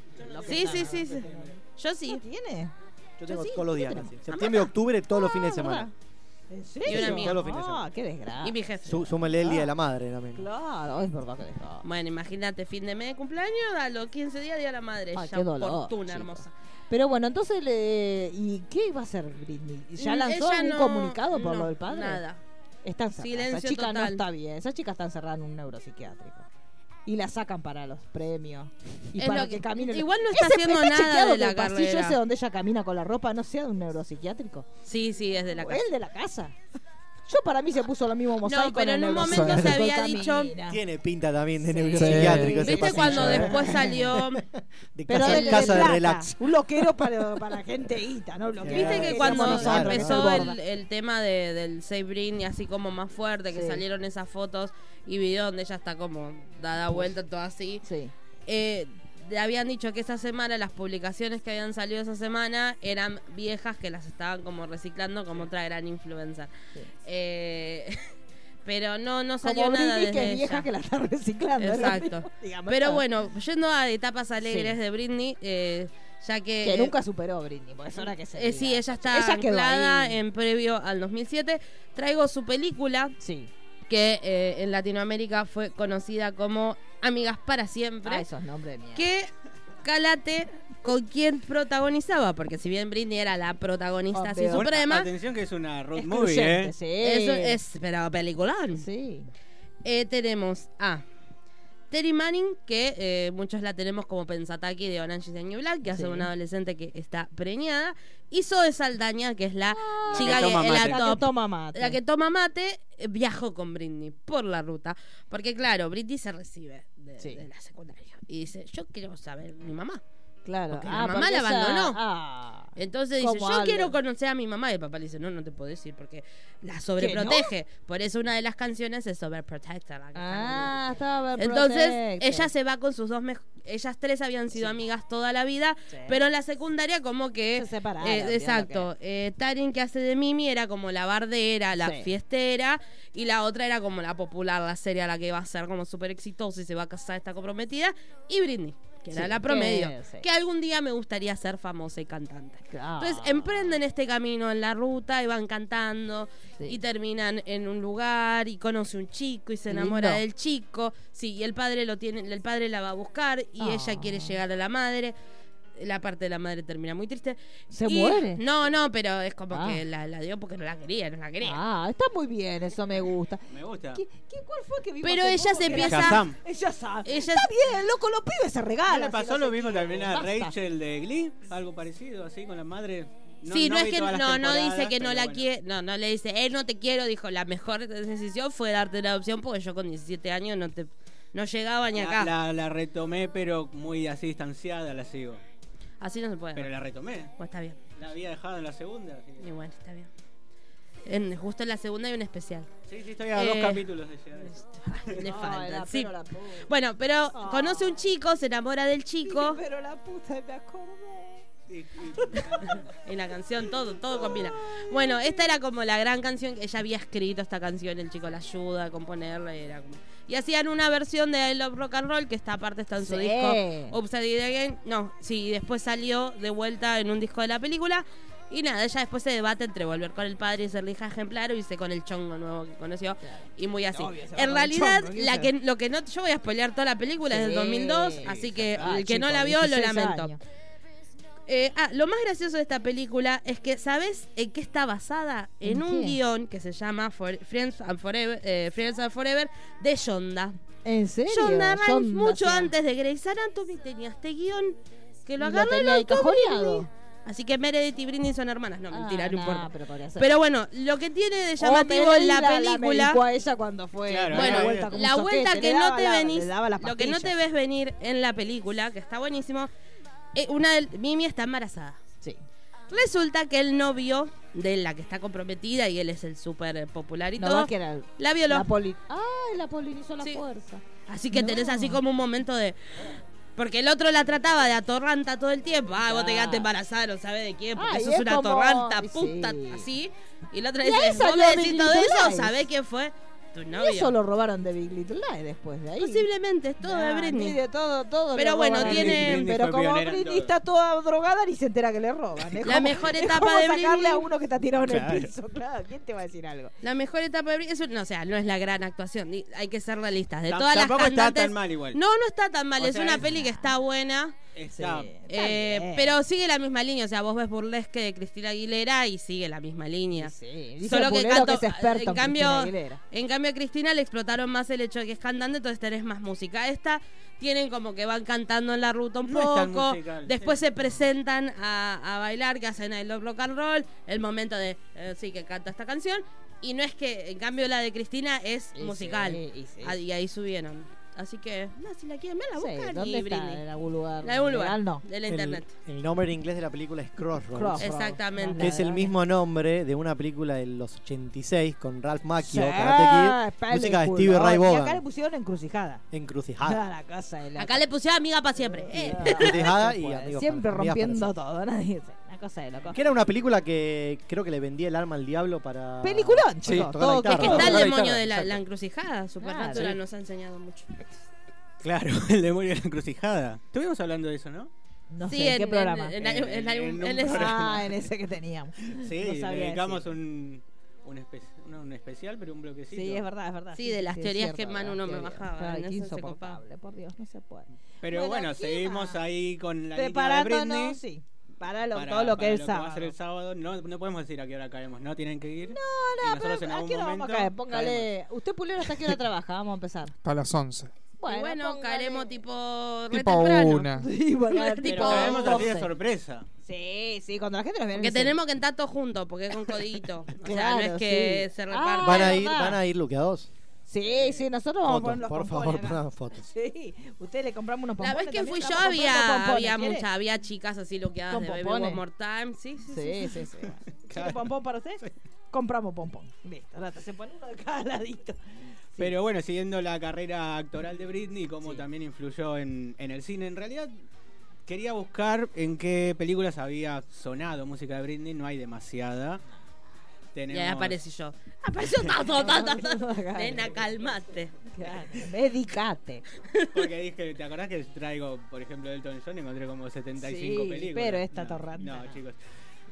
E: Sí, sí, sí, sí. Yo sí.
A: ¿Qué tiene?
G: Yo tengo
A: Sí,
G: todos los
A: ¿qué
G: días.
A: tenemos?
G: casi. Septiembre, octubre, todos los fines de semana.
A: Ah, ¿En serio?
E: una amiga.
G: Todos los fines de
A: ah,
G: semana.
A: qué desgracia.
E: Y mi jefe.
G: Su- Súmale el día de la madre también.
A: Ah, Claro, es verdad que desgracia.
E: Bueno, imagínate, fin de mes de cumpleaños, a los 15 días, día de la madre.
A: Ay,
E: ya
A: qué dolor,
E: fortuna
A: chico.
E: hermosa.
A: Pero bueno, entonces, le- ¿y qué iba a hacer Britney? ¿Ya
E: Mm,
A: lanzó
E: ella
A: algún
E: no-
A: comunicado por
E: no,
A: lo del padre?
E: Nada.
A: Está encerrada. Esa
E: Silencio
A: chica no
E: total.
A: está bien. Esa chica está encerrada en un neuropsiquiátrico. Y la sacan para los premios. Y
E: Es
A: para
E: lo
A: que,
E: que-
A: camine.
E: igual no está haciendo
A: está
E: nada
A: chequeado
E: de
A: que
E: la
A: el pasillo
E: carrera.
A: ese donde ella camina con la ropa no sea de un neuropsiquiátrico.
E: Sí, sí, es de la
A: O
E: casa.
A: el de la casa. Yo para mí se puso lo mismo mosaico.
E: pero en un
A: neuropsiquiátrico.
D: momento
E: se había
A: Camina.
E: dicho-
G: Tiene pinta también de
A: Sí.
G: neuropsiquiátrico ese
E: ¿Viste
G: pasillo,
E: cuando
G: eh?
E: después salió?
G: De
A: Pero
G: casa,
A: del de
G: casa de,
A: plata.
G: relax.
A: Un loquero para, para gente guita, ¿no? Bloquero.
E: ¿Viste que
G: Sí,
E: cuando
G: somos nosotros,
E: empezó
G: ¿no?
E: el, el tema de- del Save Britney así como más fuerte, que
A: Sí.
E: salieron esas fotos y videos donde ella está como dada vuelta, todo así?
A: Sí.
E: eh, le habían dicho que esa semana las publicaciones que habían salido esa semana eran viejas que las estaban como reciclando como otra gran influencer.
A: Sí.
E: Eh, pero no, no salió
A: Como
E: nada
A: Britney
E: desde
A: que es vieja
E: ella.
A: que la está reciclando. es lo
E: Exacto.
A: mismo, digamos,
E: Pero
A: está-
E: bueno, yendo a etapas alegres
A: Sí.
E: de Britney, eh, ya que...
A: Que nunca superó Britney, porque es hora que se.
E: eh, sí,
A: diga.
E: ella está
A: quedó
E: anclada
A: ahí.
E: en previo al 2007. Traigo su película
A: Sí.
E: que eh, en Latinoamérica fue conocida como Amigas para siempre.
A: Ah, esos nombres de mierda.
E: que Calate con quién protagonizaba, porque si bien Britney era la protagonista así
A: Obvio.
B: Bueno,
E: suprema,
B: Atención que es una road movie,
A: Excluyente,
B: ¿eh?
A: Ah, sí.
E: eso es, pero peliculón.
A: Sí.
E: Eh, tenemos a Terry Manning, que eh, muchos la tenemos como Pensataki de Orange is the New Black, que hace
A: Sí.
E: una adolescente que está preñada, y Zoe Saldaña, que es la
C: que
E: chica que,
C: toma
E: la
C: mate.
A: Ah. La
E: top
A: que toma mate.
E: la que toma mate eh, viajó con Britney por la ruta. Porque, claro, Britney se recibe de,
A: Sí.
E: de la secundaria. Y dice, yo quiero saber mi mamá.
A: Claro.
E: porque la mamá
A: porque
E: la
A: esa-
E: abandonó.
A: Ah.
E: Entonces dice,
A: ¿Cómo
E: yo
A: habla?
E: quiero conocer a mi mamá. Y el papá le dice, no, no te puedo decir porque la sobreprotege. Por eso una de las canciones es Overprotector. la que
A: Ah,
E: está
A: estaba
E: en Britney. Entonces,
A: perfecto.
E: ella se va con sus dos... mej- Ellas tres habían sido
A: Sí.
E: amigas toda la vida,
A: Sí.
E: pero en la secundaria como que...
A: Se separaron,
E: eh,
A: entiendo
E: exacto. Eh, Tarin, que hace de Mimi, era como la bardera, la
A: Sí.
E: fiestera, y la otra era como la popular, la seria, la que va a ser como súper exitosa y se va a casar, está comprometida. Y Britney, que era
A: Sí,
E: la promedio,
A: que- sí.
E: que algún día me gustaría ser famosa y cantante.
A: Claro.
E: Entonces emprenden este camino en la ruta y van cantando
A: Sí.
E: y terminan en un lugar y conoce un chico y se enamora
A: Lindo.
E: del chico. Sí, y el padre lo tiene, el padre la va a buscar y
A: Ah.
E: ella quiere llegar a la madre. la parte de la madre termina muy triste.
A: ¿Se
E: Y-
A: muere?
E: No, no, pero es como
A: Ah.
E: que la, la dio porque no la quería, no la quería.
A: Ah, está muy bien, eso me gusta.
B: Me gusta.
A: ¿Qué- qué- cuál fue que vimos
E: Pero
A: hace
E: ella
A: poco
E: se
A: que era-
E: empieza.
B: Shazam.
A: Ella sabe.
E: Ella-
A: Está bien, loco, los pibes se
B: ¿No
A: regalan.
B: le pasó
A: si no
B: lo
A: se
B: mismo
A: quieren,
B: también a
A: basta.
B: Rachel de Glee? Algo parecido, así con la madre.
E: sí, no, es
B: vi
E: que
B: todas las
E: no, no dice
B: temporadas,
E: que no
B: pero
E: la
B: bueno.
E: quiere, no, no le dice, él no te quiero, dijo, la mejor decisión fue darte la adopción porque yo con 17 años no te no llegaba ni acá.
B: La, la- la retomé, pero muy así distanciada la sigo.
E: Así no se puede.
B: Pero la retomé.
E: Bueno, está bien.
B: La había dejado en la segunda. así que-
E: Y bueno, está bien. En- justo en la segunda hay un especial.
B: Sí, sí, estoy a dos
E: Eh,
B: capítulos de llegar.
E: Le
A: Ay,
E: falta.
A: la
E: sí.
A: pero la puta.
E: Bueno, pero
A: Ah.
E: conoce un chico, se enamora del chico.
A: Pero la puta, me acordé.
B: Sí, sí.
E: En la canción, todo, todo combina. Bueno, esta era como la gran canción que ella había escrito esta canción, el chico la ayuda a componerla. y Era como... Y hacían una versión de I Love Rock and Roll, que esta parte está en su
A: Sí.
E: disco Upside Again. No, sí, y después salió de vuelta en un disco de la película. Y nada, ella después se debate entre volver con el padre y ser la hija ejemplar o irse con el chongo nuevo que conoció. Y muy así.
A: Obvio, se va
E: en
A: con el
E: realidad,
A: chongo, ¿qué
E: la
A: hacer?
E: que, lo que no. Yo voy a spoilear toda la película desde el
A: Sí.
E: 2002,
A: Sí,
E: así que
A: Ah,
E: el que no
A: chico,
E: la vio, lo
A: 16
E: lamento.
A: años.
E: Eh, ah, lo más gracioso de esta película es que, ¿sabes en qué está basada? En,
H: ¿En
E: un
H: qué?
E: guión que se llama For- Friends, and Forever, eh, Friends and Forever de Yonda.
A: ¿En serio?
E: Yonda Rhimes,
A: Yonda,
E: mucho
A: sí.
E: antes de Grey's Anatomy, tenía este guión que lo
H: Lo
E: agarró y
H: tenía ahí
E: lo tomó
H: cajoneado.
E: Britney. Así que Meredith y Britney son hermanas. No, mentira,
H: Ah,
E: no
H: nah,
E: importa.
H: Pero podría ser.
E: Pero bueno, lo que tiene de
A: Oh,
E: llamativo en la
A: Melinda
E: película.
A: medicó a ella cuando fue.
B: Claro,
A: dio
E: Bueno,
B: la
E: la
B: vuelta
E: vuelta,
A: como un soquete,
E: que
A: le
E: no
A: daba
E: te
A: la-
E: venís,
A: le daba las
E: lo que no te
A: pastillas.
E: ves venir en la película, que está buenísimo, eh, una del- Mimi está embarazada.
A: Sí.
E: Resulta que el novio de la que está comprometida y él es el súper popular y
A: No
E: todo,
A: va que era
E: la violó.
A: la poli.
H: Ay, la polinizó la
E: Sí.
H: fuerza.
E: así que tenés
A: No.
E: así como un momento de. Porque el otro la trataba de atorranta todo el tiempo. Ah, vos te quedaste embarazada, no sabés de quién, porque
A: Ay,
E: sos
A: es
E: una
A: como-
E: atorranta
A: y
E: puta,
A: sí.
E: así. Y la otra
A: Y ahí
E: dice, vos
A: salió
E: me decís
A: Big
E: todo
A: Little
E: eso,
A: Lies.
E: sabés quién fue tu
A: Y
E: novio.
A: eso lo robaron de Big Little Lies después de ahí.
E: Posiblemente, es todo
A: Nah,
E: de
A: ni
E: Britney.
A: de todo, todo.
E: Pero
A: le
E: bueno,
A: roban.
E: tiene-
B: Britney
A: Pero
B: fue
A: como
B: pionera en
A: Britney
B: todo.
A: está toda drogada ni se entera que le roban. Es
E: La
A: como-
E: mejor
A: es
E: etapa
A: como
E: de
A: sacarle
E: Britney.
A: a uno que está tirado en
B: Claro.
A: el piso. Claro, ¿quién te va a decir algo?
E: La mejor etapa de Britney, eso no, o sea, no es la gran actuación, ni- hay que ser realistas. De
B: Tam-
E: todas las
B: tampoco está
E: cantantes-
B: tan mal igual.
E: No, no está tan mal,
B: O
E: es
B: sea,
E: una
B: es-
E: peli que está buena,
B: Está-
A: Sí. Está
E: eh,
A: bien.
E: pero sigue la misma línea, o sea, vos ves burlesque de Cristina Aguilera y sigue la misma línea.
A: Sí, dice
E: Solo
A: el
E: que
A: pulero
E: canto,
A: que es experto
E: en
A: en
E: cambio,
A: Cristina Aguilera.
E: en cambio a Cristina le explotaron más el hecho de que es cantante, entonces tenés más música. Esta tienen como que van cantando en la ruta un
B: No es tan
E: poco,
B: musical,
E: después
B: sí.
E: se presentan a, a bailar, que hacen el rock and roll, el momento de, eh, sí, que canta esta canción, y no es que, en cambio la de Cristina es
A: Y
E: musical,
A: sí, y sí.
E: Ah, y ahí subieron. Así que, no, si la quieren ver, la
A: Sí,
E: buscan
A: ¿Dónde
E: y
A: está?
E: Britney.
A: ¿En algún lugar?
E: La de un lugar,
A: Legal, no.
E: de la
G: El-
E: internet.
G: El, nombre en inglés de la película es Crossroads.
A: Crossroads.
E: Exactamente.
G: Que es el
A: Dale.
G: mismo nombre de una película de los 86 con Ralph Macchio,
A: Sí,
E: Ah,
G: Karate Kid,
A: peliculón.
G: música de Stevie Ray
A: Y acá le
G: Bogan,
A: pusieron encrucijada. Ah,
G: Encrucijada.
A: la casa de la
E: Acá le pusieron amiga para siempre. Eh.
G: Encrucijada y
A: Bueno,
G: amigos
A: Siempre
G: para- amigas para
A: rompiendo
G: siempre.
A: todo, nadie dice, Una cosa de loco.
G: Que era una película que creo que le vendía el alma al diablo para...
A: Peliculón,
F: Sí,
A: chicos.
G: tocar la
A: todo
G: guitarra.
E: Es que
G: Claro,
E: está el
F: claro,
E: demonio
F: claro,
E: de la,
F: exacto.
E: la encrucijada. Supernatural
A: Claro.
E: nos ha enseñado mucho.
B: Claro, el demonio de la encrucijada. Estuvimos hablando de eso, ¿no?
A: No
E: sí,
A: sé, ¿en, qué programa?
E: En, en- en- en-
B: En un
E: en ese-
A: Ah, en ese que teníamos.
B: Sí,
A: No sabía
B: dedicamos
A: decir.
B: un, un, espe- no, un especial, pero un bloquecito.
A: Sí, es verdad, es verdad.
E: Sí, de las teorías
A: es
E: que
A: cierto,
E: Manu
A: de
E: no
A: las
E: me
A: teorías.
E: bajaba,
A: Ay,
E: en
A: qué
E: eso se
A: insoportable, por Dios, no se puede.
B: Pero
A: Bueno,
B: bueno,
A: ¿qué
B: seguimos
A: más?
B: ahí con la línea de Britney.
A: Preparándonos, sí. Para, lo- todo lo que
B: para
A: es
B: va a
A: sábado.
B: ser el sábado. No, no podemos decir a qué hora caemos, ¿no? Tienen que ir. No,
A: Ah, pero ¿A qué hora vamos a caer? Póngale. Usted, Pulero, ¿hasta qué hora trabaja? Vamos a empezar.
D: Hasta las 11.
E: Bueno,
A: póngale-
E: caeremos tipo. re
D: Tipo
E: temprano.
D: una.
A: Sí, bueno,
E: Pero
A: este tipo.
B: caemos así de
A: 12.
B: sorpresa.
A: Sí, sí, cuando la gente nos viene.
E: Que
A: dice,
E: tenemos que entrar todos juntos, porque es con codito. O sea, no
A: Claro,
E: es que
A: sí.
E: se
A: Ah,
E: reparta.
G: Van a
A: es
G: ir,
A: verdad.
G: van a ir luqueados.
A: Sí, sí, nosotros vamos a
G: Fotos,
A: poner pues los
G: por
A: pompones
G: favor,
A: acá.
G: pongan fotos.
A: Sí, ustedes le compramos unos
E: la
A: pompones.
E: vez que
A: también,
E: fui yo
A: estamos comprando
E: había,
A: pompones,
E: había
A: ¿quiere?
E: mucha, había chicas así loqueadas
A: Con
E: de Baby
A: pompones.
E: One More Time. Sí, sí, sí.
A: Sí, sí, sí. bueno.
B: Claro.
A: ¿Quiere pompón para usted? Compramos pompón. Listo, ahora se pone uno de cada ladito.
B: Pero bueno, siguiendo la carrera actoral de Britney, cómo
A: Sí.
B: también influyó en, en el cine. En realidad, quería buscar en qué películas había sonado música de Britney. No hay demasiada.
E: Y
B: Tenemos...
E: ahí aparecí yo. Apareció tanto, tanto, tanto.
A: Claro.
E: Nena, calmate.
A: Claro, medicate.
B: Porque dije, ¿te acordás que traigo, por ejemplo, Elton John? Encontré como 75
A: Sí,
B: películas.
A: pero esta
B: no,
A: torranta,
B: No,
A: no.
B: chicos.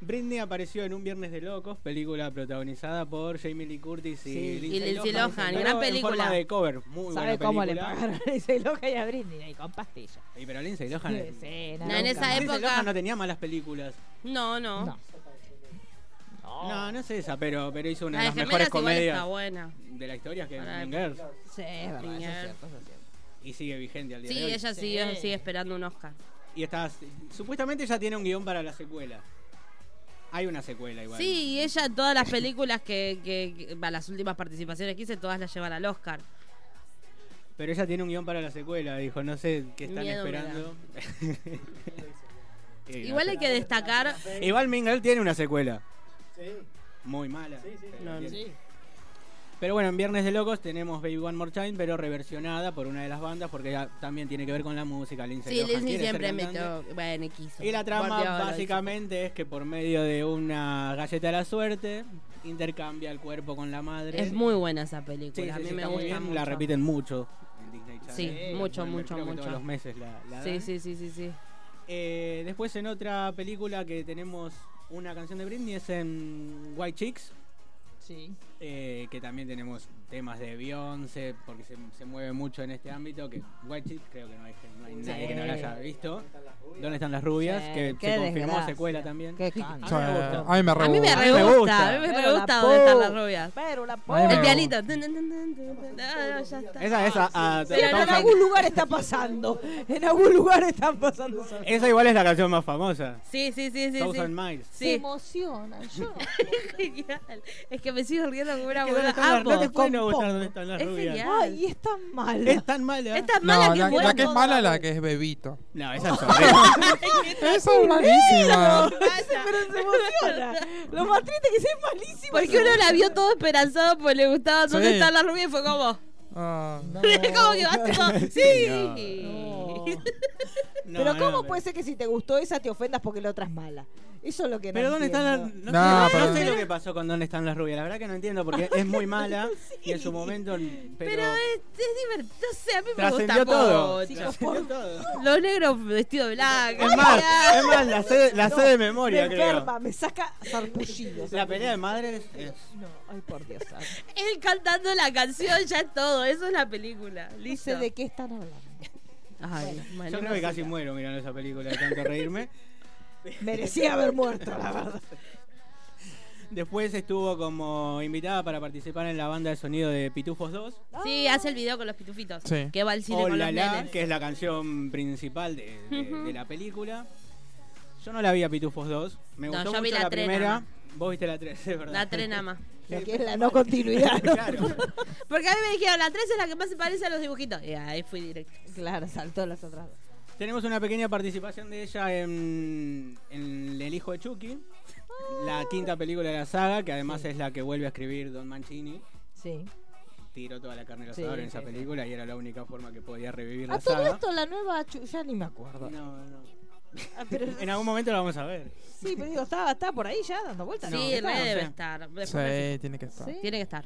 B: Britney apareció en Un Viernes de Locos, película protagonizada por Jamie Lee Curtis y
A: Sí.
E: Y Lindsay Lohan,
B: pero
E: gran
B: en
E: película.
B: forma de cover, muy
A: ¿Sabe
B: buena
A: cómo le
B: película.
A: pagaron a Lindsay Lohan y a Britney? Y con pastillas.
B: Y pero Lindsay Lohan.
A: Sí, sí,
E: No, en esa
B: Lindsay
E: época-
B: Lohan no tenía malas películas.
E: No, no.
A: No.
B: No, no es esa, pero, pero hizo una
E: la
B: de
E: de
B: las mejores
E: gemelas igual
B: comedias
E: está buena.
B: de la historia que es
E: Para-
B: Mean Girls,
A: Sí, es verdad, eso es cierto, eso es cierto.
B: y sigue vigente al día
E: Sí,
B: de hoy.
E: ella
A: Sí.
E: sigue, sigue esperando un Oscar.
B: Y está, supuestamente ella tiene un guión para la secuela. Hay una secuela igual.
E: Sí, y ella todas las películas que, que, que- va, las últimas participaciones que hice, todas las llevan al Oscar.
B: Pero ella tiene un guión para la secuela, dijo, no sé qué están
E: Miedo me da.
B: esperando. Y no
E: Igual
B: sé.
E: hay que destacar,
B: Igual Mean Girls tiene una secuela.
G: Sí,
B: Muy mala.
G: sí, sí.
E: No, no.
G: Sí.
B: Pero bueno, en Viernes de Locos tenemos Baby One More Time, pero reversionada por una de las bandas, porque ya también tiene que ver con la música. Lindsay
E: sí,
B: Lohan
E: Lindsay
B: quiere ser
E: siempre me
B: cantante.
E: to- Bueno, quiso.
B: Y la trama
E: Por Dios, lo hizo.
B: básicamente es que por medio de una galleta de la suerte intercambia el cuerpo con la madre.
E: Es muy buena esa
B: Sí,
E: película.
B: sí,
E: a mí
B: sí,
E: me
B: está muy
E: gusta
B: bien,
E: mucho.
B: La repiten mucho en Disney Channel.
E: Sí, mucho,
B: Bueno,
E: mucho,
B: creo que
E: mucho.
B: Todos los meses la, la
E: Sí,
B: dan.
E: sí, sí, sí, sí.
B: Eh, después en otra película que tenemos una canción de Britney es en White Chicks,
A: Sí.
B: eh, que también tenemos temas de Beyoncé, porque se, se mueve mucho en este ámbito, que White Chicks creo que no hay, no hay nadie que no la haya visto. ¿Dónde están las rubias?
A: Sí,
B: que
A: qué
B: se confirmó
A: desgracia.
B: secuela también. Ah,
A: Qué
D: Sí,
A: canto.
D: a mí me re
E: A mí me
D: gusta.
B: re
E: re gusta,
B: gusta.
E: a mí me re
A: Pero la
E: gusta donde están
A: po-
E: las rubias.
A: Pero la
D: A mí me
E: El
D: gusta.
A: pobre.
E: pianito. Dun, dun, dun, dun, dun, dun. Ah, ya está.
B: Esa, esa, ah,
A: Pero en
B: estamos-
A: algún lugar está pasando. En algún lugar están pasando esas cosas.
B: esa igual es la canción más famosa.
E: Sí, sí, sí, sí.
B: Thousand
E: sí.
B: Miles.
A: Se
E: Sí.
A: emocionan. Yo.
E: Genial. Es que me sigo riendo como una
B: Es que ¿dónde
E: boluda.
B: están las- no te
E: Amo.
B: puede no gustar
A: compongo.
B: dónde están las
E: Es
B: rubias.
E: genial.
A: Ay, es tan malo.
B: Es tan mala.
E: Es tan mala
D: No,
E: que
D: la,
E: es
D: la
E: buena.
D: que es mala la que es Bebito.
B: No, esa es horrible.
D: Esa es malísima.
A: Pero se emociona. Lo más triste es que es malísimo.
E: Porque uno la vio todo esperanzado porque le gustaba dónde
D: Sí.
E: están las rubias y fue como.
D: Ah.
E: Es como que vas tipo. Sí.
A: No.
B: No,
A: pero
B: no,
A: ¿cómo
B: pero-
A: puede ser que si te gustó esa te ofendas porque la otra es mala? Eso es lo que no
B: Pero ¿dónde están las.?
A: entiendo.
B: No,
D: No,
B: sé,
D: pero-
B: no sé lo que pasó con dónde están las rubias. La verdad que no entiendo porque es muy mala y en su momento. Pero.
E: Pero es, es divertido. No sé, a mí me
B: trascendió
E: gusta
B: todo.
E: mucho.
B: Trascendió todo.
E: Los negros vestidos de blanco.
B: Es más,
E: genial.
B: es más, la sé, la sé de
A: Me
B: memoria, creo.
A: enferma, me saca sarpullidos.
B: La pelea de madres es.
A: No, ay por Dios. santo.
E: Él cantando la canción, ya es todo. Eso es la película.
A: No
E: Listo.
A: sé de qué están hablando.
E: Ay, bueno,
B: Yo creo que casi muero mirando esa película de tanto reírme.
A: Merecía haber muerto, la verdad.
B: Después estuvo como invitada para participar en la banda de sonido de Pitufos 2.
E: Sí, hace el video con los pitufitos.
D: Sí.
E: Que va al cine
B: Hola,
E: con los
B: la,
E: nenes.
B: que es la canción principal de, de- de la película. Yo no la vi a Pitufos 2. Me
E: No,
B: gustó
E: yo vi
B: mucho
E: la
B: la,
E: tres
B: primera.
E: nada
B: Vos viste la 3, es verdad.
E: La tres nada más.
A: Lo que es la no continuidad. ¿no?
B: Claro.
E: Porque a mí me dijeron, la 3 es la que más se parece a los dibujitos. Y ahí fui directo.
A: Claro, saltó las otras dos.
B: Tenemos una pequeña participación de ella en, en El hijo de Chucky.
A: Ah.
B: La quinta película de la saga, que además es la que vuelve a escribir Don Mancini.
A: Sí.
B: Tiró toda la carne al
A: Sí,
B: asador en esa
A: sí, sí.
B: película y era la única forma que podía revivir
A: A
B: la
A: todo
B: saga.
A: esto, la nueva. Chu- Ya ni me acuerdo.
B: No, no.
A: Ah, pero-
B: En algún momento la vamos a ver.
A: sí, pero digo, estaba, estaba por ahí ya dando vueltas.
E: sí,
A: ¿no?
E: re
A: Estaba.
E: debe
B: sé.
E: estar. Después me fijo.
D: Sí, tiene que estar.
A: Sí.
E: Tiene que estar.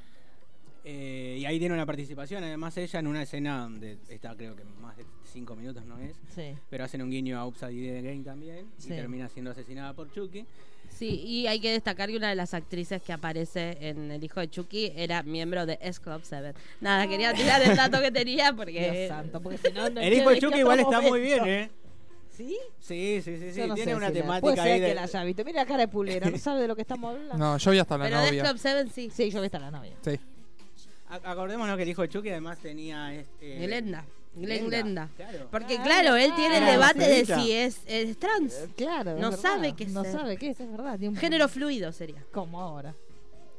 B: Eh, y ahí tiene una participación, además ella, en una escena donde está creo que más de 5 minutos, ¿no es?
A: Sí.
B: Pero hacen un guiño a Upside Down Game también
A: Sí.
B: y termina siendo asesinada por Chucky.
E: Sí, y hay que destacar que una de las actrices que aparece en El hijo de Chucky era miembro de S Club 7. Nada, quería tirar el dato que tenía porque.
A: Ah. Dios santo, porque si no, no
B: El hijo de
A: quiero
B: Chucky
A: que
B: igual
A: otro
B: está muy bien,
A: momento.
B: ¿eh?
A: ¿Sí?
B: Sí, sí, sí, sí.
A: Yo no
B: tiene
A: sé
B: una
A: si la-
B: temática
A: Puede ser
B: ahí de...
A: que la haya visto. Mira la cara de pulera, no sabe de lo que estamos hablando.
D: No, yo vi hasta la
E: Pero S
D: novia.
E: Club 7 sí.
A: Sí, yo vi hasta la novia.
D: Sí.
B: A- Acordémonos que el hijo de Chucky además tenía... Este,
E: Glenda. Glenn Glenda.
B: Claro.
E: Porque
A: Ah,
E: claro, él tiene el
A: claro.
E: debate de
B: Sí,
E: si es, es trans.
A: Eh, Claro. es
E: No
A: verdad.
E: sabe qué es
A: No
E: ser.
A: sabe qué es, es verdad. tiene un-
E: Género fluido sería.
A: Como ahora.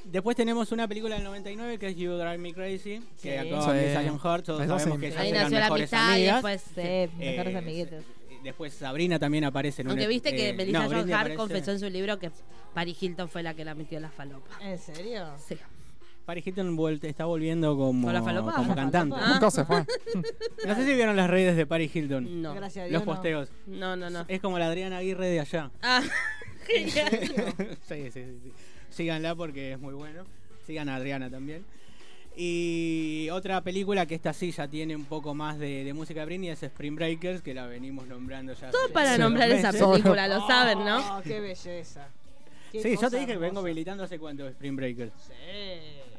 B: Después tenemos una película del 99 que es You Drive Me Crazy, que
A: Sí.
B: actúa
D: Sí.
B: Miss Allen Hart, todos
D: Esa
B: sabemos
D: sí.
B: que ellas
E: Ahí
B: eran
E: nació la
B: mejores
E: amistad y
B: amigas.
E: después.
A: Sí,
E: eh,
A: mejores
B: Eh,
A: amiguitos.
B: eh, Después Sabrina también aparece en un
E: Aunque
B: ep-
E: viste que
B: eh,
E: Melissa
B: no,
E: John
B: Britney
E: Hart
B: aparece-
E: confesó en su libro que Paris Hilton fue la que la metió en la falopa.
A: ¿En serio?
E: Sí.
B: Paris Hilton vuel- está volviendo como,
E: ¿Con la falopa?
B: como
A: Con la
B: cantante.
A: falopa.
D: Ah. Nunca se fue.
B: No sé si vieron las redes de Paris Hilton.
E: No.
A: Gracias a Dios.
B: Los posteos.
E: No, no, no.
B: Es como la Adriana Aguirre de allá.
E: Ah, genial.
B: sí, sí, sí, sí. Síganla porque es muy bueno. Sigan a Adriana también. Y otra película que esta sí ya tiene un poco más de, de música de Britney es Spring Breakers, que la venimos nombrando ya.
E: Todo
B: hace
E: para
D: Sí.
B: unos
E: nombrar esa
B: meses.
D: Sobre-
E: película, lo saben, ¿no?
A: Oh, qué belleza. Qué
B: Oh, Sí, yo
A: cosa
B: te dije que vengo
A: hermosa.
B: habilitando hace cuánto Spring Breakers.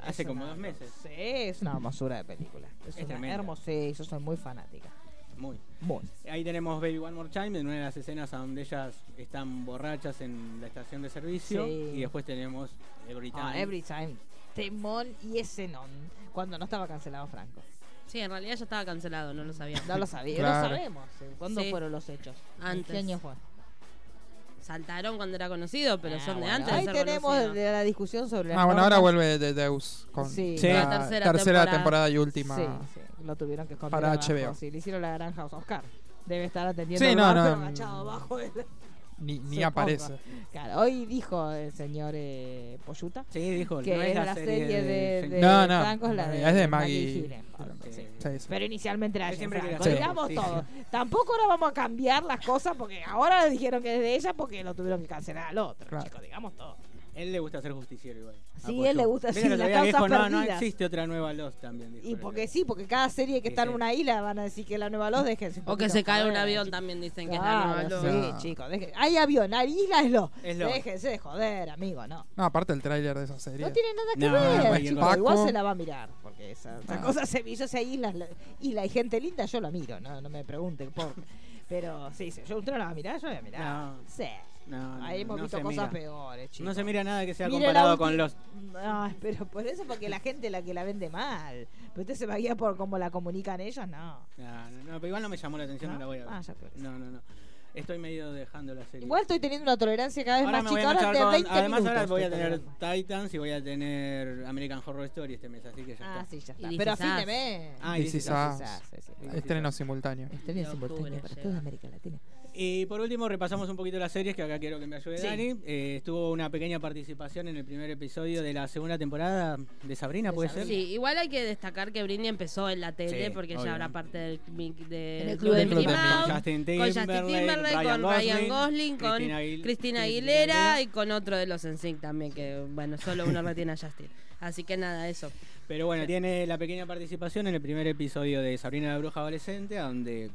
B: Hace
A: es
B: como
A: una-
B: dos meses.
A: Sí, es una hermosura de película. Es,
B: Es
A: una
B: tremenda.
A: hermosura. Yo soy muy fanática.
B: Muy.
A: Muy.
B: Ahí tenemos Baby One More Time en una de las escenas donde ellas están borrachas en la estación de servicio.
A: Sí.
B: Y después tenemos Every Time.
A: Ah, every time. Temón y ese non. Cuando no estaba cancelado Franco. Eh,
E: Sí, en realidad ya estaba cancelado, no lo sabía.
A: No lo sabía,
D: Claro.
A: no sabemos. eh, ¿Cuándo
E: Sí.
A: fueron los hechos? ¿En
E: Antes.
A: ¿Qué año fue? Ah,
E: Saltaron cuando era conocido, pero son de
A: bueno,
E: antes.
A: Ahí
E: de ser
A: tenemos
E: conocido.
A: la discusión sobre las
D: Ah, bueno, ahora
A: normas.
D: vuelve de Deus con
A: Sí.
D: la,
B: La
E: tercera
D: tercera,
E: temporada.
D: temporada. y última.
A: Sí, sí, lo tuvieron que esconder
D: Para
A: abajo,
D: HBO.
A: Sí, le hicieron la gran house Oscar. Debe estar atendiendo
D: Sí,
A: al
D: no,
A: bar,
D: no,
A: pero
D: mm.
A: agachado abajo de la-
D: Ni, ni
A: supongo.
D: aparece.
A: Claro, hoy dijo el señor eh, Poyuta
B: Sí, dijo.
A: que
B: no
A: es la serie, de, de
D: No, no,
A: Franco, es la de,
D: es
A: Maggie
D: de Maggie
A: Gyllenhaal,
B: Sí.
A: sí.
D: Sí, sí.
A: Pero inicialmente era
B: Yo
A: Jen
B: siempre
A: Franco.
B: quería-
A: Digamos
B: Sí.
A: todo. Tampoco ahora vamos a cambiar las cosas porque ahora dijeron que es de ella porque lo tuvieron que cancelar al otro.
D: Claro.
A: Chicos, digamos todo.
B: Él le gusta ser justiciero igual. Ah,
A: Sí,
B: Apoyó.
A: él le gusta,
B: Mira
A: sí,
B: que
A: las
B: todavía
A: causas
B: dijo, no, no
A: perdidas".
B: existe otra nueva Lost también. dijo
A: Y
B: el
A: porque
B: otro.
A: sí, porque cada serie que
B: Sí,
A: está en
B: sí.
A: una isla van a decir que es la nueva Lost, déjense. un
E: O que
A: poquito
E: se cae un
A: joder,
E: avión
A: chicos.
E: también, dicen que es la
A: Claro,
E: nueva
D: Lost.
A: sí,
D: No.
A: chicos. dejen- Hay avión, hay isla, es lo.
B: Es Lost.
A: Déjense de joder, amigo, no.
D: No, aparte el tráiler de esa serie.
A: No tiene nada que
B: No,
A: ver,
B: bueno,
A: chicos.
D: Paco.
A: Igual se la va a mirar. Porque esa, esa
D: Ah.
A: cosa se yo si hay islas la- isla y gente linda, yo la miro, no, no me pregunten por qué. Pero sí, sí, yo usted no la va a mirar, yo la voy a mirar.
B: No.
A: Sí.
B: No, no,
A: Ahí hemos
B: no
A: visto
B: se
A: cosas
B: mira.
A: peores, chicos.
B: No se mira nada que sea
A: Mire la
B: comparado
A: ulti-
B: con Lost.
A: No, pero por eso porque la gente la que la vende mal. Pero usted se va a guiar por cómo la comunican ellos, no.
B: No, no, no, pero igual no me llamó la atención, no,
A: ¿No?
B: la voy a ver.
A: Ah, ya creo que sí.
B: No, no, no. Estoy medio dejando la serie.
A: Igual estoy teniendo una tolerancia cada vez
B: Ahora
A: más
B: me voy
A: chica,
B: a
A: ahora
B: enganchar
A: de
B: con-
A: 20
B: Además,
A: minutos.
B: ahora voy a
A: estoy
B: tener
A: tolerando.
B: Titans y voy a tener American Horror Story este mes, así que ya
A: Ah,
B: está.
A: sí, ya
E: Y
A: está.
E: This
A: Pero a
E: Is
A: fin de
E: Us.
A: mes.
B: Ah,
D: This
B: y
D: is
B: sí, sí,
D: us.
B: sí.
A: Sí, sí.
B: sí, sí.
D: Estreno simultáneo.
A: Estreno
E: De octubre
A: simultáneo para
E: llega.
A: toda América Latina.
B: Y por último, repasamos un poquito las series que acá quiero que me ayude
A: Sí.
B: Dani. Eh, estuvo una pequeña participación en el primer episodio de la segunda temporada de Sabrina,
A: De
B: ¿puede
A: Sabrina.
E: Sí, igual hay que destacar que Britney empezó en la tele
B: Sí,
E: porque
B: obvio.
E: ella habrá parte del, mi- de-
A: En el
E: club de
D: Club
E: Mickey
D: de Mickey.
E: Mouse.
B: Con Justin
E: Con Justin
B: Timberlake,
E: Timberlake,
B: Ryan
E: con Ryan Gosling,
B: Gosling,
E: con
B: Cristina Aguil-
E: Cristina
B: Cristina
E: Aguilera
B: Aguilera.
E: y con otro de los NSYNC también, que bueno, solo uno retiene a Justin. Así que nada, eso.
B: Pero bueno, tiene la pequeña participación en el primer episodio de Sabrina la Bruja Adolescente, donde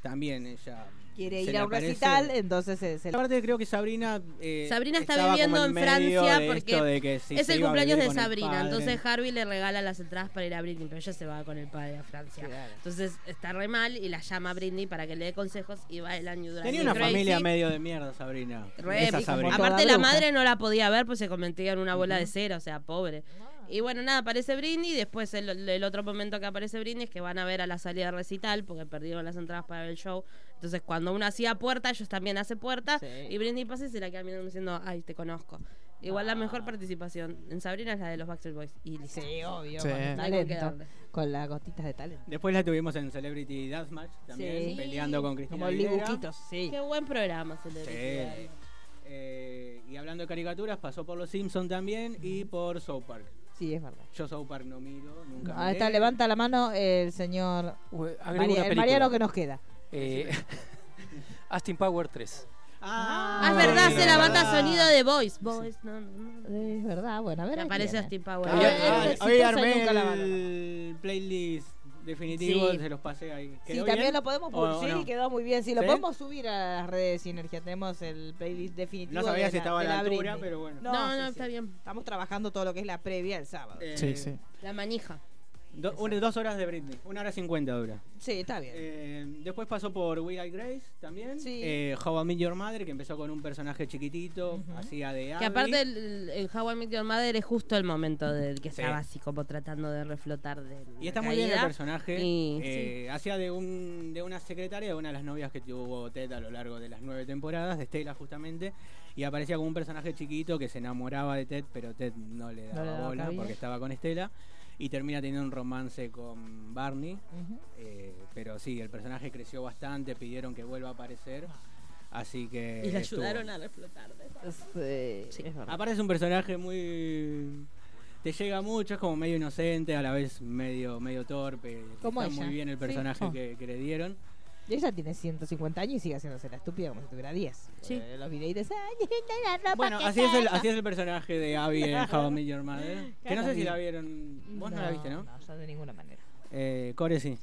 B: también ella.
A: Quiere
B: se
A: ir
B: le
A: a un
B: aparece.
A: recital, entonces se, se-
B: Aparte, creo que Sabrina. eh,
E: Sabrina está
B: estaba
E: viviendo
B: como
E: en
B: medio
E: Francia
B: de
E: porque
B: esto de que si
E: es
B: se
E: el
B: iba a
E: cumpleaños
B: vivir
E: de
B: con el
E: Sabrina,
B: padre.
E: entonces Harvey le regala las entradas para ir a Britney, pero ella se va con el padre a Francia.
A: Claro.
E: Entonces está re mal y la llama a Britney para que le dé consejos y va el año durante
B: Tenía una familia medio de mierda, Sabrina.
E: Re,
B: Esa
E: pico,
B: Sabrina.
A: Toda
E: Aparte la
A: bruja.
E: madre no la podía ver pues se convertía en una bola de cera, o sea, pobre.
A: Ah.
E: Y bueno, nada, aparece Britney, después el, el otro momento que aparece Britney es que van a ver a la salida del recital, porque perdieron las entradas para ver el show. Entonces cuando uno hacía puerta, ellos también hacen puerta,
A: Sí.
E: y Britney pasa y se la queda mirando diciendo, ay, te conozco. Igual la mejor participación en Sabrina es la de los Backstreet Boys. Y listo.
A: Ah. Sí, obvio,
D: Sí.
A: con el
E: No hay con qué
A: talento.
E: darle.
A: Con las gotitas de talento.
B: Después la tuvimos en Celebrity Deathmatch también,
A: Sí.
B: peleando con Cristina
A: Como
B: Aguilera.
A: libuquitos, sí.
E: Qué buen programa, se le
B: Sí. Eh, y hablando de caricaturas, pasó por Los Simpsons también y por South Park.
A: Sí, es verdad.
B: Yo South Park no miro, nunca.
A: Ahí
B: miré.
A: Ah, está, levanta la mano el señor
F: Ue- agrego
A: María-
F: una
A: el
F: película.
A: Mariano que nos queda.
F: Eh, Austin Power 3.
B: Ah,
E: Ah, es verdad,
B: sí,
E: hace la banda
B: verdad.
E: sonido de Boys. Boys, no, no, no.
A: Es verdad, bueno, a ver.
E: Que
A: ahí
E: aparece
A: viene.
E: Austin
B: Hoy,
E: Powers.
A: Ah,
E: Eh,
A: ah,
B: hoy-
A: exitosa
B: hoy armé
A: nunca la van a
B: el playlist definitivo,
A: Sí.
B: se los pasé ahí.
A: Sí,
B: ¿Quedó
A: también
B: bien?
A: lo podemos
B: ¿O-
A: publicar.
B: o
A: Sí,
B: no?
A: quedó muy bien. Sí, lo
B: ¿Sí?
A: podemos subir a las redes Sinergia. Tenemos el playlist definitivo.
B: No sabía
A: de
B: si estaba a
A: de
B: la altura,
A: Britney.
B: pero bueno.
E: No,
A: sí,
E: no,
A: sí.
E: está bien.
A: Estamos trabajando todo lo que es la previa el sábado.
B: Eh,
D: Sí, sí.
E: La manija.
B: do- una- dos horas de Britney, una hora cincuenta dura.
A: Sí, está bien.
B: Eh, después pasó por Will I Grace también.
A: Sí.
B: Eh, How I Met Your Mother, que empezó con un personaje chiquitito, hacía de
E: Que
B: Abby.
E: aparte el, el How I Met Your Mother es justo el momento del que
B: Sí.
E: estaba así como tratando de reflotar de
B: Y
E: la
B: está muy bien el
E: caída.
B: personaje.
E: Y-
B: Eh, Hacía de, un, de una secretaria, de una de las novias que tuvo Ted a lo largo de las nueve temporadas, de Stella justamente. Y aparecía como un personaje chiquito que se enamoraba de Ted, pero Ted no le daba
A: le daba
B: bola
A: cabida.
B: porque estaba con Stella. Y termina teniendo un romance con Barney.
A: Ujú.
B: Eh, pero sí, el personaje creció bastante, pidieron que vuelva a aparecer. Así que.
E: Ah. Y le
B: estuvo.
E: ayudaron a reflotar. de-
A: Sí, es verdad.
B: Aparte es un personaje muy te llega mucho, es como medio inocente, a la vez medio medio torpe.
A: Como
B: Está
A: ella.
B: muy bien el
A: Sí. Oh.
B: personaje
D: Ah.
B: que, que le dieron.
A: Y ella tiene 150 años y sigue haciéndose la estúpida como si tuviera 10.
E: Sí.
A: Eh, Los videitos, ay, linda la ropa
B: Bueno,
A: que
B: así es el
A: tengo".
B: así es el personaje de Abby en How I Met Your Mother. Que no sé si
A: Claro.
B: la vieron, vos no, la viste, ¿no?
A: No, yo de ninguna manera.
B: Eh, Core sí.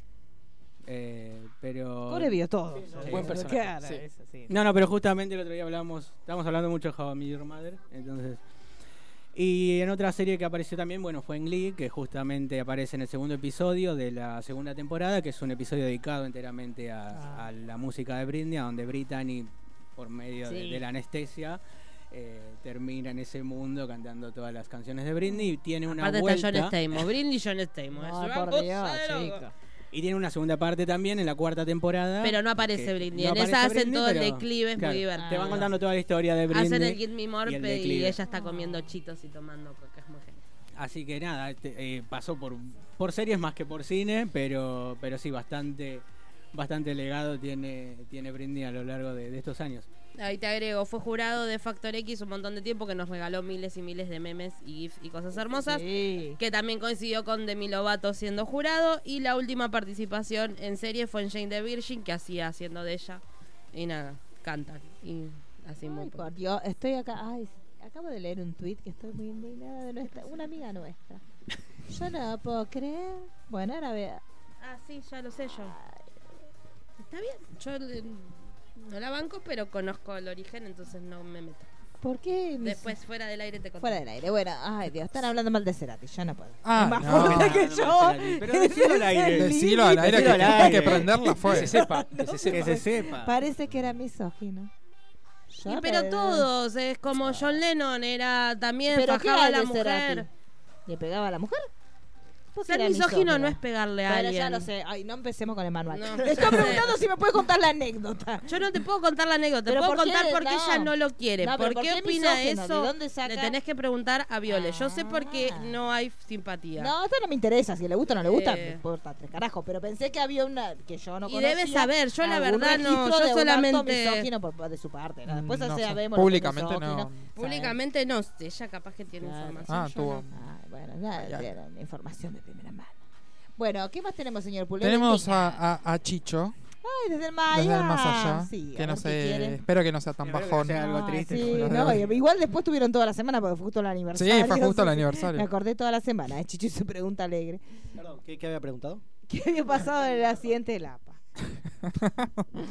B: Eh, pero.
A: Core vio todo.
B: Sí, no,
A: Sí.
B: Buen personaje.
A: Claro,
B: sí.
A: eso sí.
B: No, no, pero justamente el otro día hablamos, estábamos hablando mucho de How I Met Your Mother, entonces. Y en otra serie que apareció también, bueno, fue en Glee, que justamente aparece en el segundo episodio de la segunda temporada, que es un episodio dedicado enteramente a,
E: Ah.
B: a la música de Britney, a donde Brittany, por medio de,
F: Sí.
B: de la anestesia, eh, termina en ese mundo cantando todas las canciones de Britney y tiene una
E: Aparte
B: vuelta.
E: está John Stamos. Brindy y John Stamos.
A: No,
E: Es una
A: por
E: cosa
A: Dios,
E: de loco.
A: chico.
B: Y tiene una segunda parte también en la cuarta temporada.
E: Pero no aparece
B: que-
E: Britney. En esa hacen todo el declive, es muy divertido.
B: Te van contando toda la historia de Britney.
E: Hacen el Get Me Morpe
B: y
E: y,
B: el declive.
E: ella está comiendo chitos y tomando coca. Es muy genial.
B: Así que nada, este, eh, pasó por, por series más que por cine, pero, pero sí, bastante, bastante legado tiene, tiene Britney a lo largo de, de estos años.
E: Ahí te agrego, fue jurado de Factor X un montón de tiempo que nos regaló miles y miles de memes y gifs y cosas hermosas. Que también coincidió con Demi Lovato siendo jurado. Y la última participación en serie fue en Jane the Virgin, que hacía haciendo de ella. Y nada, cantan. Y así muy
A: Ay,
E: poco.
A: por Dios, estoy acá. Ay, acabo de leer un tweet que estoy muy indignada de nuestra, una amiga nuestra. Yo no puedo creer. Bueno, ahora vea.
E: Ah, sí, ya lo sé yo. Está bien, yo eh, no la banco, pero conozco el origen, entonces no me meto.
A: ¿Por qué? mis-
E: Después fuera del aire te conté.
A: Fuera del aire. Bueno, ay Dios, están hablando mal de Cerati. Yo no puedo.
D: Ah,
A: Es más
D: no,
A: fuerte
D: no,
A: que
D: no,
A: yo.
B: Cerati, pero decilo al aire.
A: Ese
D: Decilo al
A: límite.
D: aire que
B: Decilo al
D: tenés que
B: aire.
D: prenderla
F: Que
D: fuera.
F: se sepa, que se sepa.
B: Que se sepa.
A: Parece que era misógino. Yo
E: Y
A: no
E: pero
A: puedo.
E: todos, es como John Lennon, era también
A: ¿Pero qué
E: fajaba a
A: hay
E: la
A: de
E: mujer.
A: Cerati? ¿Le pegaba a la mujer? Pues
E: Ser
A: era
E: misógino no
A: misógino.
E: es pegarle a
A: Bueno,
E: alguien.
A: ya lo sé. Ay, no empecemos con el manual.
E: No,
A: Le
E: ya
A: Estoy
E: sé.
A: preguntando si me puede contar la anécdota.
E: Yo no te puedo contar la anécdota, te
A: Pero
E: puedo
A: ¿por qué?
E: contar por qué
A: No.
E: ella no lo quiere.
A: No, pero
E: ¿Por,
A: ¿por
E: qué
A: qué
E: opina
A: misógino?
E: eso?
A: ¿De dónde saca?
E: Le tenés que preguntar a Viole. Yo sé por qué
A: Ah.
E: no hay simpatía.
A: No, esto no me interesa. Si le gusta o no le gusta,
E: Eh.
A: me importa tres carajos. Pero pensé que había una que yo no
E: Y
A: conocía.
E: debes saber, yo la
A: algún
E: verdad no,
A: registro
E: yo
A: de un acto
E: solamente-
A: misógino por- por- de su parte. ¿no? Después
D: Mm, No
A: ya
D: sé,
A: sabemos. lo que es
D: públicamente no.
A: misógino.
E: Públicamente no, ella capaz que tiene
A: Claro.
E: información.
D: Ah,
E: yo
D: tuvo.
E: no.
A: Ah, bueno, nada,
D: Ay, ay.
A: era una información de primera mano. Bueno, ¿qué más tenemos, señor Pulero?
D: Tenemos
A: Indignada.
D: a, a- a Chicho,
A: Ay, desde el más
D: desde el
A: allá.
D: más allá.
A: Ah, Sí,
D: que
A: a
D: no
A: ver qué
D: sé,
A: quieren.
D: espero que no sea tan
B: Espero que no
D: bajón.
B: sea- algo
A: Ah,
B: triste,
A: sí,
B: como
A: no,
D: lo de-
A: y- igual después tuvieron toda la semana porque fue justo el
D: Sí,
A: aniversario.
D: fue justo el
A: sí, sí. Me
D: aniversario.
A: acordé toda la semana. eh, Chichu se pregunta alegre.
G: Perdón, ¿qué, qué había preguntado?
A: ¿Qué había pasado en el accidente de Lapa? Era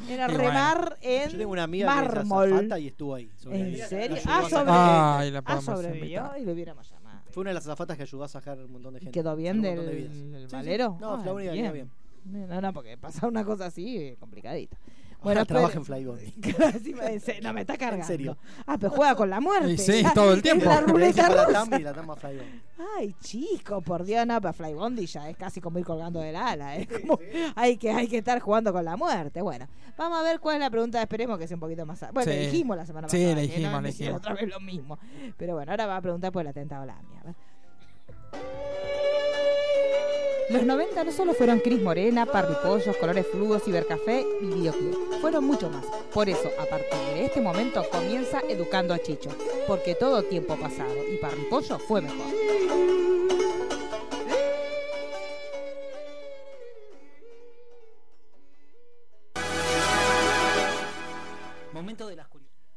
D: Y bueno,
A: remar en
G: Yo tengo una amiga que es
A: mármol. Ah,
G: azafata y estuvo ahí.
A: ¿En
G: sobrevivió.
A: serio?
G: Ayudó
A: Ah,
G: a sacar-
A: sobrevivió.
D: Ay, la
A: ah,
D: podemos
A: sobrevivió
D: invitar.
A: y lo hubiéramos llamado.
G: Fue una de las azafatas que ayudó a sacar un montón de
A: ¿Y
G: gente.
A: quedó bien
G: Un montón
A: del,
G: de vidas.
A: del
G: Sí, sí.
A: valero?
G: No,
A: Ah,
G: fue la única que quedó bien.
A: No, no, porque pasar una cosa así, eh, complicadita.
G: Bueno,
A: pero-
G: trabaja en Flyboy.
A: Sí, me dice, no, me está cargando.
G: serio.
A: Ah, pero juega con la muerte.
D: Y sí, todo el
A: Es
D: tiempo.
A: La
G: Le hice
A: ruleta
G: para
A: rusa.
G: Tammy y la Tama Flyboy.
A: Ay, chico, por Dios, no, pero Fly Bondi ya es casi como ir colgando del ala. Es como, Hay, que, hay que estar jugando con la muerte. Bueno, vamos a ver cuál es la pregunta. Esperemos que sea un poquito más. a- Bueno,
D: Sí.
A: le dijimos la semana
D: Sí,
A: pasada. que
D: le dijimos,
A: no,
D: le
A: me hicieron
D: dijimos.
A: Otra vez lo mismo. Pero bueno, ahora va a preguntar por el atentado a la AMIA. a ver. Los 90 no solo fueron Cris Morena, Parripollos, Colores Fluos, Cibercafé y Videoclub. Fueron mucho más. Por eso, a partir de este momento, comienza Educando a Chicho. Porque todo tiempo pasado y Parripollo fue mejor.
F: Momento de las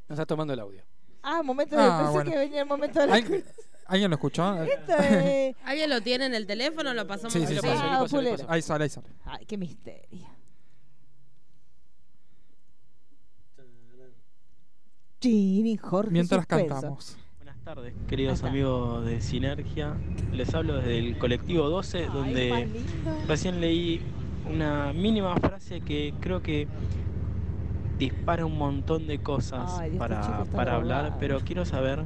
F: Nos está tomando el audio.
A: Ah, momento de.
D: Ah,
A: pensé
D: bueno.
A: que venía el momento de la.
D: ¿Alguien, alguien lo escuchó?
A: Esto es-
E: ¿Alguien lo tiene en el teléfono? ¿Lo pasamos?
D: Sí, sí,
E: por
D: sí.
E: el-
D: Ah,
F: paso, le
A: pulero.
F: paso.
D: Ahí sale, ahí sale.
A: Ay, qué misterio. Chini, Jorge.
D: Mientras
A: suspenso.
D: cantamos.
J: Buenas tardes, queridos
A: Ahí está.
J: amigos de Sinergia. Les hablo desde el colectivo 12,
A: Ay, más
J: donde
A: lindo.
J: recién leí una mínima frase que creo que dispara un montón de cosas
A: Ay, Dios, este chico
J: para,
A: está drogado.
J: para hablar, pero quiero saber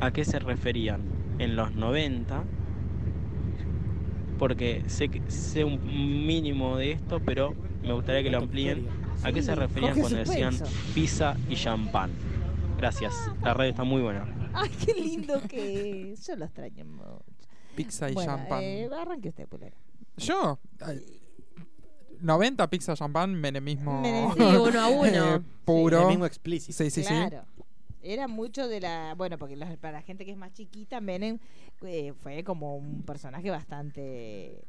J: a qué se referían en los 90, porque sé, que- sé un mínimo de esto, pero me gustaría que lo amplíen. ¿A qué se
A: Sí,
J: referían
A: Jorge
J: cuando decían
A: Suspenso.
J: pizza y champán? Gracias, la radio está muy buena.
A: Ay, qué lindo que es. Yo lo extraño mucho.
D: Pizza y
A: bueno,
D: champán.
A: eh, arranque usted, Pulero.
D: Yo. ay, 90 pizza champán, menemismo.
A: Menem-
E: Sí, uno a
D: eh,
E: uno.
D: puro.
G: El mismo explícito.
D: Sí, sí, sí.
A: claro. Era mucho de la. Bueno, porque los- para la gente que es más chiquita, Menem eh, fue como un personaje bastante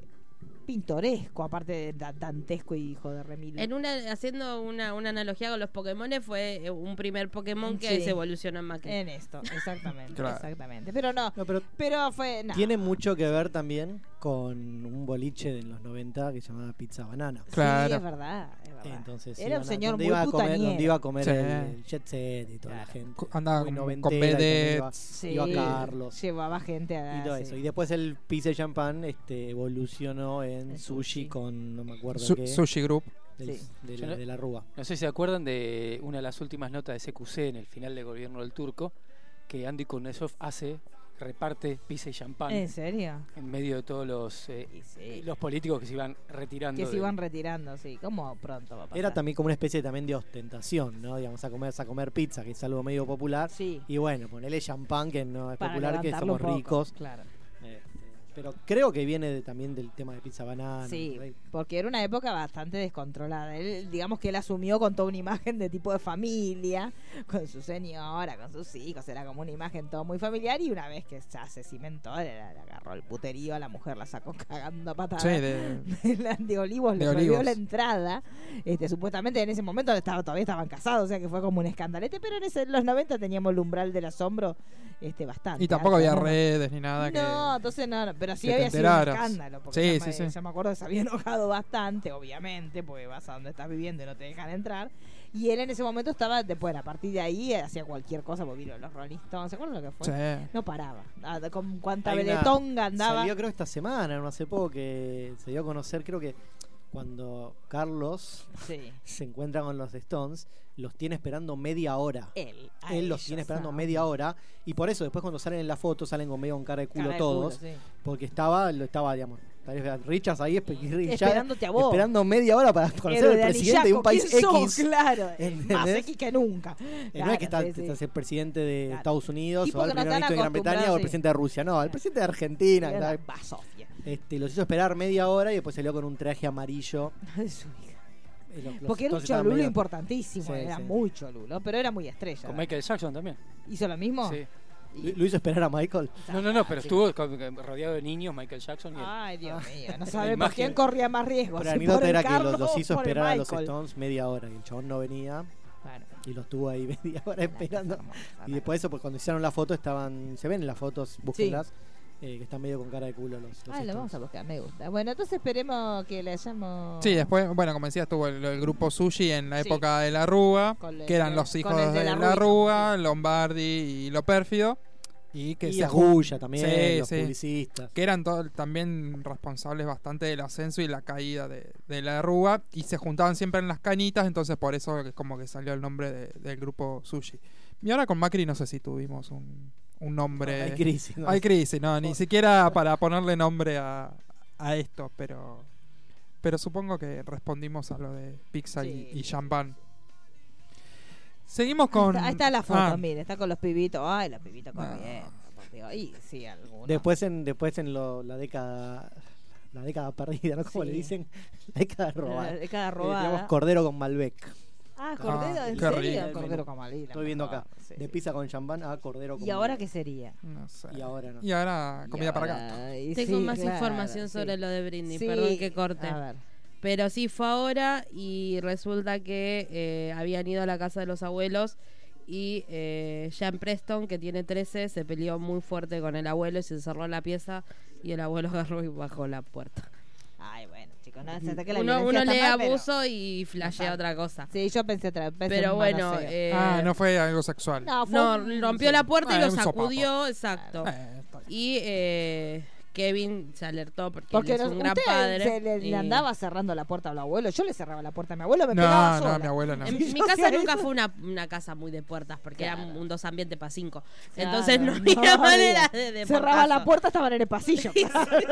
A: pintoresco, aparte de da- dantesco y hijo de remil.
E: En una, haciendo una, una analogía con los Pokémon, fue eh, un primer Pokémon que
A: Sí.
E: se evolucionó en Macri.
A: En esto, exactamente,
D: Claro.
A: exactamente. Pero no,
G: No, pero
A: pero fue. no.
G: tiene mucho que ver también
B: con un boliche de los 90 que se llamaba Pizza Banana.
D: Claro.
A: Sí, es verdad. es verdad.
B: Entonces,
A: Era
B: iban
A: un
B: a-
A: señor
B: donde
A: muy
B: iba a comer,
A: putañero.
B: donde iba a comer
D: Sí.
B: el, el jet set y toda la gente.
D: Andaba
B: Muy
D: con- con
B: noventera, y también iba-
A: Sí,
B: Iba, Carlos.
A: Llevaba gente a.
B: Y todo
A: sí.
B: eso. Y después el pizza y champán este, evolucionó en sushi con, no me acuerdo
D: Su-
B: qué.
D: Sushi Group.
B: Del-
J: Sí.
B: del-
J: Yo no-
B: de la Rúa.
J: No sé si se acuerdan de una de las últimas notas de CQC en el final del gobierno del turco, que Andy Kurnesov hace, reparte pizza y champán.
A: ¿En serio?
J: En medio de todos los, eh, los políticos que se iban retirando.
A: Que se
J: del-
A: iban retirando, sí. ¿Cómo pronto va a pasar?
B: Era también como una especie también de ostentación, ¿no? Digamos, a comer, a comer pizza, que es algo medio popular. Y bueno, ponele champán, que no es
A: Para
B: popular, que
A: levantarlo
B: somos
A: un poco,
B: ricos.
A: Claro.
B: Este, Pero creo que viene de- también del tema de pizza banana.
A: Sí,
B: por Ah, ahí.
A: porque era una época bastante descontrolada. Él, digamos que él asumió con toda una imagen de tipo de familia, con su señora, con sus hijos, era como una imagen todo muy familiar y una vez que ya se cimentó, le, le agarró el puterío, a la mujer la sacó cagando a patadas.
D: Sí, de-
A: La- de Olivos le
D: De
A: prohibió
D: Olivos.
A: la entrada. Este, supuestamente en ese momento estaba, todavía estaban casados, o sea que fue como un escandalete, pero en ese- en los 90 teníamos el umbral del asombro este bastante.
D: Y tampoco había
A: alto, ¿no?
D: redes ni nada que.
A: No, entonces no, no, pero sí
D: que te
A: había sido un
D: enteraras.
A: escándalo. Porque
D: Sí,
A: ya,
D: sí,
A: me,
D: sí.
A: ya me acuerdo que se había enojado bastante, obviamente, porque vas a donde estás viviendo y no te dejan entrar. Y él en ese momento estaba, de- bueno, a partir de ahí eh, hacía cualquier cosa, porque vino los Rolling Stones, ¿se acuerdan lo que fue?
B: Sí.
A: No paraba. Ah, de- Con cuánta
B: Hay una-
A: veletonga andaba.
B: Salió creo esta semana, no hace poco, que se dio a conocer, creo que cuando Carlos
A: Sí.
B: se encuentra con los Stones, los tiene esperando media hora.
A: Él. a
B: Él los tiene
A: ellos,
B: esperando
A: ¿no?
B: media hora y por eso después cuando salen en la foto salen con medio con cara de culo
A: Cara de culo,
B: todos
A: sí.
B: porque estaba lo estaba digamos tal vez Richards ahí espe- y ya-
A: Esperándote a vos.
B: esperando media hora para conocer al
A: Héroe de
B: presidente de
A: Anillaco,
B: un país
A: ¿quién
B: X
A: sos? Claro,
B: ¿Entendés?
A: más X que nunca.
B: Eh,
A: Claro,
B: no es que está,
A: sí, sí.
B: es el presidente de Estados Unidos
A: Tipo
B: o el
A: que no
B: primer
A: están
B: ministro de Gran Bretaña o el
A: acostumbrados, sí.
B: presidente de Rusia no el presidente de Argentina
A: Era
B: ¿verdad?
A: una basofia.
B: este, los hizo esperar media hora y después salió con un traje amarillo
A: Su hija.
B: Eh, los- los
A: Porque era un
B: Stones estaban
A: cholulo
B: medio-
A: importantísimo,
B: Sí,
A: era
B: sí.
A: muy cholulo, pero era muy estrella.
J: Con Michael Jackson también.
A: ¿Hizo lo mismo?
J: Sí.
B: ¿Lo lo hizo esperar a Michael?
J: No, no, no, pero estuvo con- rodeado de niños, Michael Jackson. Y él.
A: Ay, Dios
D: Ah.
A: mío, no
J: La
A: sabemos
J: imagen.
A: quién corría más riesgos.
B: Pero la
A: si por
B: anécdota
A: el
B: era que
A: Carlos
B: los, los hizo
A: o por el
B: esperar a los
A: Michael.
B: Stones media hora, y el chabón no venía.
A: Claro.
B: Y los tuvo ahí media hora esperando. Y después de eso, pues cuando hicieron la foto, estaban. Se ven en las fotos, búsquenlas, eh, que están medio con cara de culo los. los
A: Ah, lo
B: Stones.
A: vamos a buscar, me gusta. Bueno, entonces esperemos que le hayamos...
D: Sí, después, bueno, como decía, estuvo el, el grupo Sushi en la
A: Sí.
D: época de la Rúa,
A: Con el-
D: que eran
A: con-
D: los hijos
A: con el
D: de,
A: de La
D: la
A: Rúa,
D: Rúa, Lombardi y Lo Pérfido. Y que
B: Y
D: se
B: Agulla también, los publicistas.
D: Que eran to- también responsables bastante del ascenso y la caída de, de la Rúa. Y se juntaban siempre en las canitas, entonces por eso es como que salió el nombre de- del grupo Sushi. Y ahora con Macri no sé si tuvimos un, un nombre.
B: Hay crisis, ¿no?
D: Hay crisis, no, ni siquiera para ponerle nombre a, a esto, pero. Pero supongo que respondimos a lo de pizza y- y, champán. Seguimos con.
A: Ahí está la foto,
D: Ah,
A: mire, está con los pibitos. Ay, los pibitos comiendo. por Dios. Y sí, algunos.
B: Después en, después en lo- la década. La década perdida, ¿no? Como
A: Sí.
B: le dicen, la década robada.
A: La década
B: Eh,
A: robada.
B: digamos, Cordero con Malbec.
A: Ah, Cordero,
D: Ah,
A: ¿en
D: qué
A: serio?
D: rico.
A: Cordero con Malbec.
B: Estoy viendo acá. De pizza con champán a Cordero con
A: ¿Y ahora
B: Malbec.
A: qué sería?
D: No sé.
B: Y ahora no.
D: Y ahora comida para gato.
A: gato.
E: Tengo más información sobre lo de Britney,
A: Sí, Ah.
E: perdón que corte.
A: a ver.
E: Pero sí, fue ahora y resulta que eh, habían ido a la casa de los abuelos y eh, Jan Preston, que tiene 13, se peleó muy fuerte con el abuelo y se encerró en la pieza y el abuelo agarró y bajó la puerta.
A: Ay, bueno, chicos, no, se que la
E: uno
A: violencia
E: uno
A: está
E: lee
A: mal, pero-
E: abuso y flashea otra cosa.
A: Sí, yo pensé otra pensé
E: Pero
A: un
E: bueno,
A: manoseo.
E: eh,
D: ah, no fue algo sexual.
A: No, Ah, fue
E: No,
A: un-
E: rompió la puerta
D: Ah,
E: y
D: era
E: lo
D: un sopapo.
E: sacudió, exacto.
D: Eh,
E: y eh, Kevin se alertó porque,
A: Porque
E: él es
A: nos-
E: un gran
A: usted
E: padre.
A: se le, le
E: y-
A: andaba cerrando la puerta a los abuelos. Yo le cerraba la puerta a mi abuelo, me
D: No,
A: pegaba
D: no,
A: sola.
D: mi abuelo no.
E: En
A: Sí,
E: mi
A: yo
E: casa
A: hacía
E: nunca
A: eso.
E: fue una, una casa muy de puertas, porque era un dos ambiente para cinco.
A: Claro,
E: Entonces no había
A: no
E: manera
A: había.
E: de, de
A: Cerraba la
E: portazo.
A: puerta, estaban en el pasillo.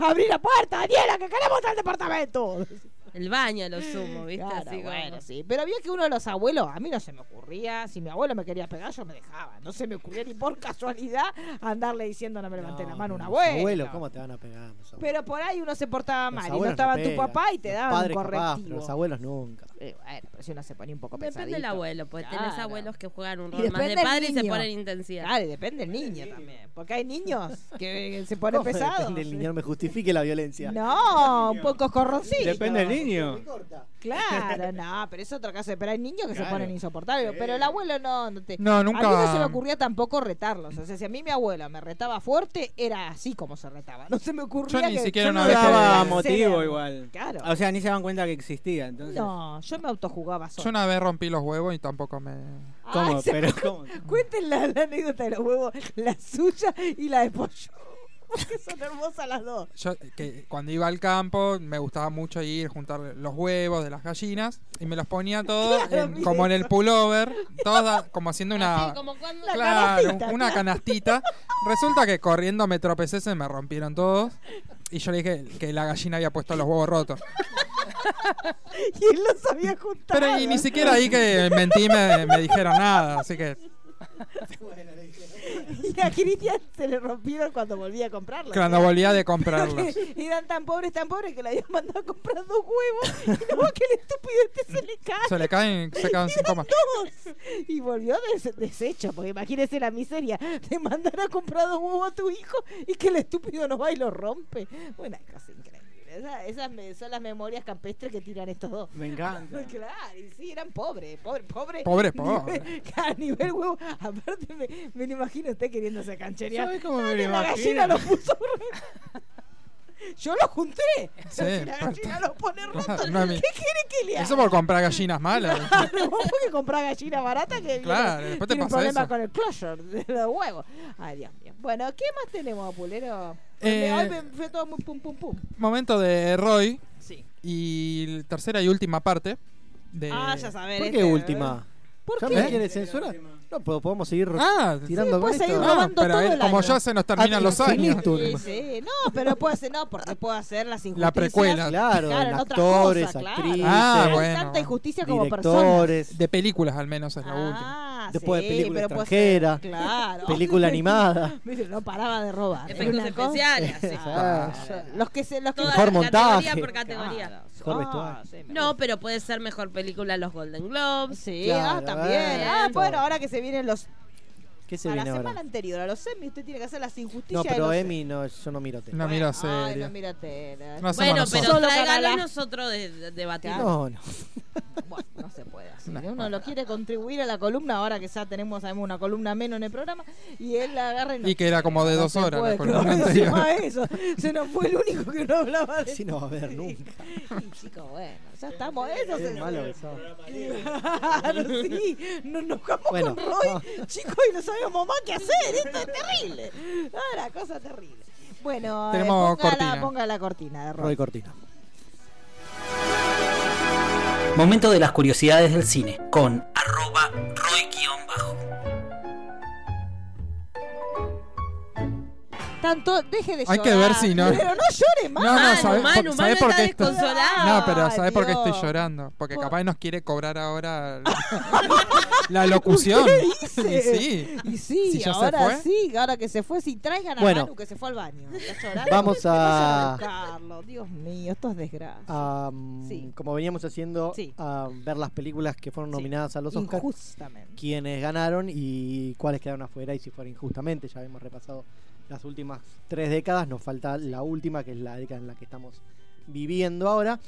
A: Abrí la puerta, Daniela, que queremos al departamento.
E: El baño a lo sumo, ¿viste?
A: Claro,
E: Así como-
A: bueno, sí. Pero había que uno de los abuelos, a mí no se me ocurría, si mi abuelo me quería pegar, yo me dejaba. No se me ocurría ni por casualidad andarle diciendo no me levanté la mano a un
B: Los
A: abuelo.
B: abuelos, ¿cómo te van a pegar? Los abuelos?
A: Pero por ahí uno se portaba
B: Los
A: mal y no
B: abuelos
A: estaba tu
B: pegan.
A: papá y te
B: Los
A: daban un
B: padres capaz, pero
A: correctivo.
B: los abuelos nunca.
A: Eh, bueno, pero si uno se ponía un poco
E: Depende
A: pesadito.
E: del abuelo, porque tenés
A: Claro.
E: abuelos que juegan un
A: Y
E: rol más
A: depende
E: de
A: del
E: padre y se
A: niño.
E: ponen intensidad.
A: Claro, y depende del niño también. Porque hay niños que se ponen
B: ¿Cómo depende
A: pesados.
B: del niño? No me justifique la violencia.
A: No, un poco corroncito.
B: Depende del
K: niño.
A: Claro, no, pero es otro caso. Pero hay niños que se
K: Claro.
A: ponen insoportables. Pero el abuelo no. No, te-
D: No, nunca-
A: A mí no se me ocurría tampoco retarlos. O sea, si a mí mi abuela me retaba fuerte, era así como se retaba. No se me ocurría.
D: Yo ni
A: que-
D: siquiera
A: yo no
D: una
K: le
D: vez que-
K: daba
A: Sí,
K: motivo
A: era-
K: igual.
A: Claro.
K: O sea, ni se dan cuenta que existía. Entonces,
A: No, yo me autojugaba
D: Yo
A: solo.
D: una vez rompí los huevos y tampoco me.
K: ¿cómo? Pero, ¿cómo?
A: Cuenten la, la anécdota de los huevos, la suya y la de pollo. Porque son hermosas las dos.
D: Yo, eh, que cuando iba al campo me gustaba mucho ir juntar los huevos de las gallinas y me los ponía todos
A: Claro,
D: en-
A: mira
D: como en
A: eso.
D: el pullover, toda, como haciendo una,
E: Como cuando
A: La
D: claro,
A: canastita,
D: una
A: claro.
D: canastita. Resulta que corriendo me tropecé, se me rompieron todos y yo le dije que la gallina había puesto los huevos rotos.
A: Y él los había juntado.
D: Pero y ni siquiera ahí que mentí me, me dijeron nada, así que
A: Y a Cristian se le rompieron cuando volvía a comprarlos.
D: cuando volvía de comprarlos.
A: Y eran tan pobres, tan pobres que le habían mandado a comprar dos huevos. Y luego que el estúpido este se le cae.
D: Se le caen, se quedan sin coma.
A: dos. Y volvió des- deshecho, porque imagínese la miseria de mandar a comprar dos huevos a tu hijo y que el estúpido no va y lo rompe. Una cosa increíble. Esa- esas me- son las memorias campestres que tiran estos dos.
K: Me encanta.
A: Claro, y sí, eran pobres, pobres, pobres.
D: Pobre, pobre.
A: Nivel- A nivel huevo, aparte me, me lo imagino usted queriéndose cancherear.
K: ¿Sabe cómo me
A: Ah,
K: lo
A: que la
K: imagino?
A: gallina lo puso roto. Yo lo junté.
D: Sí,
A: Que la
D: aparte.
A: gallina lo pone roto.
D: No, a
A: ¿Qué
D: mí-
A: quiere que le haga?
D: Eso por comprar gallinas malas.
A: Claro, vos porque comprás gallina barata que viene-
D: Claro, después te
A: tiene un
D: pasa
A: problema
D: eso.
A: con el closure de los huevos. Ay, Dios mío. Bueno, ¿qué más tenemos, Pulero?
D: Eh,
A: Hoy me fue todo muy pum pum pum.
D: Momento de Roy
A: Sí.
D: y la tercera y última parte de
A: Ah, ya sabés.
B: ¿Por
A: este,
B: qué última?
A: ¿Por
B: ¿Ya
A: qué?
B: me quiere censurar? No, pero podemos seguir
D: Ah,
B: tirando con
A: puede seguir
B: esto.
A: robando.
D: Ah, pero
A: todo
D: él-
A: el
D: como
A: año.
D: ya se nos terminan
B: Ad
D: los años.
A: Sí,
B: infinitum.
A: sí. No, pero puede hacer, no, porque puede hacer las injusticias.
D: precuela.
A: Ah,
B: Claro,
A: Claro, en
B: en
A: otras
B: actores,
A: cosas, claro.
B: actrices,
D: Ah,
A: Hay
D: bueno.
A: tanta injusticia como persona.
B: directores,
D: De películas al menos es la última.
A: Ah,
B: Después de
A: sí,
B: película
A: pero puede ser-
B: extranjera,
A: claro.
B: película animada.
A: Viste, No paraba de robar. Era
E: Efectos
A: una cosa-
E: especiales. así.
B: Ah,
A: Los que se los que
E: Toda
B: Mejor
E: la
B: montaje.
E: categoría por categoría.
B: Mejor vestuario.
E: No, pero puede ser mejor película los Golden Globes.
A: Sí,
B: Claro,
A: ah, también.
B: bueno,
A: ah,
B: todo.
A: bueno, ahora que se vienen los.
B: ¿Qué se
A: a la
B: viene
A: semana
B: ahora?
A: anterior, a los semis, usted tiene que hacer las
B: No,
A: injusticias. de
B: pero
A: los
B: Emi, no, yo no miro tele.
D: No miro
A: Ay,
D: serie.
A: no, mira tele.
D: No hacemos
E: Bueno,
D: nosotros.
E: pero
A: Solo
E: tráigalo
A: Canalá.
E: y nosotros de- de- debatimos.
B: No, no.
A: Bueno, no se puede así. Uno lo quiere contribuir a la columna, ahora que ya tenemos sabemos, una columna menos en el programa, y él la agarra y no.
D: Y que era como de
A: No
D: dos
A: se
D: horas la
A: puede,
D: columna
A: claro,
D: anterior.
A: encima eso. Se nos fue el único que no hablaba de
B: Así no va a ver nunca.
A: Y chicos, bueno, ya estamos. Eso
B: Qué
A: se
B: malo que sos.
A: Claro, sí. Nos enojamos
B: Bueno,
A: con Roy,
B: no.
A: chicos, y no sabemos más qué hacer. Esto es terrible. Ah, la cosa terrible. Bueno, eh,
D: Tenemos
A: ponga, la,
D: cortina.
A: ponga la cortina de Roy.
B: Roy Cortina.
L: Momento de las curiosidades del cine con arroba
A: Tanto, deje de llorar.
D: Hay que ver si no-
A: Pero no llore más.
D: No, no,
E: Manu,
D: ¿sabes,
E: Manu,
D: por, ¿sabés
E: Manu
D: por
E: está
D: qué esto-
E: desconsolado.
D: No, pero ¿sabes por qué
A: Dios.
D: estoy llorando? Porque
A: Por-
D: capaz nos quiere cobrar ahora la locución.
A: ¿Qué hice?
D: Y sí.
A: Y sí,
D: Si ya se
A: ahora
D: fue.
A: sí, ahora que se fue, si traigan a
B: Bueno.
A: Manu que se fue al baño. Está llorando.
B: Vamos
A: Que vayan
B: a-
A: buscarlo. Dios mío, esto es desgracia.
B: a, mm,
A: Sí.
B: como veníamos haciendo,
A: Sí.
B: a ver las películas que fueron
A: Sí.
B: nominadas a los Oscars,
A: Injustamente.
B: quiénes ganaron y cuáles quedaron afuera y si fueron injustamente. Ya hemos repasado las últimas tres décadas, nos falta la última, que es la década en la que estamos viviendo ahora.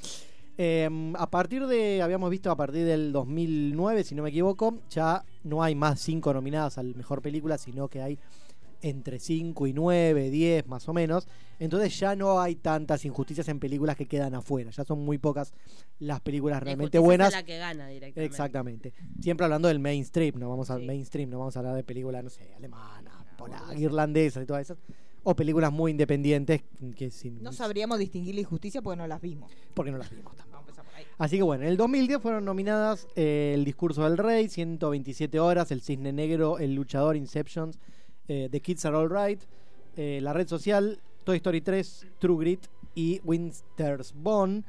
B: Eh, a partir de, habíamos visto a partir del 2009, si no me equivoco, ya no hay más cinco nominadas al mejor película, sino que hay entre 5 y 9, 10 más o menos. Entonces ya no hay tantas injusticias en películas que quedan afuera. Ya son muy pocas las películas
E: La
B: realmente
E: injusticia es
B: buenas.
E: La que gana directamente.
B: Exactamente. Siempre hablando del mainstream, no vamos al
A: Sí.
B: mainstream, no vamos a hablar de películas, no sé, alemanas, polacas, irlandesas y todas esas. O películas muy independientes que sin,
A: No sabríamos distinguir la injusticia porque no las vimos.
B: porque no las vimos tampoco.
A: Vamos a empezar por ahí.
B: Así que bueno, en el 2010 fueron nominadas eh, El Discurso del Rey, 127 Horas, El Cisne Negro, El Luchador, Inceptions, eh, The Kids Are Alright, eh, La Red Social, Toy Story 3, True Grit y Winter's Bone.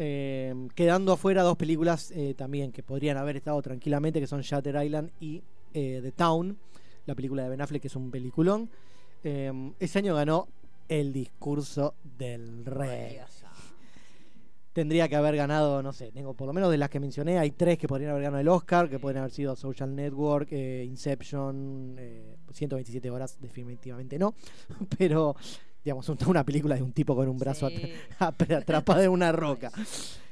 B: eh, quedando afuera dos películas eh, también que podrían haber estado tranquilamente, que son Shatter Island y eh, The Town, la película de Ben Affleck, que es un peliculón. Eh, ese año ganó El Discurso del Rey tendría que haber ganado, no sé, tengo por lo menos de las que mencioné, hay tres que podrían haber ganado el Oscar, que podrían haber sido Social Network, eh, Inception, eh, 127 horas, definitivamente no, Ah, pero digamos, un- una película de un tipo con un brazo
E: Sí.
B: atra- atrapado en una roca.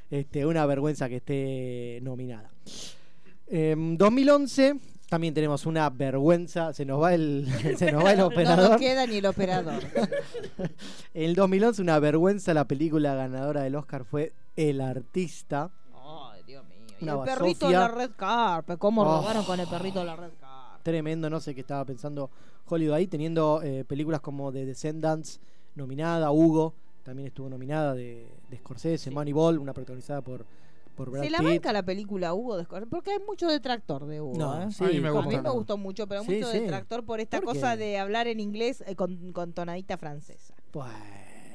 B: Este, una vergüenza que esté nominada. Em, En 2011 también tenemos una vergüenza. Se nos va el, se nos va el
A: No nos
B: operador.
A: queda ni el operador.
B: En el 2011 una vergüenza. La película ganadora del Oscar fue El Artista.
A: Ay, Dios mío. Y
B: Una
A: el perrito
B: basofia.
A: de la red carpet. ¿Cómo
B: Oh.
A: robaron con el perrito de la red carpet?
B: Tremendo, no sé qué estaba pensando Hollywood ahí, teniendo eh, películas como The Descendants nominada, Hugo también estuvo nominada de, de Scorsese, Moneyball, una protagonizada por, por Brad
A: Se la
B: Pitt.
A: banca la película Hugo de Scorsese, porque hay mucho detractor de Hugo.
B: No,
A: ¿eh?
B: sí, A mí me gusta.
A: gustó mucho, pero
B: Sí,
A: mucho
B: sí.
A: detractor por esta
B: ¿Por
A: cosa
B: qué?
A: de hablar en inglés eh, con, con tonadita francesa.
B: Pues,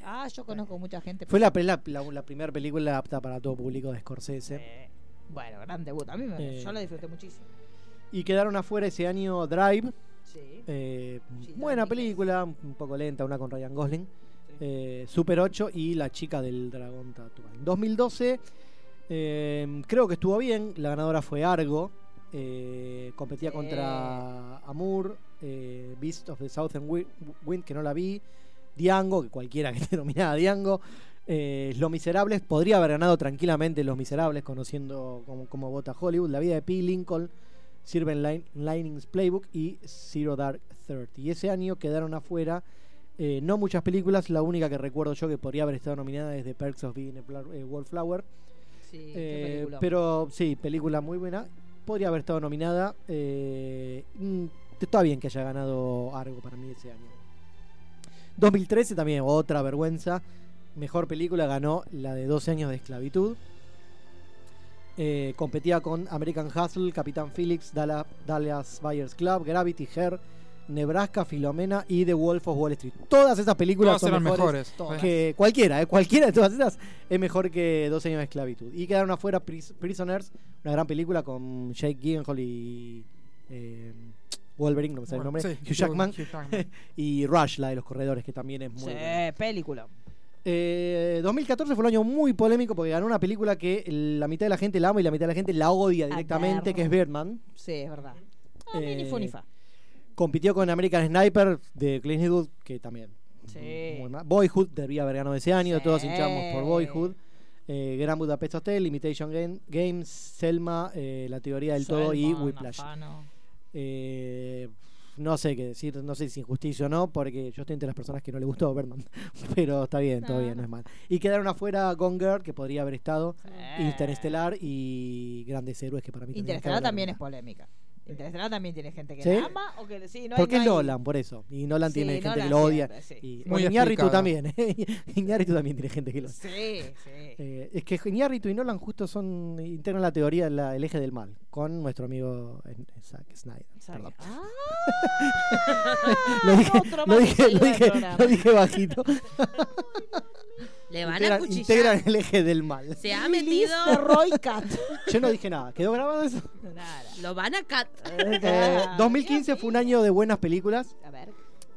A: Ah, yo conozco mucha gente.
B: fue la, pe- la, primera película apta para todo público de Scorsese.
A: Eh, Bueno, gran debut. A mí me,
B: Eh.
A: yo la disfruté muchísimo.
B: Y quedaron afuera ese año Drive.
A: Sí.
B: Eh, buena película, un poco lenta, una con Ryan Gosling. Eh, Super 8 y La chica del dragón tatuado. En 2012 eh, creo que estuvo bien. La ganadora fue Argo. Eh, competía
A: Sí.
B: contra Amour, eh, Beast of the Southern Wi- Wind, que no la vi. Diango, que cualquiera que esté nominada Diango. Eh, Los Miserables podría haber ganado tranquilamente Los Miserables, conociendo cómo, cómo vota Hollywood. La vida de P. Lincoln, Sirven Lin- Linings Playbook y Zero Dark Thirty. Y ese año quedaron afuera eh, no muchas películas. La única que recuerdo yo que podría haber estado nominada es The Perks of Being a Pla- eh, Wallflower.
A: Sí,
B: Eh, pero sí, película muy buena. Podría haber estado nominada. eh, mm, está bien que haya ganado algo para mí ese año. 2013 también, otra vergüenza. Mejor película ganó la de 12 años de esclavitud. Eh, competía con American Hustle, Capitán Felix, Dalla- Dallas Buyers Club, Gravity, Hair, Nebraska, Filomena y The Wolf of Wall Street. Todas esas películas
D: Todas
B: son
D: eran
B: mejores,
D: mejores, todas.
B: que cualquiera, eh, cualquiera de todas esas es mejor que 12 años de esclavitud. Y quedaron afuera Pris- Prisoners, una gran película con Jake Gyllenhaal y eh, Wolverine, no me sale
D: Bueno,
B: el nombre,
D: sí,
B: Hugh Jackman,
D: Hugh Jackman.
B: y Rush, la de los corredores, que también es muy
A: Sí,
B: buena.
A: película.
B: Eh, 2014 fue un año muy polémico porque ganó una película que la mitad de la gente la ama y la mitad de la gente la odia directamente, que es Birdman.
A: Sí, es verdad. Ah, ni
B: Eh,
A: fu ni fa.
B: Compitió con American Sniper de Clint Eastwood, que también.
A: Sí.
B: muy mal. Boyhood debía haber ganado ese año, todos
A: Sí.
B: hinchamos por Boyhood. Eh, Gran Budapest Hotel, Imitation Game, Games, Selma, eh, La Teoría del Todo y
A: Selman,
B: Whiplash.
A: Afano.
B: Eh, no sé qué decir, no sé si injusticia o no, porque yo estoy entre las personas que no le gustó Birdman. Pero está bien, todo
A: No,
B: bien,
A: no.
B: no es mal. Y quedaron afuera Gone Girl, que podría haber estado, Interestelar y Grandes Héroes, que para mí tendrían que
A: Eh. Interestelar
B: haber
A: también es
B: ganado.
A: polémica. Interestelar también tiene gente que
B: ¿Sí?
A: la ama o que sí, no hay-
B: Porque
A: no
B: es
A: hay-
B: Nolan, por eso. Y Nolan
A: Sí,
B: tiene gente
A: Nolan
B: que lo odia.
A: siempre, sí.
B: Y,
A: Muy
B: bueno, Iñárritu
A: explicado.
B: también. ¿eh? Iñárritu también tiene gente que lo odia.
A: Sí, sí.
B: Eh, es que Iñárritu y Nolan justo son integran la teoría la- el eje del mal con nuestro amigo eh, Zack Snyder. Perdón. lo dije,
A: Ah. otro
B: lo
A: más que
B: dije,
A: salió
B: lo
A: del
B: dije-
A: programa.
B: lo dije bajito.
E: Le van a
B: Integran-
E: cuchillar.
B: Integran el eje del mal.
E: Se ha
A: Liz
E: metido.
A: de Roy Cat.
B: Yo no dije nada. ¿Quedó grabado eso?
E: Lo van a cat.
B: Eh, 2015 fue un año de buenas películas.
A: A ver.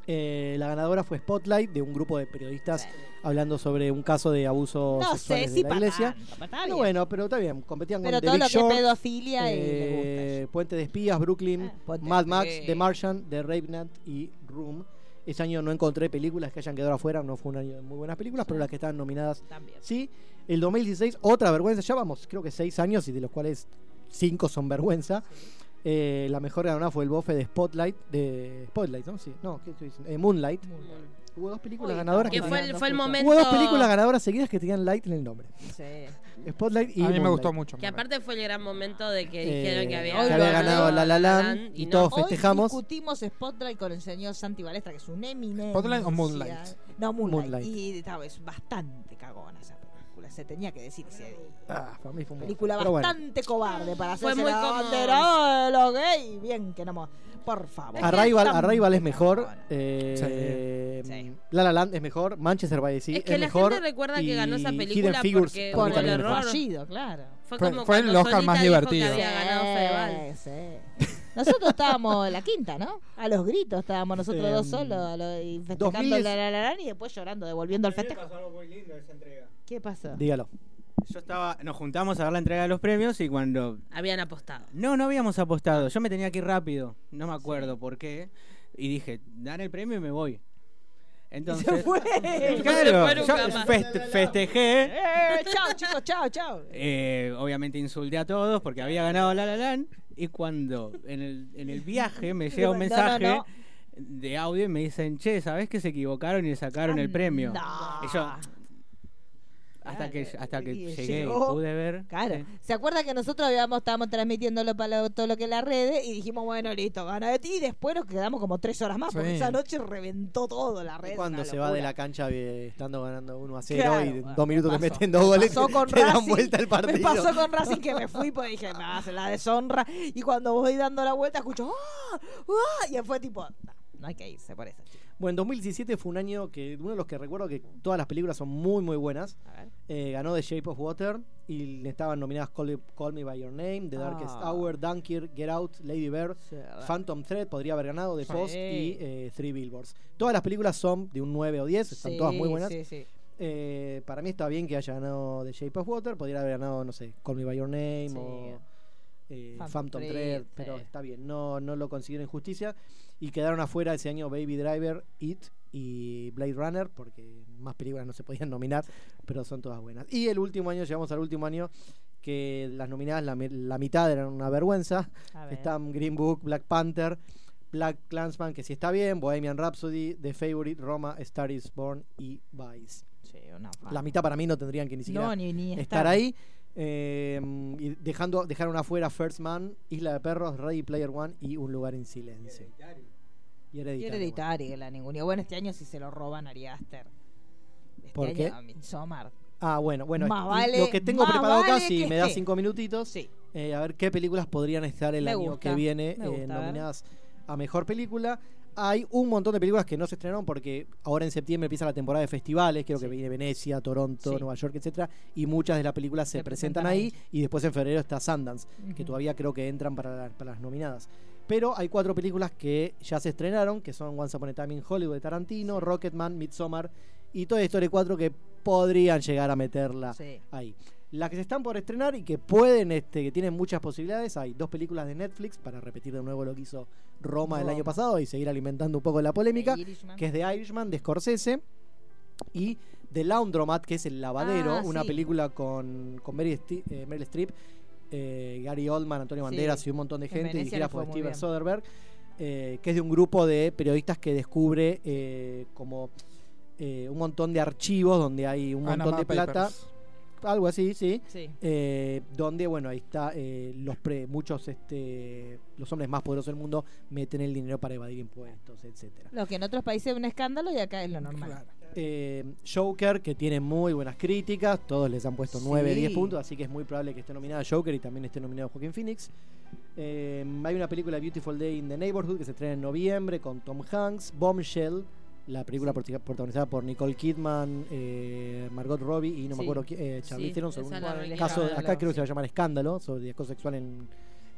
B: Eh, la ganadora fue Spotlight, de un grupo de periodistas hablando sobre un caso de abuso
A: No
B: sexual
A: sé
B: desde
A: si
B: la
A: pa'
B: iglesia.
A: tanto, pero está
B: No,
A: bien.
B: bueno, pero está bien. Competían
A: Pero
B: con The
A: todo
B: Big
A: lo que es
B: Short,
A: pedofilia y le gusta
B: eh, Puente de Espías,
E: Ah,
B: Brooklyn, Mad Max, The Martian, The Revenant y Room. Ese año no encontré películas que hayan quedado afuera, no fue un año de muy buenas películas, pero las que estaban nominadas sí. El 2016, otra vergüenza, ya vamos, creo que seis años y de los cuales cinco son vergüenza. Eh, la mejor ganada fue el bofe de Spotlight, de Spotlight, ¿no? Sí, no, ¿qué estoy diciendo? Eh, Moonlight. Hubo dos películas ganadoras
E: Que fue el-
B: tenían-
E: fue el
B: Hubo dos
E: momento-
B: películas ganadoras seguidas que tenían Light en el nombre. Spotlight y
D: A mí me
B: Moonlight.
D: gustó mucho.
E: Que aparte fue el gran momento de que
B: Eh,
E: dijeron que había,
B: que había ganado La La Land, y todos
A: Hoy
B: festejamos.
A: discutimos Spotlight con el señor Santi Balestra, que es un eminencia.
D: ¿Spotlight o Moonlight?
A: No, Moonlight.
B: Moonlight.
A: Y estaba, es bastante cagona esa película. Se tenía que decir ese día.
B: Ah, para mí fue un
A: Película
B: pero bueno.
A: bastante cobarde para
E: Fue
A: hacerse
E: muy
A: la
E: como-
A: bandera de lo gay. Bien que no... mo- Por favor.
B: Arrival,
A: Tan-
B: Arrival es mejor. eh, La La Land es mejor. Manchester by the Sea
E: Es
B: es,
E: que la
B: mejor.
E: gente recuerda que
B: y
E: ganó esa película
B: Hidden Figures
E: porque
B: para eh, mí
E: por el
B: también es
E: error.
B: mejor.
A: Fallido, claro.
E: Fue,
D: Fue-
E: como
D: fue el
E: cuando
D: Oscar más
E: Solita dijo
D: divertido.
E: Que había ganado Fedeval.
A: Sí, sí. Nosotros estábamos en la quinta, ¿no? A los gritos estábamos nosotros
B: Eh,
A: dos solos a lo- y festejando
B: 2010.
A: la, la, la, la, y después llorando, devolviendo al festejo.
J: algo muy lindo esa entrega.
A: ¿Qué pasó?
B: Dígalo.
J: Yo estaba, nos juntamos a ver la entrega de los premios y cuando
E: Habían apostado.
J: No, no habíamos apostado. Yo me tenía que ir rápido. No me acuerdo por qué. Y dije, dan el premio y me voy. Entonces,
A: fue.
J: Claro,
A: No se fue
J: yo
A: nunca más.
J: feste- festejé
A: Eh, chao, chicos, chao, chao.
J: eh, obviamente insulté a todos porque había ganado La La Land y cuando en el, en el viaje me llega un
A: No, no,
J: mensaje
A: no.
J: de audio y me dicen, che, ¿sabés que se equivocaron y le sacaron
A: Ah,
J: el premio?
A: Anda.
J: Y yo... Hasta que, hasta que
A: Y
J: llegué y
A: llegó.
J: pude ver...
A: Claro.
J: eh,
A: ¿Se acuerda que nosotros habíamos, estábamos transmitiéndolo para lo- todo lo que es la red y dijimos, bueno, listo, gana de ti? Y después nos quedamos como tres horas más, porque
B: Sí.
A: esa noche reventó todo la red.
B: Cuando
A: una
B: se va de
A: locura.
B: la cancha eh, estando ganando 1 a 0
A: Claro,
B: y en
A: bueno,
B: dos
A: me
B: minutos te
A: pasó.
B: meten dos goles,
A: pasó con
B: te dan
A: Racing,
B: vuelta el partido.
A: Me pasó con Racing que me fui porque dije, me hace la deshonra. Y cuando voy dando la vuelta, escucho, ¡ah! ¡ah! Y fue tipo, no, no hay que irse por eso. chicos.
B: Bueno, en 2017 fue un año que uno de los que recuerdo que todas las películas son muy muy buenas. Eh, ganó The Shape of Water y le estaban nominadas Call, Call Me by Your Name, The Darkest
A: Ah.
B: Hour, Dunkirk, Get Out, Lady Bird, Phantom Thread podría haber ganado The
A: Sí.
B: Post y eh, Three Billboards. Todas las películas son de un 9 o 10, están todas muy
A: Sí,
B: buenas.
A: Sí, sí.
B: Eh, para mí está bien que haya ganado The Shape of Water, podría haber ganado, no sé, Call Me by Your Name
A: Sí.
B: o eh,
A: Phantom
B: Phantom
A: Thread,
B: Thread,
A: sí.
B: pero está bien, no, no lo consiguieron en justicia. Y quedaron afuera ese año Baby Driver, It y Blade Runner, porque más películas no se podían nominar, pero son todas buenas. Y el último año, llegamos al último año, que las nominadas, la, mi- la mitad eran una vergüenza.
A: A ver.
B: Están Green Book, Black Panther, Black Clansman, que sí está bien, Bohemian Rhapsody, The Favorite, Roma, Star is Born y Vice. La mitad para mí no tendrían que ni siquiera
A: No, ni- ni
B: estar
A: estar.
B: ahí. Eh, y dejando, dejaron afuera First Man, Isla de Perros, Ready Player One y Un Lugar en Silencio. Y
A: Y
B: hereditario. bueno.
A: hereditario, la ninguna. Bueno, este año si se lo roban a Ari Aster. Este
B: ¿Por
A: año
B: qué?
A: a Midsommar.
B: Ah, bueno, bueno.
A: Más
B: y
A: vale-
B: lo que tengo
A: más
B: preparado acá,
A: vale
B: si
A: que
B: me das
A: esté.
B: cinco minutitos, eh, a ver qué películas podrían estar el
A: Me
B: año
A: gusta,
B: que viene
A: me
B: eh,
A: gusta, a ver.
B: nominadas a Mejor Película. Hay un montón de películas que no se estrenaron porque ahora en septiembre empieza la temporada de festivales, creo que viene Venecia, Toronto,
A: Sí.
B: Nueva York, etcétera, y muchas de las películas se,
A: Se
B: presentan,
A: presentan
B: ahí, y después en febrero está Sundance, que
A: Ujú.
B: todavía creo que entran para, la- para las nominadas. Pero hay cuatro películas que ya se estrenaron, que son Once Upon a Time in Hollywood de Tarantino, Rocketman, Midsommar y Toy Story 4 que podrían llegar a meterla
A: Sí.
B: ahí. Las que se están por estrenar y que pueden, este, que tienen muchas posibilidades, hay dos películas de Netflix, para repetir de nuevo lo que hizo Roma el
A: Roma.
B: año pasado y seguir alimentando un poco la polémica,
A: The Irishman.
B: que es de Irishman, de Scorsese, y The Laundromat, que es El Lavadero,
A: Ah,
B: una
A: sí.
B: película con, con Meryl, Sti- eh, Meryl Streep, eh, Gary Oldman, Antonio
A: Sí.
B: Banderas y un montón de
A: En
B: gente,
A: Venecia
B: dirigida
A: le fue
B: por
A: muy
B: Steven
A: bien.
B: Soderbergh, eh, que es de un grupo de periodistas que descubre eh, como eh, un montón de archivos donde hay un montón
D: Panama
B: de plata.
D: Papers.
B: Algo así, sí.
A: Sí.
B: Eh, donde, bueno, ahí está, eh, los pre- muchos, este, los hombres más poderosos del mundo meten el dinero para evadir impuestos, etcétera.
A: Lo que en otros países es un escándalo y acá es lo normal.
B: Eh, Joker, que tiene muy buenas críticas, todos les han puesto
A: Sí.
B: 9, 10 puntos, así que es muy probable que esté nominada Joker y también esté nominado Joaquin Phoenix. Eh, hay una película Beautiful Day in the Neighborhood que se estrena en noviembre con Tom Hanks, Bombshell, la película prota- protagonizada por Nicole Kidman, eh, Margot Robbie y no
A: Sí.
B: me acuerdo quién, eh, Charlize
A: Sí,
B: Theron
A: esa
B: sobre un
A: la arreglé.
B: caso, acá
A: Escándalo,
B: creo que se va a
A: sí.
B: llamar Escándalo, sobre acoso sexual en,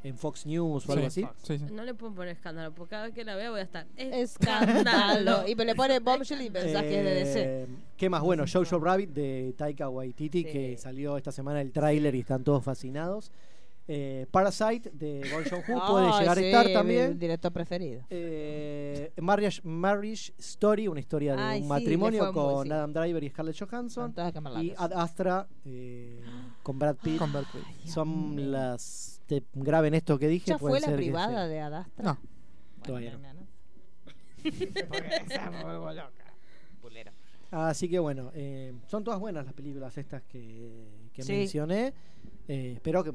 B: en Fox News o
D: Sí,
B: algo así.
D: Fox. Sí, sí.
E: No le puedo poner escándalo, porque cada vez que la vea voy a estar. "Eh,
A: Escándalo.
E: Escándalo.
A: y le pone bombshell y pensás que es de DC.
B: Eh, ¿Qué más? Bueno, Jojo Rabbit de Taika Waititi, que salió esta semana el tráiler y están todos fascinados. Eh, Parasite de Bong Joon-ho puede
A: Ay,
B: llegar
A: sí,
B: a estar
A: mi
B: también.
A: director preferido.
B: Eh, Marriage, Marriage Story, una historia de
A: Ay,
B: un
A: sí, le
B: matrimonio
A: fue muy-
B: con
A: sí.
B: Adam Driver y Scarlett Johansson.
A: todas Cameron
B: Y
A: Lacos.
B: Ad Astra eh, con Brad Pitt.
D: Con Brad Pitt.
B: Son las... Te graben esto que dije.
A: ¿Ya
B: puede
A: fue la
B: ser que
A: privada
B: sea.
A: de Adastra?
D: No.
B: Todavía no.
A: Porque esa me vuelvo loca. Pulero.
B: Así que bueno, eh, son todas buenas las películas estas que, que
A: Sí.
B: mencioné. Eh, espero que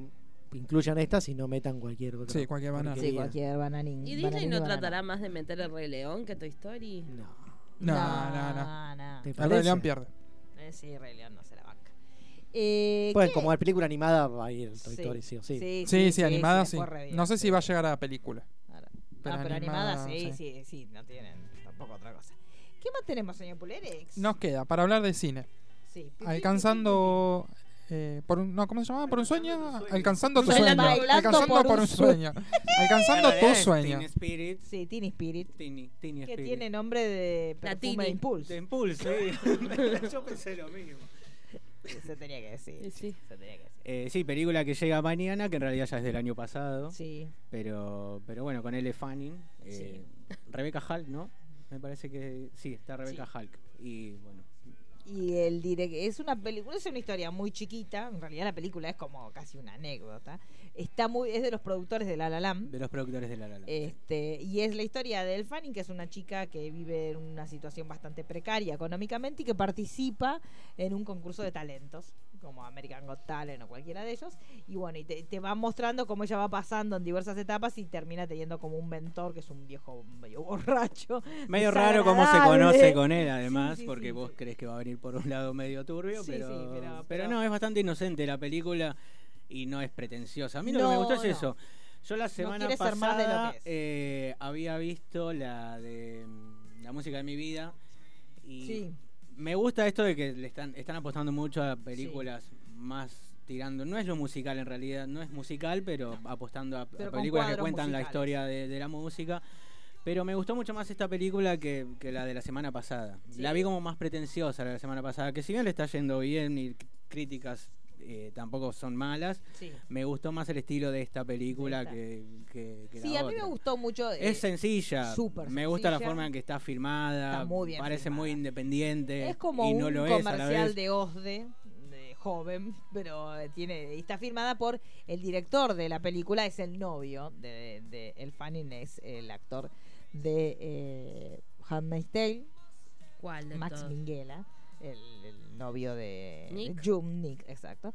B: incluyan estas y no metan cualquier otra.
D: Sí, cualquier banana.
A: Sí,
B: porquería.
A: cualquier bananín.
E: ¿Y Disney
A: bananín,
E: no
A: banana.
E: tratará más de meter el Rey León que Toy Story?
B: No.
D: No, no, no.
A: no.
B: ¿Te
D: El
B: parece?
D: Rey León pierde.
A: Eh, sí, Rey León no se la banca. Eh,
B: Bueno,
A: ¿qué?
B: como es película animada va a ir el Toy
A: Sí.
B: Story, sí o sí.
A: Sí,
D: Sí, sí, animada
A: se
D: sí.
A: la corre bien.
D: No sé si va a llegar a la película.
A: Claro.
D: Pero
A: ah, pero
D: animada,
A: animada, sí,
D: sí.
A: sí, sí, no tienen tampoco otra cosa. ¿Qué más tenemos, señor Pulerex?
D: Nos queda para hablar de cine.
A: Sí.
D: Alcanzando. eh, por un, no, ¿Cómo se llamaba? ¿Por un sueño? Alcanzando tu sueño.
A: Bailando por
D: Alcanzando
A: un
D: por un sueño. Alcanzando
J: La realidad
D: tu
J: es
D: sueño.
J: Teen Spirit,
A: Sí, Teen Spirit,
J: Teen- Teen
A: que
J: Spirit.
A: tiene nombre de
E: La
A: perfume de
E: Tini.
A: impulso.
J: De impulso, sí. Yo pensé lo mismo.
A: Se tenía que decir.
E: Sí.
A: Se tenía que decir.
J: Eh, sí, película que llega mañana, que en realidad ya es del año pasado.
A: Sí.
J: Pero, pero bueno, con Elle Fanning. eh, Rebecca Hall, ¿no?
B: me parece que sí, está Rebecca Hulk. Y bueno,
A: Y el direc- es una película, es una historia muy chiquita, en realidad la película es como casi una anécdota. Está muy es de los productores de La La Land.
B: de los productores de La La Land.
A: Este, y es la historia de Elle Fanning, que es una chica que vive en una situación bastante precaria económicamente y que participa en un concurso de talentos, como American Got Talent o cualquiera de ellos. Y bueno, y te, te va mostrando cómo ella va pasando en diversas etapas y termina teniendo como un mentor que es un viejo medio borracho.
B: Medio raro cómo se
A: desagradable.
B: conoce con él, además,
A: Sí, sí,
B: porque
A: sí,
B: vos crees que va a venir por un lado medio turbio,
A: Sí,
B: pero,
A: sí, pero-
B: pero,
A: pero-
B: no, es bastante inocente la película y no es pretenciosa. A mí lo que me
A: No,
B: gustó es
A: no.
B: eso. Yo la semana
A: quiere
B: pasada
A: ser más de lo que es.
B: eh, había visto la de mm, la música de mi vida y
A: Sí.
B: me gusta esto de que le están están apostando mucho a películas más tirando, no es lo musical en realidad, no es musical, pero apostando a, a
A: Pero con
B: películas que
A: cuadros
B: cuentan la
A: musicales.
B: historia de, de la música. Pero me gustó mucho más esta película que, que la de la semana pasada. La vi como más pretenciosa la de la semana pasada, que si bien le está yendo bien y c- críticas eh, tampoco son malas,
A: Sí.
B: me gustó más el estilo de esta película
A: Esta.
B: que, que- que la
A: Sí, a mí me
B: otra.
A: gustó mucho. eh,
B: Es sencilla.
A: súper
B: me gusta la
A: sencilla.
B: forma en que está filmada.
A: Está muy bien
B: parece muy independiente.
A: Es como
B: y no
A: un
B: lo es a la
A: comercial
B: vez.
A: de OSDE, de joven, pero eh, tiene está firmada por el director de la película, es el novio de, de El Fanning, es el actor de eh, Handmaid's Tale,
E: ¿Cuál de
A: Max
E: todos?
A: Minghella, el, el novio de
E: Nick.
A: Jum Nick, exacto.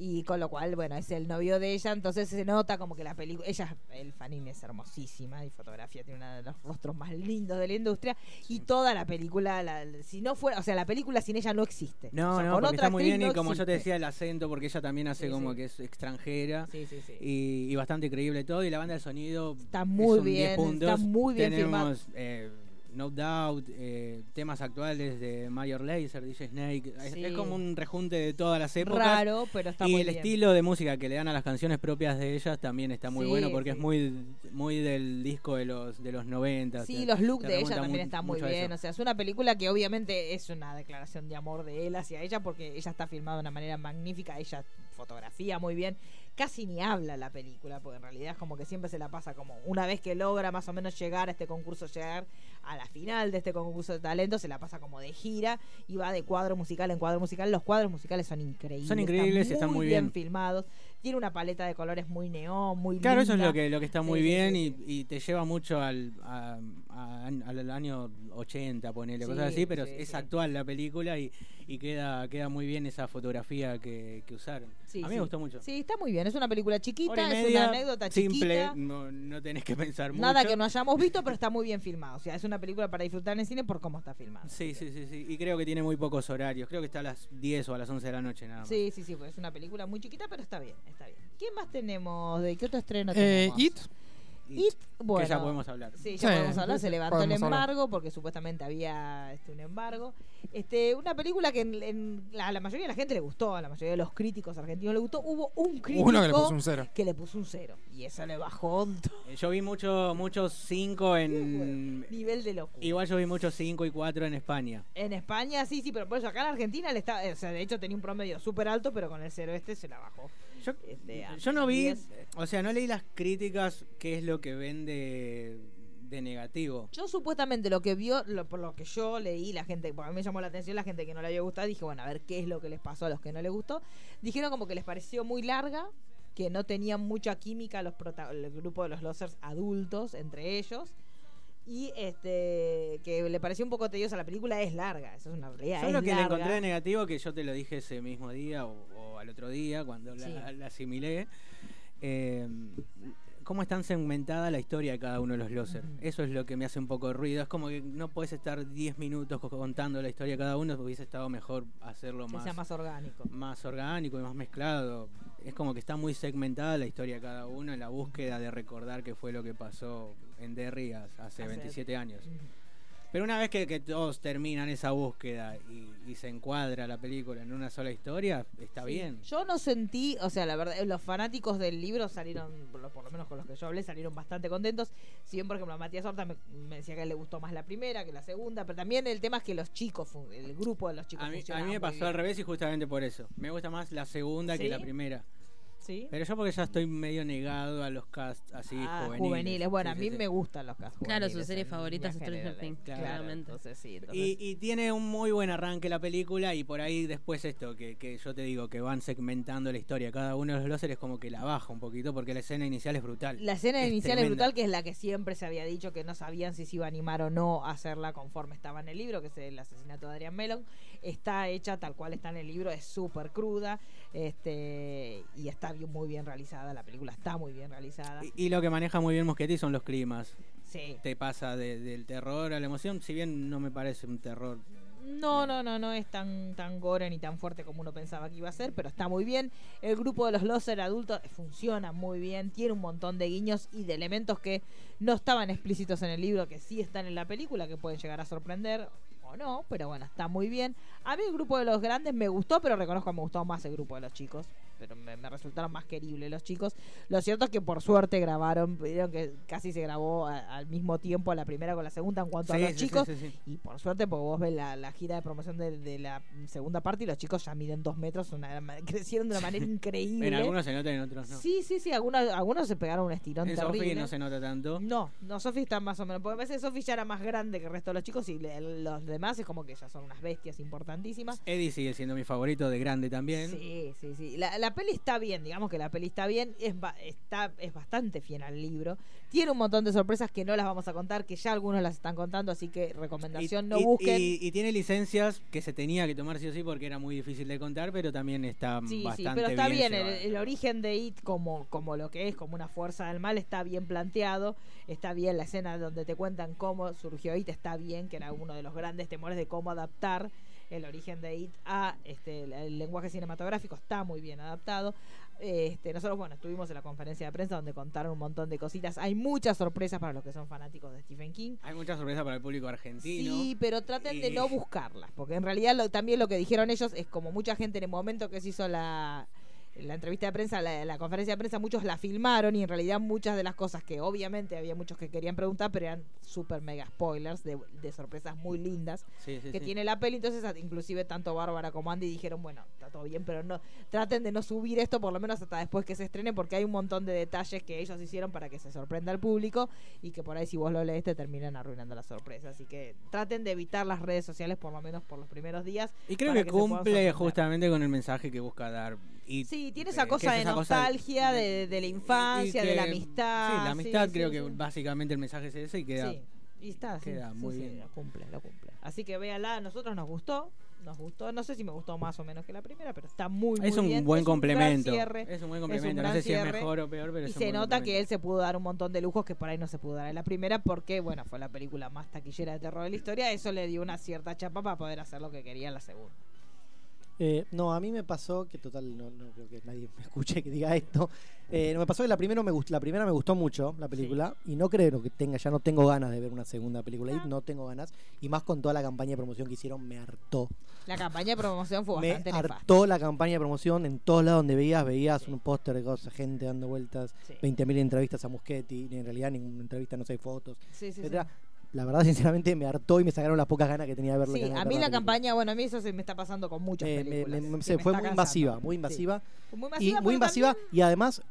A: Y con lo cual, bueno, es el novio de ella, entonces se nota como que la película, ella, el fanín es hermosísima y fotografía tiene uno de los rostros más lindos de la industria y toda la película, la- si no fuera, o sea, la película sin ella no existe. O
B: No,
A: sea,
B: no,
A: con
B: porque
A: otra
B: está muy
A: actriz
B: bien y
A: no
B: como yo te
A: existe.
B: decía, el acento, porque ella también hace
A: Sí,
B: como
A: sí.
B: que es extranjera.
A: Sí, sí, sí.
B: Y, y bastante creíble todo. Y la banda de sonido
A: Está muy
B: es un 10
A: bien,
B: puntos.
A: está muy bien filmado.
B: Tenemos eh, No Doubt, eh, temas actuales de Major Lazer, DJ Snake. Es,
A: Sí.
B: es como un rejunte de todas las épocas.
A: Raro, pero está
B: y
A: muy
B: el
A: bien.
B: estilo de música que le dan a las canciones propias de ellas también está muy
A: Sí,
B: bueno porque es
A: sí.
B: muy muy del disco de los de los 90.
A: Sí,
B: te-
A: los looks
B: te
A: de ella
B: remonta
A: también
B: mu-
A: están muy
B: mucho a eso.
A: bien. O sea, es una película que obviamente es una declaración de amor de él hacia ella, porque ella está filmada de una manera magnífica, ella fotografía muy bien. Casi ni habla la película, porque en realidad es como que siempre se la pasa como una vez que logra más o menos llegar a este concurso, llegar a la final de este concurso de talento, se la pasa como de gira y va de cuadro musical en cuadro musical. Los cuadros musicales son increíbles.
B: Son increíbles y están muy bien.
A: filmados. Tiene una paleta de colores muy neón, muy
B: Claro, eso es
A: linda.
B: lo que, lo que está muy
A: Sí, sí,
B: bien y- Y, te lleva mucho al, a- a- al año 80, ponele,
A: Sí,
B: cosas así, pero
A: sí,
B: es
A: sí.
B: actual la película y, y queda, queda muy bien esa fotografía que, que usaron.
A: Sí,
B: a mí
A: sí.
B: me gustó mucho.
A: Sí, está muy bien. Es una película chiquita,
B: Hora y
A: es
B: media,
A: una anécdota
B: simple,
A: chiquita.
B: no, no tenés que pensar
A: Nada
B: mucho.
A: que no hayamos visto, pero está muy bien filmado. O sea, es una película para disfrutar en el cine por cómo está filmada.
B: Sí, sí, sí, sí. Y creo que tiene muy pocos horarios. Creo que está a las 10 o a las 11 de la noche nada más.
A: Sí, sí, sí, pues es una película muy chiquita, pero está bien, está bien. ¿Qué más tenemos? ¿De qué otro estreno
D: Eh,
A: tenemos?
D: It,
A: It, bueno.
B: que ya podemos hablar.
A: Sí, ya
D: Sí,
A: podemos hablar. Se levantó el
D: podemos hablar.
A: embargo porque supuestamente había este, un embargo. Este, una película que en- en la- a la mayoría de la gente le gustó, a la mayoría de los críticos argentinos le gustó. Hubo un crítico
D: uno que le puso un cero.
A: que le puso un cero. Y eso le bajó un
B: Eh, Yo vi mucho- muchos 5 en...
A: nivel de locura.
B: Igual yo vi muchos 5 y 4 en España.
A: En España sí, sí, pero por eso acá en Argentina le está, o sea, de hecho tenía un promedio súper alto, pero con el cero este se la bajó.
B: Yo,
A: Este, a
B: Yo no vi,
A: 10.
B: o sea, no leí las críticas, qué es lo que vende de negativo.
A: Yo supuestamente lo que vio, lo- por lo que yo leí, la gente, porque a mí me llamó la atención la gente que no le había gustado, dije, bueno, a ver qué es lo que les pasó a los que no les gustó. Dijeron como que les pareció muy larga, que no tenían mucha química los prota- el grupo de los losers adultos entre ellos. Y este que le pareció un poco tediosa la película, es larga, eso es una realidad.
B: Yo
A: es
B: lo que le
A: larga.
B: encontré de negativo, que yo te lo dije ese mismo día o, o al otro día, cuando la,
A: Sí.
B: la asimilé, eh, cómo están segmentada la historia de cada uno de los losers. Eso es lo que me hace un poco de ruido. Es como que no puedes estar 10 minutos co- contando la historia de cada uno, hubiese estado mejor hacerlo
A: Que
B: más,
A: sea más orgánico.
B: más orgánico y más mezclado. Es como que está muy segmentada la historia de cada uno en la búsqueda de recordar qué fue lo que pasó en Derry ha- hace
A: Hace-
B: 27 años. Pero una vez que, que todos terminan esa búsqueda y, y se encuadra la película en una sola historia, está
A: Sí.
B: bien.
A: Yo no sentí, o sea, la verdad, los fanáticos del libro salieron, por lo, por lo menos con los que yo hablé, salieron bastante contentos. Si bien, por ejemplo, a Matías Horta me, me decía que a él le gustó más la primera que la segunda, pero también el tema es que los chicos, fun- el grupo de los chicos
B: A mí, a mí
A: funcionaba
B: me
A: muy
B: pasó
A: bien.
B: al revés y justamente por eso. Me gusta más la segunda
A: ¿Sí?
B: que la primera.
A: Sí.
B: Pero yo porque ya estoy medio negado a los casts así
A: Ah,
B: juveniles.
A: juveniles. Bueno,
B: Sí,
A: a
B: sí,
A: mí
B: sí.
A: me gustan los casts
E: Claro, su
A: juveniles
E: serie
A: en
E: favorita es
A: líneas
E: Stranger
A: generales.
E: Things,
A: Claro,
E: claramente.
A: entonces sí, entonces
B: Y, y tiene un muy buen arranque la película y por ahí después esto, que, que yo te digo, que van segmentando la historia. Cada uno de los láseres como que la baja un poquito porque la escena inicial es brutal.
A: La escena
B: Es
A: inicial es
B: tremenda.
A: brutal, que es la que siempre se había dicho que no sabían si se iba a animar o no a hacerla conforme estaba en el libro, que es el asesinato de Adrián Mellon. Está hecha tal cual está en el libro, es súper cruda este, y está bien- muy bien realizada. La película está muy bien realizada.
B: Y lo que maneja muy bien Mosquetti son los climas.
A: Sí.
B: Te pasa de- del terror a la emoción, si bien no me parece un terror.
A: No, no, no, no es tan, tan gore ni tan fuerte como uno pensaba que iba a ser, pero está muy bien. El grupo de los Loser adultos funciona muy bien, tiene un montón de guiños y de elementos que no estaban explícitos en el libro, que sí están en la película, que pueden llegar a sorprender o no, pero bueno, está muy bien. A mí el grupo de los grandes me gustó, pero reconozco que me gustó más el grupo de los chicos. Pero me, me resultaron más queribles los chicos. Lo cierto es que por suerte grabaron, vieron que casi se grabó a- al mismo tiempo la primera con la segunda en cuanto a
B: Sí,
A: los
B: sí, sí,
A: chicos.
B: sí, sí.
A: Y por suerte, porque vos ves la, la gira de promoción de, de la segunda parte y los chicos ya miden dos metros, una- crecieron de una manera increíble.
B: En algunos se nota y en otros no.
A: Sí, sí, sí, algunos, algunos se pegaron un estirón
B: en
A: terrible.
B: Sophie no se nota tanto.
A: No, no, Sofi está más o menos. Porque a veces Sofi ya era más grande que el resto de los chicos y le- los demás es como que ya son unas bestias importantísimas.
B: Eddie sigue siendo mi favorito de grande también.
A: Sí, sí, sí. La, la peli está bien, digamos que la peli está bien, es, ba- está, es bastante fiel al libro. Tiene un montón de sorpresas que no las vamos a contar, que ya algunos las están contando, así que recomendación, no
B: y,
A: busquen.
B: y- y tiene licencias que se tenía que tomar sí o sí porque era muy difícil de contar, pero también está
A: Sí, sí,
B: bastante
A: pero está bien,
B: llevada.
A: el, el origen de It como, como lo que es, como una fuerza del mal, está bien planteado, está bien la escena donde te cuentan cómo surgió It, está bien, que era uno de los grandes temores de cómo adaptar el origen de It a este, el, el lenguaje cinematográfico, está muy bien adaptado. Este, nosotros, bueno, estuvimos en la conferencia de prensa donde contaron un montón de cositas. Hay muchas sorpresas para los que son fanáticos de Stephen King.
B: Hay mucha sorpresa para el público argentino.
A: Sí, pero traten de
B: Y-
A: no buscarlas, porque en realidad lo- también lo que dijeron ellos es como mucha gente en el momento que se hizo la, la entrevista de prensa, la, la conferencia de prensa, muchos la filmaron y en realidad muchas de las cosas que obviamente había muchos que querían preguntar, pero eran super mega spoilers de, de sorpresas muy lindas
B: Sí, sí,
A: que
B: sí.
A: tiene la peli. Entonces, a- inclusive tanto Bárbara como Andy dijeron, bueno, está todo bien, pero no traten de no subir esto por lo menos hasta después que se estrene, porque hay un montón de detalles que ellos hicieron para que se sorprenda al público y que por ahí si vos lo lees te terminan arruinando la sorpresa. Así que traten de evitar las redes sociales por lo menos por los primeros días.
B: Y creo
A: para
B: que,
A: se puedan
B: cumple
A: sorprender.
B: justamente con el mensaje que busca dar. Y,
A: Sí, tiene
B: eh,
A: esa
B: que
A: cosa
B: es
A: de
B: esa cosa de-
A: nostalgia, de, de la infancia,
B: y
A: de la
B: que-
A: amistad.
B: Sí, la amistad
A: sí,
B: creo
A: sí,
B: que
A: sí.
B: básicamente el mensaje es ese y queda.
A: Sí, y está, sí,
B: queda
A: sí,
B: muy
A: sí,
B: bien.
A: lo cumple, lo cumple. Así que véala, a nosotros nos gustó, nos gustó, no sé si me gustó más o menos que la primera, pero está muy, muy
B: Es un
A: bien,
B: buen
A: gran
B: complemento,
A: cierre,
B: es un buen complemento, no
A: gran
B: sé si es
A: cierre,
B: mejor o peor, pero
A: y
B: es un
A: se
B: buen
A: nota que
B: complemento.
A: él se pudo dar un montón de lujos que por ahí no se pudo dar en la primera porque, bueno, fue la película más taquillera de terror de la historia, eso le dio una cierta chapa para poder hacer lo que quería en la segunda.
G: Eh, no, a mí me pasó que total, no, no creo que nadie me escuche que diga esto. Eh, no, me pasó que la, primero me gust- la primera me gustó mucho, la película, y no creo que tenga, ya no tengo ganas de ver una segunda película,
A: Ah.
G: y no tengo ganas, y más con toda la campaña de promoción que hicieron, me hartó.
A: La campaña de promoción fue
G: Me
A: Oh, bastante nefasta.
G: hartó la campaña de promoción en todos lados donde veías, veías un póster de cosas, gente dando vueltas, 20.000 entrevistas a Muschetti, ni en realidad ninguna entrevista, no sé, fotos,
A: Sí, sí, sí.
G: etcétera. La verdad, sinceramente, me hartó y me sacaron las pocas ganas que tenía de verlo.
A: Sí, a mí la campaña, bueno, a mí eso se me está pasando con muchas
G: Eh, Me- me-
A: películas.
G: me- me-
A: que
G: se
A: me
G: fue
A: está
G: muy
A: cansando.
G: invasiva, muy
A: Sí.
G: invasiva.
A: Fue
G: Y
A: Muy invasiva,
G: muy
A: pero
G: invasiva y además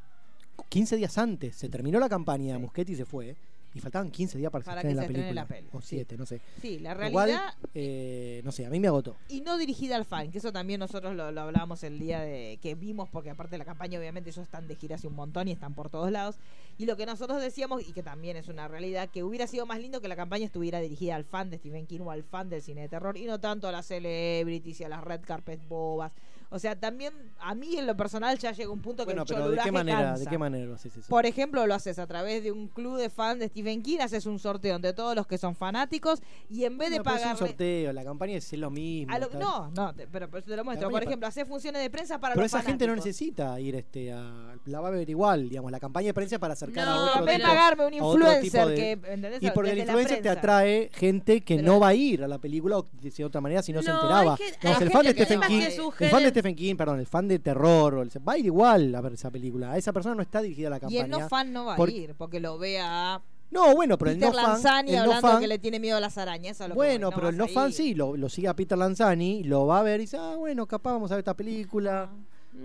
G: 15 días antes se terminó la campaña, Muschetti se fue y faltaban 15 días para,
A: Para
G: que se
A: que
G: estrene la
A: se estrene
G: película.
A: la peli,
G: O 7, no sé.
A: Sí, la
G: Lo cual,
A: realidad-
G: eh, no sé, a mí me agotó.
A: y no dirigida al fan, que eso también nosotros lo, lo hablábamos el día de que vimos, porque aparte de la campaña, obviamente ellos están de gira hace un montón y están por todos lados. Y lo que nosotros decíamos, y que también es una realidad, que hubiera sido más lindo que la campaña estuviera dirigida al fan de Stephen King o al fan del cine de terror, y no tanto a las celebrities y a las red carpet bobas. O sea, también a mí en lo personal ya llega un punto que
G: Bueno,
A: el
G: pero ¿de
A: choluraje
G: qué manera,
A: cansa.
G: ¿de qué manera lo haces eso?
A: Por ejemplo, lo haces a través de un club de fans de Stephen King, haces un sorteo entre todos los que son fanáticos y en vez de
G: Bueno, pero Es un
A: pagarle
G: sorteo, la campaña es lo mismo.
A: a lo-
G: tal.
A: no, no, te- pero, pero te lo muestro.
G: También
A: Por
G: es pa-
A: ejemplo, hacer funciones de prensa para
G: Pero
A: los
G: esa gente no
A: fanáticos.
G: necesita ir este a la va a ver igual, digamos, la campaña de prensa es para acercar a
A: No,
G: otro
A: en vez de
G: tipo-
A: pagarme un
G: a otro tipo
A: influencer
G: de-
A: que, ¿entendés?
G: y porque el
A: Desde la
G: influencer te
A: prensa.
G: atrae gente que no va a ir a la película o de otra manera si no, se
E: No,
G: enteraba.
E: hay gente-
G: Digamos,
E: hay
G: el fan de
E: gente que
G: Stephen
E: no
G: King,
E: va. Que
G: el fan de
E: sugiere-
G: Stephen King, perdón, el fan de terror o el- va a ir igual a ver esa película. A esa persona no está dirigida la
A: Y
G: campaña.
A: el no fan no va a
G: por-
A: ir porque lo vea a
G: No, bueno, pero el
A: Peter
G: no fan,
A: Lanzani
G: el no
A: hablando
G: fan-
A: que le tiene miedo a las arañas. a lo que
G: bueno,
A: voy,
G: pero el no
A: vas a
G: fan
A: ir.
G: sí, lo, lo sigue a Peter Lanzani, lo va a ver y dice, ah, bueno, capaz vamos a ver esta película.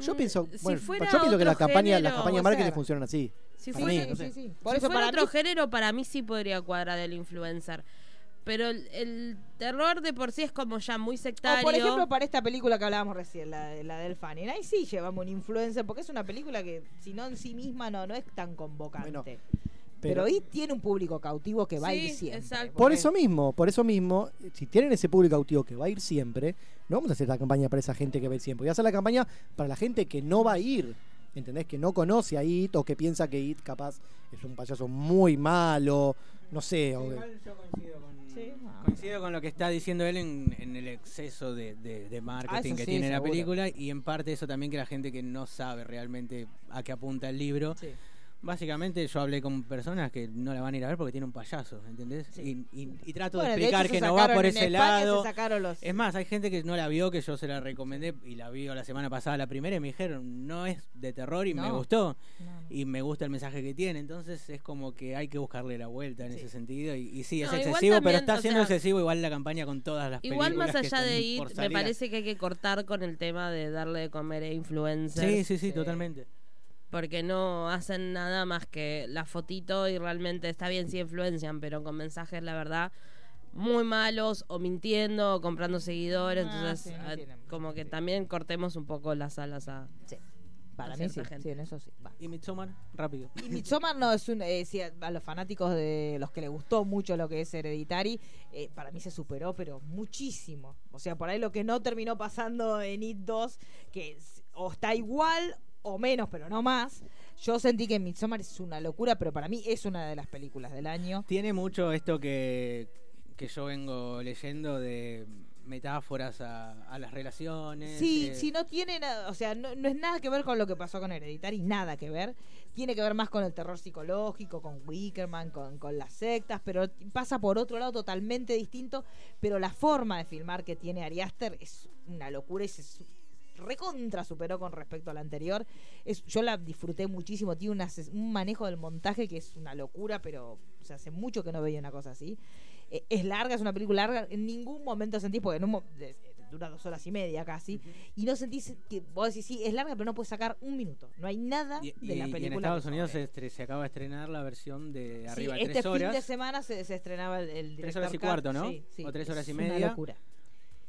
G: Yo pienso,
E: Mm, si
G: bueno,
E: fuera
G: yo pienso que
E: otro
G: las campañas,
E: género,
G: las campañas de
E: o
G: marketing
E: sea,
G: funcionan así.
E: Si
G: Para
E: fuese-
G: mí, no sé.
A: Por
E: si
A: eso,
E: fuera
A: para
E: otro
A: mí-
E: género, para mí sí podría cuadrar el influencer. Pero el, el terror de por sí es como ya muy sectario.
A: O por ejemplo, para esta película que hablábamos recién, la, de- la del Fanning. Ahí sí llevamos un influencer, porque es una película que, si no en sí misma, no, no es tan convocante. pero,
G: pero-
A: ahí tiene un público cautivo que va a ir
E: Sí,
A: siempre.
E: exacto.
G: Por eso mismo, por eso mismo, si tienen ese público cautivo que va a ir siempre, no vamos a hacer la campaña para esa gente que va a ir siempre. Voy a hacer la campaña para la gente que no va a ir. ¿Entendés? Que no conoce a IT o que piensa que IT capaz es un payaso muy malo. No sé. o-
E: Ah,
B: Coincido con lo que está diciendo él en, en el exceso de, de- de
A: Ah,
B: marketing
G: eso
B: que
G: sí,
B: tiene la
G: seguro.
B: película y en parte eso también que la gente que no sabe realmente a qué apunta el libro. Básicamente yo hablé con personas que no la van a ir a ver porque tiene un payaso, ¿entendés? Y, y- y trato
A: Bueno,
B: de
A: de
B: explicar
A: hecho, se
B: que no va
A: sacaron
B: por
A: en
B: ese
A: España, se
B: lado.
A: sacaron los-
B: Es más, hay gente que no la vio, que yo se la recomendé y la vio la semana pasada la primera y me dijeron, no es de terror y me
A: No.
B: gustó. Y me gusta el mensaje que tiene, entonces es como que hay que buscarle la vuelta en ese sentido. Y, y sí, es
E: No, igual
B: excesivo, pero
E: también,
B: está
E: o
B: siendo
E: sea,
B: excesivo igual la campaña con todas las
E: Igual
B: películas
E: más
B: que están
E: allá de
B: por
E: IT, me
B: salir.
E: parece que hay que cortar con el tema de darle de comer a influencers.
B: Sí, sí, sí, totalmente.
E: Porque no hacen nada más que la fotito y realmente está bien si influencian, pero con mensajes, la verdad, muy malos o mintiendo o comprando seguidores.
A: Ah,
E: entonces,
A: sí, no
E: ah,
A: tienen-
E: como que también cortemos un poco las alas a.
A: Para
E: a
A: mí sí,
E: cierta gente.
A: sí, en eso sí. va.
B: Y Midsommar, rápido.
A: Y Midsommar no es un. eh, si a, a los fanáticos de los que les gustó mucho lo que es Hereditary, eh, para mí se superó, pero muchísimo. O sea, por ahí lo que no terminó pasando en It 2, que es- o está igual o menos, pero no más. Yo sentí que Midsommar es una locura, pero para mí es una de las películas del año.
B: Tiene mucho esto que, que yo vengo leyendo de metáforas a, a las relaciones.
A: Sí,
B: eh,
A: sí, no tiene nada, o sea, no, no es nada que ver con lo que pasó con Hereditary, nada que ver. Tiene que ver más con el terror psicológico, con Wickerman, con, con las sectas, pero t- pasa por otro lado totalmente distinto. Pero la forma de filmar que tiene Ari Aster es una locura y se su- recontra superó con respecto a la anterior. Es, yo la disfruté muchísimo, tiene una ses- un manejo del montaje que es una locura, pero o sea, hace mucho que no veía una cosa así. Eh, es larga, es una película larga, en ningún momento sentís, porque en un mo- de- dura dos horas y media casi, y no sentís que vos decís, sí, es larga, pero no puedes sacar un minuto. No hay nada
B: y,
A: de la
B: y- y
A: película.
B: en
A: que
B: Estados
A: sobre.
B: Unidos se, estre- se acaba de estrenar la versión de
A: Sí,
B: arriba de
A: este
B: tres horas.
A: fin de semana se, se estrenaba el, el
B: Tres
A: director
B: horas y
A: Cut,
B: cuarto, ¿no?
A: sí, sí,
B: o tres horas y
A: es
B: media.
A: Una locura.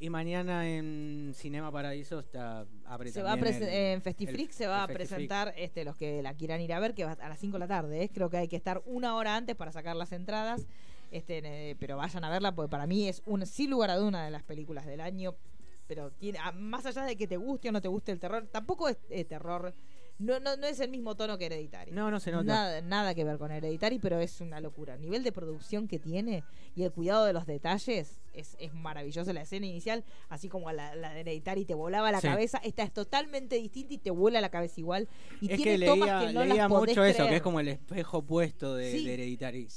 B: Y mañana en Cinema Paradiso está abre
A: Se va a
B: también
A: presen-
B: el-
A: en Festifreak
B: el-
A: se va
B: el
A: a
B: Festifreak.
A: presentar este, los que la quieran ir a ver, que va a las 5 de la tarde. ¿eh? Creo que hay que estar una hora antes para sacar las entradas. Este, eh, pero vayan a verla, porque para mí es un, sin lugar a duda una de las películas del año. Pero tiene, ah, más allá de que te guste o no te guste el terror, tampoco es eh, terror. No, no, no es el mismo tono que Hereditary.
B: No, no se nota.
A: Nada, nada que ver con Hereditary, pero es una locura. El nivel de producción que tiene y el cuidado de los detalles es, es maravilloso. La escena inicial, así como la, la de Hereditary te volaba la
B: Sí.
A: cabeza, esta es totalmente distinta y te vuela la cabeza igual. Y
B: es
A: tiene
B: que
A: tomas
B: leía,
A: que no
B: leía
A: las podés
B: mucho eso, que es
A: creer.
B: como el espejo opuesto de,
A: Sí,
B: de Hereditary,
A: Sí, sí,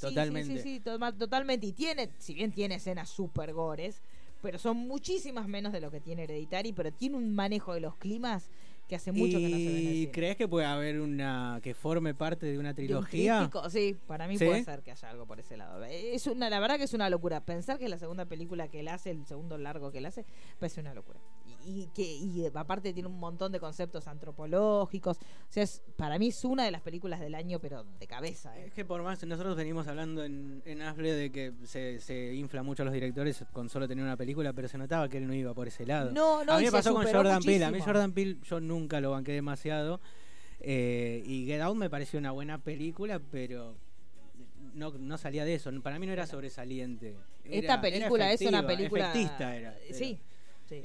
A: Sí,
B: totalmente.
A: sí, toma- totalmente. Y tiene, si bien tiene escenas super gores, pero son muchísimas menos de lo que tiene Hereditary, pero tiene un manejo de los climas que hace mucho que no se ve en el
B: ¿Y
A: cine.
B: crees que puede haber una que forme parte de una
A: de un
B: trilogía?
A: tríptico, sí, para mí
B: ¿Sí?
A: puede ser que haya algo por ese lado. Es una, la verdad que es una locura. Pensar que es la segunda película que él hace, el segundo largo que él hace, parece una locura. Y, y que y eh, aparte tiene un montón de conceptos antropológicos. O sea, es- para mí es una de las películas del año, pero de cabeza. ¿eh?
B: Es que por más, nosotros venimos hablando en, en Afle de que se, se infla mucho a los directores con solo tener una película, pero se notaba que él no iba por ese lado.
A: No, no,
B: a mí
A: y
B: me
A: se
B: pasó con
A: superó
B: Jordan Peele. A mí
A: muchísimo.
B: Jordan Peele yo nunca lo banqué demasiado. eh, y Get Out me pareció una buena película, pero no, no salía de eso. Para mí no era sobresaliente. Era-
A: Esta
B: era
A: película es una
B: efectiva,
A: película. eh,
B: efectista era, era.
A: Sí.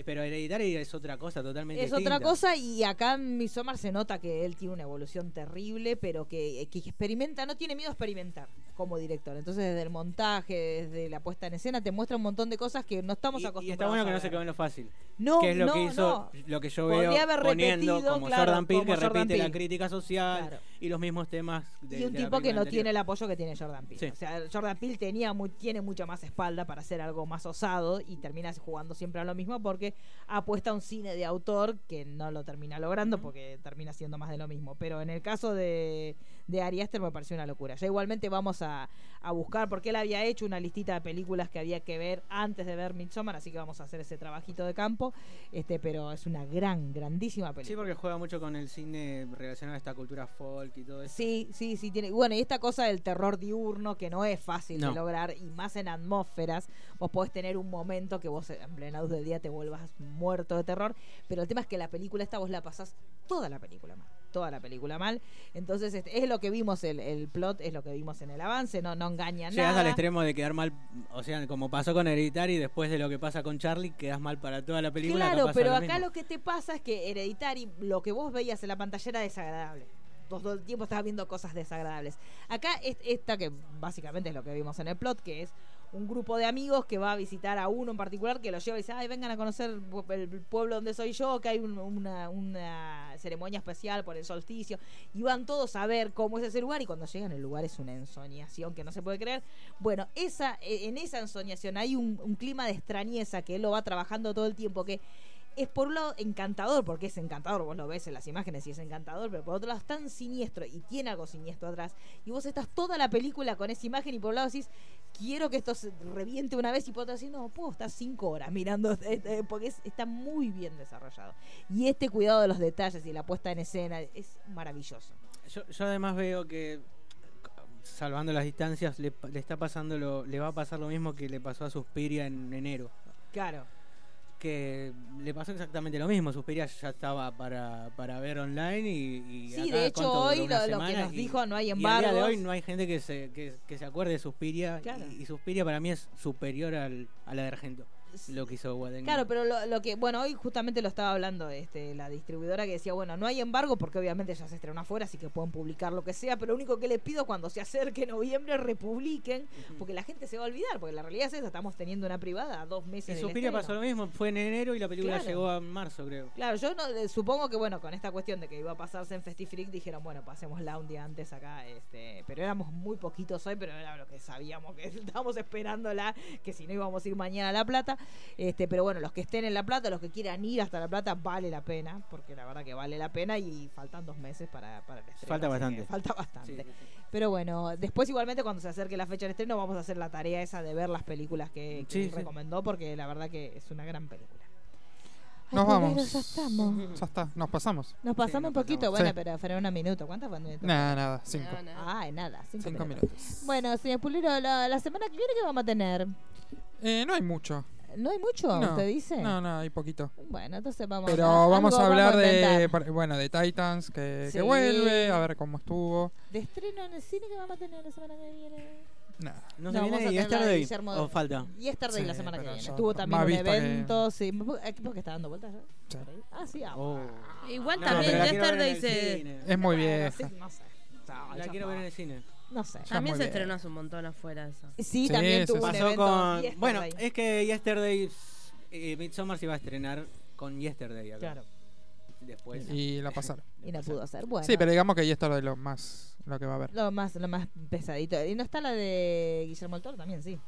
B: Pero Hereditary es otra cosa totalmente
A: Es otra
B: distinta.
A: cosa y acá en Midsommar se nota que él tiene una evolución terrible, pero que, que experimenta, no tiene miedo a experimentar como director. Entonces desde el montaje, desde la puesta en escena, te muestra un montón de cosas que no estamos
B: Y-
A: acostumbrados.
B: Y está bueno
A: a
B: que no
A: ver.
B: se quedó en lo fácil.
A: No,
B: que es lo
A: no,
B: que hizo,
A: no.
B: lo que yo
A: Podría
B: veo
A: haber
B: poniendo
A: repetido,
B: como
A: claro,
B: Jordan Peele,
A: como
B: que
A: Jordan
B: repite la
A: Peele.
B: crítica social
A: Claro.
B: y los mismos temas. de-
A: y un
B: de la
A: tipo que
B: película
A: no
B: anterior.
A: tiene el apoyo que tiene Jordan Peele.
B: Sí.
A: O sea, Jordan Peele tenía mu- tiene mucha más espalda para hacer algo más osado y termina jugando siempre a lo mismo por porque apuesta a un cine de autor que no lo termina logrando porque termina siendo más de lo mismo. Pero en el caso de, de Ari Aster me pareció una locura. Ya igualmente vamos a, a buscar, porque él había hecho una listita de películas que había que ver antes de ver Midsommar, así que vamos a hacer ese trabajito de campo. Este, pero es una gran, grandísima película.
B: Sí, porque juega mucho con el cine relacionado a esta cultura folk y todo eso.
A: Sí, sí, sí tiene. y Bueno, y esta cosa del terror diurno que no es fácil
B: No.
A: de lograr y más en atmósferas, vos podés tener un momento que vos en plena luz del día te vuelvas muerto de terror, pero el tema es que la película esta vos la pasás toda la película mal, toda la película mal. Entonces este, es lo que vimos el, el plot, es lo que vimos en el avance, no no engaña
B: Llegas
A: nada.
B: al extremo de quedar mal, o sea, como pasó con Hereditary, después de lo que pasa con Charlie, quedas mal para toda la película.
A: Claro,
B: pasa
A: pero
B: lo
A: acá
B: mismo.
A: lo que te pasa es que Hereditary, lo que vos veías en la pantalla era desagradable. Vos todo el tiempo estabas viendo cosas desagradables. Acá es esta que básicamente es lo que vimos en el plot, que es un grupo de amigos que va a visitar a uno en particular que lo lleva y dice, ay, vengan a conocer el pue- el pueblo donde soy yo, que hay un- una, una ceremonia especial por el solsticio. Y van todos a ver cómo es ese lugar y cuando llegan el lugar es una ensoñación que no se puede creer. Bueno, esa, e- en esa ensoñación hay un, un clima de extrañeza que él lo va trabajando todo el tiempo, que es por un lado encantador, porque es encantador, vos lo ves en las imágenes y es encantador, pero por otro lado es tan siniestro y tiene algo siniestro atrás. Y vos estás toda la película con esa imagen y por un lado decís, quiero que esto se reviente una vez y por otro decís, no, puedo estar cinco horas mirando, eh, eh, porque es- está muy bien desarrollado. Y este cuidado de los detalles y la puesta en escena es maravilloso.
B: Yo, yo además veo que salvando las distancias le, pa- le está pasando lo, le va a pasar lo mismo que le pasó a Suspiria en enero
A: Claro.
B: que le pasó exactamente lo mismo Suspiria ya estaba para, para ver online y, y
A: Sí,
B: acá,
A: de hecho,
B: ¿cuánto duró?
A: hoy
B: Una
A: lo- lo que
B: semana
A: nos dijo, no hay
B: y al día de
A: embargos.
B: hoy no hay gente que se que, que se acuerde de Suspiria
A: Claro.
B: y, y Suspiria para mí es superior al, a la de Argento lo que hizo Guadagnino
A: Claro, pero lo, lo que, bueno, hoy justamente lo estaba hablando este, la distribuidora que decía, bueno, no hay embargo porque obviamente ya se estrenó afuera, así que pueden publicar lo que sea, pero lo único que les pido cuando se acerque noviembre, republiquen, porque la gente se va a olvidar, porque la realidad es esa, estamos teniendo una privada a dos meses.
B: y
A: del
B: Suspiria
A: estreno.
B: pasó lo mismo fue en enero y la película
A: Claro.
B: llegó a marzo creo
A: Claro, yo no, eh, supongo que bueno, con esta cuestión de que iba a pasarse en Festifreak dijeron, bueno, pasémosla un día antes acá, este, pero éramos muy poquitos hoy, pero era lo que sabíamos que estábamos esperándola, que si no íbamos a ir mañana a La Plata, este, pero bueno, los que estén en La Plata, los que quieran ir hasta La Plata, vale la pena, porque la verdad que vale la pena y faltan dos meses para, para el estreno.
B: Falta
A: así que
B: bastante.
A: Falta bastante. Pero bueno, después igualmente cuando se acerque la fecha del estreno vamos a hacer la tarea esa de ver las películas que, que
D: Sí, sí.
A: recomendó, porque la verdad que es una gran película. Ay,
D: Nos
A: Romero,
D: vamos.
A: ya estamos.
D: Ya está, nos pasamos.
A: Nos pasamos un poquito,
D: pasamos.
A: bueno,
D: Sí.
A: pero fueron un minuto. ¿Cuántas fueron? minutos?
D: Nada, nada, cinco.
A: Ay, nada, cinco,
D: Cinco
A: minutos. Bueno, señor Pulero, la, la semana que viene, ¿qué vamos a tener?
D: Eh, no hay mucho.
A: ¿No hay mucho?
D: No,
A: ¿Usted dice?
D: No, no, hay poquito.
A: Bueno, entonces vamos
D: Pero
A: a,
D: vamos
A: algo
D: a hablar
A: vamos
D: de,
A: inventar.
D: par- bueno, de Titans, que, que
A: Sí.
D: vuelve, a ver cómo estuvo.
A: De estreno en el cine que vamos a tener la semana que viene.
D: Nada.
B: No se viene Yesterday, o Oh, falta.
A: Y esta
D: Sí,
A: la semana que
D: pero
A: viene.
D: ya
A: Estuvo
D: está.
A: también
D: Más
A: un
D: vista que-
A: evento. Sí. ¿Por qué está dando vueltas? eh?
D: Sí. Oh,
A: Ah, sí, ah,
E: Igual
B: Oh. No,
E: también
B: pero la quiero ver en
E: Yesterday
B: el
E: se.
B: cine.
D: Es muy
A: Bueno,
D: vieja.
A: sí, no sé. No,
B: la
A: Ah, ya
B: quiero
A: no.
B: ver en el cine
A: No sé.
E: También
D: muy
E: se
D: bien.
E: estrenó hace un montón afuera eso.
A: Sí, también
D: sí,
A: tuvo
D: sí.
A: un
B: Pasó
A: evento
B: con.
A: Yesterday.
B: Bueno,
D: eh,
B: es que Yesterday. eh, Midsommar se iba a estrenar con Yesterday acá.
A: Claro.
B: Después.
D: Y la pasaron.
A: Y no pudo hacer. Bueno.
D: Sí, pero digamos que ya está de lo más lo que va a haber.
A: Lo más, lo más pesadito. Y no está la de Guillermo del Toro también, sí.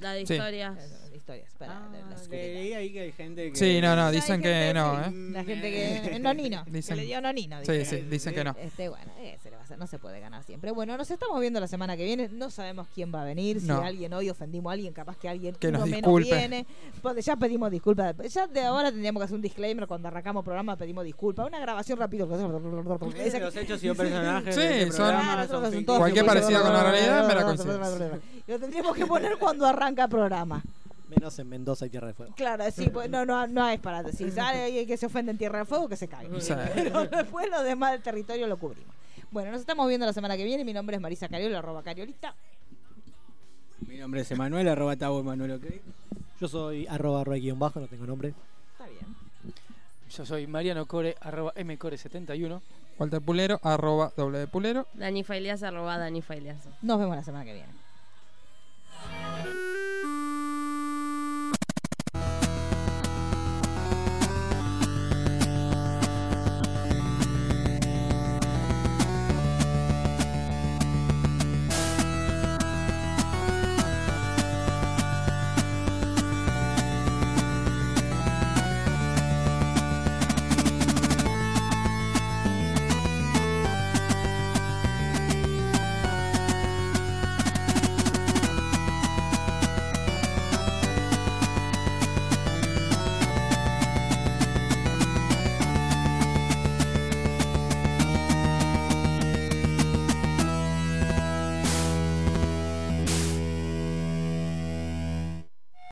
E: La de
D: Sí.
E: historias.
A: Eh, Historias, para la- la oscuridad.
B: Leí Ah, ahí que hay gente que.
D: Sí, no, no, dicen que no, ¿eh?
A: La gente que. Nonino.
D: Dicen-
A: Que le dio Nonino.
D: Sí,
A: dijeron.
D: sí, Ah. dicen que no.
A: Este, bueno, eh, se le va a hacer, no se puede ganar siempre. Bueno, nos estamos viendo la semana que viene. No sabemos quién va a venir. Si
D: No.
A: alguien hoy ofendimos a alguien, capaz que alguien
D: Que
A: uno
D: nos
A: menos
D: disculpe.
A: viene. Porque ya pedimos disculpas. Ya de ahora tendríamos que hacer un disclaimer cuando arrancamos programa. Pedimos disculpas. Una grabación rápido.
B: Dicen los hechos y los personajes.
D: Sí,
B: de este
D: son-
B: programa no
A: Claro,
B: son
A: son
B: ficticios.
A: todos
D: Cualquier
A: iguales.
D: parecido con la realidad me la concedes.
A: Lo tendríamos que poner cuando arranca el programa.
G: Menos en Mendoza y Tierra de Fuego.
A: Claro, sí, pues, no, no, no es para decir, sale alguien que se ofende en Tierra de Fuego, que se caiga.
D: Sí.
A: Pero después lo demás del territorio lo cubrimos. Bueno, nos estamos viendo la semana que viene. Mi nombre es Marisa Cariola, arroba Cariolita.
B: Mi nombre es Emanuel, arroba Tabo Emanuel, ok.
G: Yo soy arroba roy guión bajo, no tengo nombre.
A: Está bien.
F: Yo soy Mariano Core, arroba mcore71.
D: Walter Pulero, arroba doble de Pulero.
E: Dani Failias arroba Dani Failias.
A: Nos vemos la semana que viene.